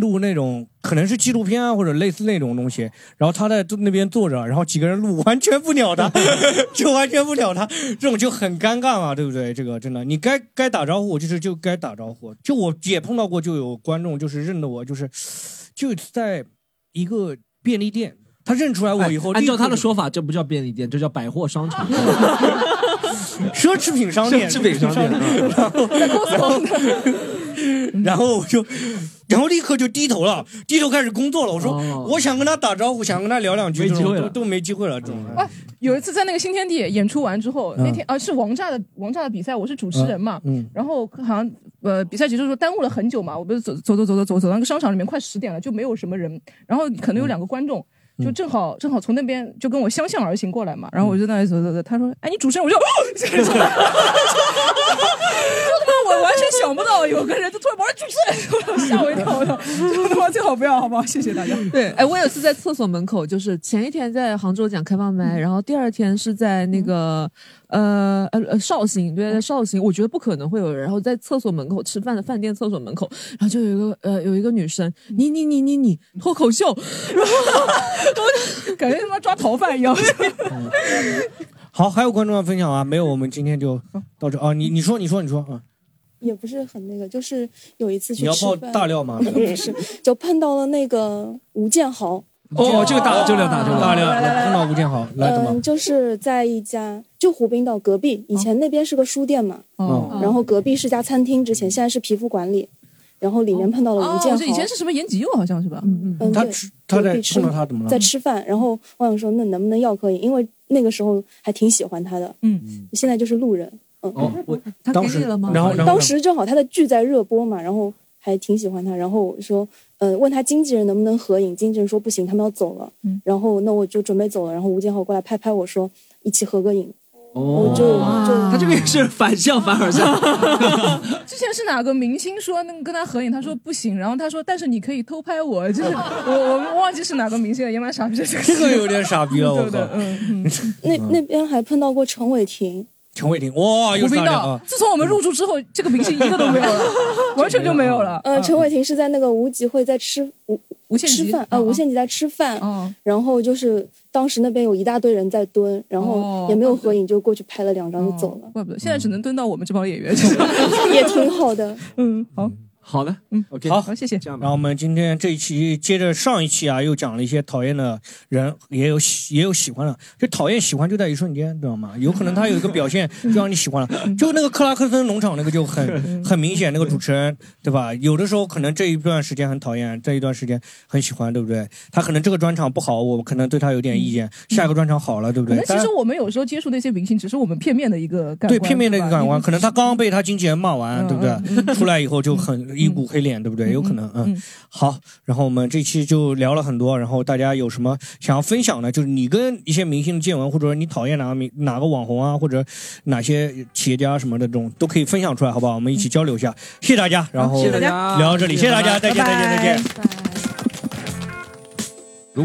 B: 录那种可能是纪录片啊，或者类似那种东西，然后他在那边坐着，然后几个人录，完全不鸟他， *laughs* 就完全不鸟他，这种就很尴尬嘛，对不对？这个真的，你该该打招呼就是就该打招呼，就我也碰到过，就有观众就是认得我，就是就在一个便利店，他认出来哎我以后，
C: 按照他的
B: 说。
C: 说法，这不叫便利店，这叫百货商场。
B: 奢侈品商店，
C: 奢侈品
B: *laughs*
C: 商店嗯
B: 然后然后 *laughs* 然后我就，然后立刻就低头了，低头开始工作了。我说，我想跟他打招呼，想跟他聊两句，
C: 没
B: 这种
C: 机会
B: 都
C: 了
B: 都没机会了，这种。
A: 嗯啊有一次在那个新天地演出完之后，
B: 嗯
A: 那天啊是王炸的王炸的比赛，我是主持人嘛，
B: 嗯
A: 然后好像呃比赛结束的时候耽误了很久嘛，我不是走走走走走走走到那个商场里面，快十点了就没有什么人，然后可能有两个观众。
B: 嗯
A: 就正好正好从那边就跟我相向而行过来嘛，然后我就在那里走走走，他说：“哎，你主持人？”我就，哦、 *laughs* 就他妈我完全想不到有个人就突然把我主持人，吓 *laughs* 我一跳，我操！这他妈最好不要，好不好？谢谢大家。
F: *laughs* 对，哎，我有一次在厕所门口，就是前一天在杭州讲开放
A: 嗯
F: 麦，然后第二天是在那个、呃呃呃绍兴，对，
A: 嗯
F: 在绍兴，我觉得不可能会有人，然后在厕所门口吃饭的饭店厕所门口，然后就有一个呃有一个女生，
A: 嗯
F: 你你你你你脱口秀，然后 *laughs* 我就
A: 感觉他妈抓逃犯一
F: *laughs*
A: 样。
B: 好，还有观众要分享啊？没有，我们今天就到这啊。你你说，你说，你说啊。
G: 也不是很那个，就是有一次去
B: 你要
G: 吃
B: 泡
G: 饭
B: 大料吗
G: *laughs* 不是，就碰到了那个吴建豪。
B: 哦，这个大这个大这个大料，碰到吴建豪来怎么
G: 嗯，？就是在一家就湖滨岛隔壁，以前那边是个书店嘛，
B: 哦
G: 然后隔壁是家餐厅，之前现在是皮肤管理，然后里面碰到了吴建
A: 哦，
G: 豪。
A: 这以前是什么延吉佑好像是吧？
F: 嗯
G: 嗯，
B: 他
G: 对
B: 吃他在
G: 隔壁吃
B: 碰到他怎么了？
G: 嗯在吃饭，然后我想说那能不能要可以，因为那个时候还挺喜欢他的，
A: 嗯，
G: 现在就是路人，嗯，
B: 哦哦，我当时，然后然后
G: 当时正好他的剧在热播嘛，然后还挺喜欢他。然后我说，呃，问他经纪人能不能合影，经纪人说不行，他们要走了。
A: 嗯
G: 然后那我就准备走了，然后吴建豪过来拍拍我说，一起合个影。
C: 哦，
G: 就就
C: 他 *laughs* 这个也是反向反反向，
A: 之前是哪个明星说那个跟他合影，他说不行，然后他说但是你可以偷拍我，就是我我忘记是哪个明星了，也蛮傻逼的。这个
B: *laughs* 这个有点傻逼了，我
A: 对
B: 靠
A: 的，！嗯，
G: *laughs* 那那边还碰到过陈伟霆，
B: *laughs* 陈伟霆，哇，又
A: 胡
B: 是
A: 冰
B: 他
A: 道
B: 啊，！
A: 自从我们入驻之后，这个明星一个都没有
B: *laughs*
G: *laughs*
A: 了，完全就没有了。
B: 嗯
G: 呃，陈伟霆是在那个无极会在吃无
A: 无嗯
G: 限吃饭，呃，无限极在吃饭，然后就是当时那边有一大堆人在蹲，然
A: 哦
G: 后也没有合影，就过去拍了两张就走了，
A: 怪不得现在只能蹲到我们这帮演员。
G: 也挺好的。
A: *laughs* 嗯，好，
C: 好的，
A: 嗯
C: ，OK，
B: 好，
A: 谢谢。
B: 然后我们今天这一期接着上一期啊，又讲了一些讨厌的人，也有喜也有喜欢的，就讨厌喜欢就在一瞬间，知道吗？有可能他有一个表现
A: 嗯
B: 就让你喜欢了，就那个克拉克森农场那个就很很明显，那个主持人对吧？有的时候可能这一段时间很讨厌，这一段时间很喜欢，对不对？他可能这个专场不好，我可能对他有点意见，下个专场好了，对
A: 嗯
B: 不
A: 可
B: 对
A: 能？其
B: 但
A: 实我们有时候接触的一些明星，只是我们片面的一个感官
B: 对片面的一
A: 吧
B: 个感官，可能他刚刚被他经纪人骂
A: 嗯
B: 完，对不对？出来以后就很一股黑脸，对不对？有可能，嗯。好，然后我们这期就聊了很多，然后大家有什么想要分享的？就是你跟一些明星的见闻，或者说你讨厌哪个明哪个网红啊，或者哪些企业家什么的这种，都可以分享出来，好不好？我们一起交流一下。谢谢大家，然后
K: 谢谢大家
B: 聊到这里，谢谢大家，再见，再见，再见。
K: *laughs* 如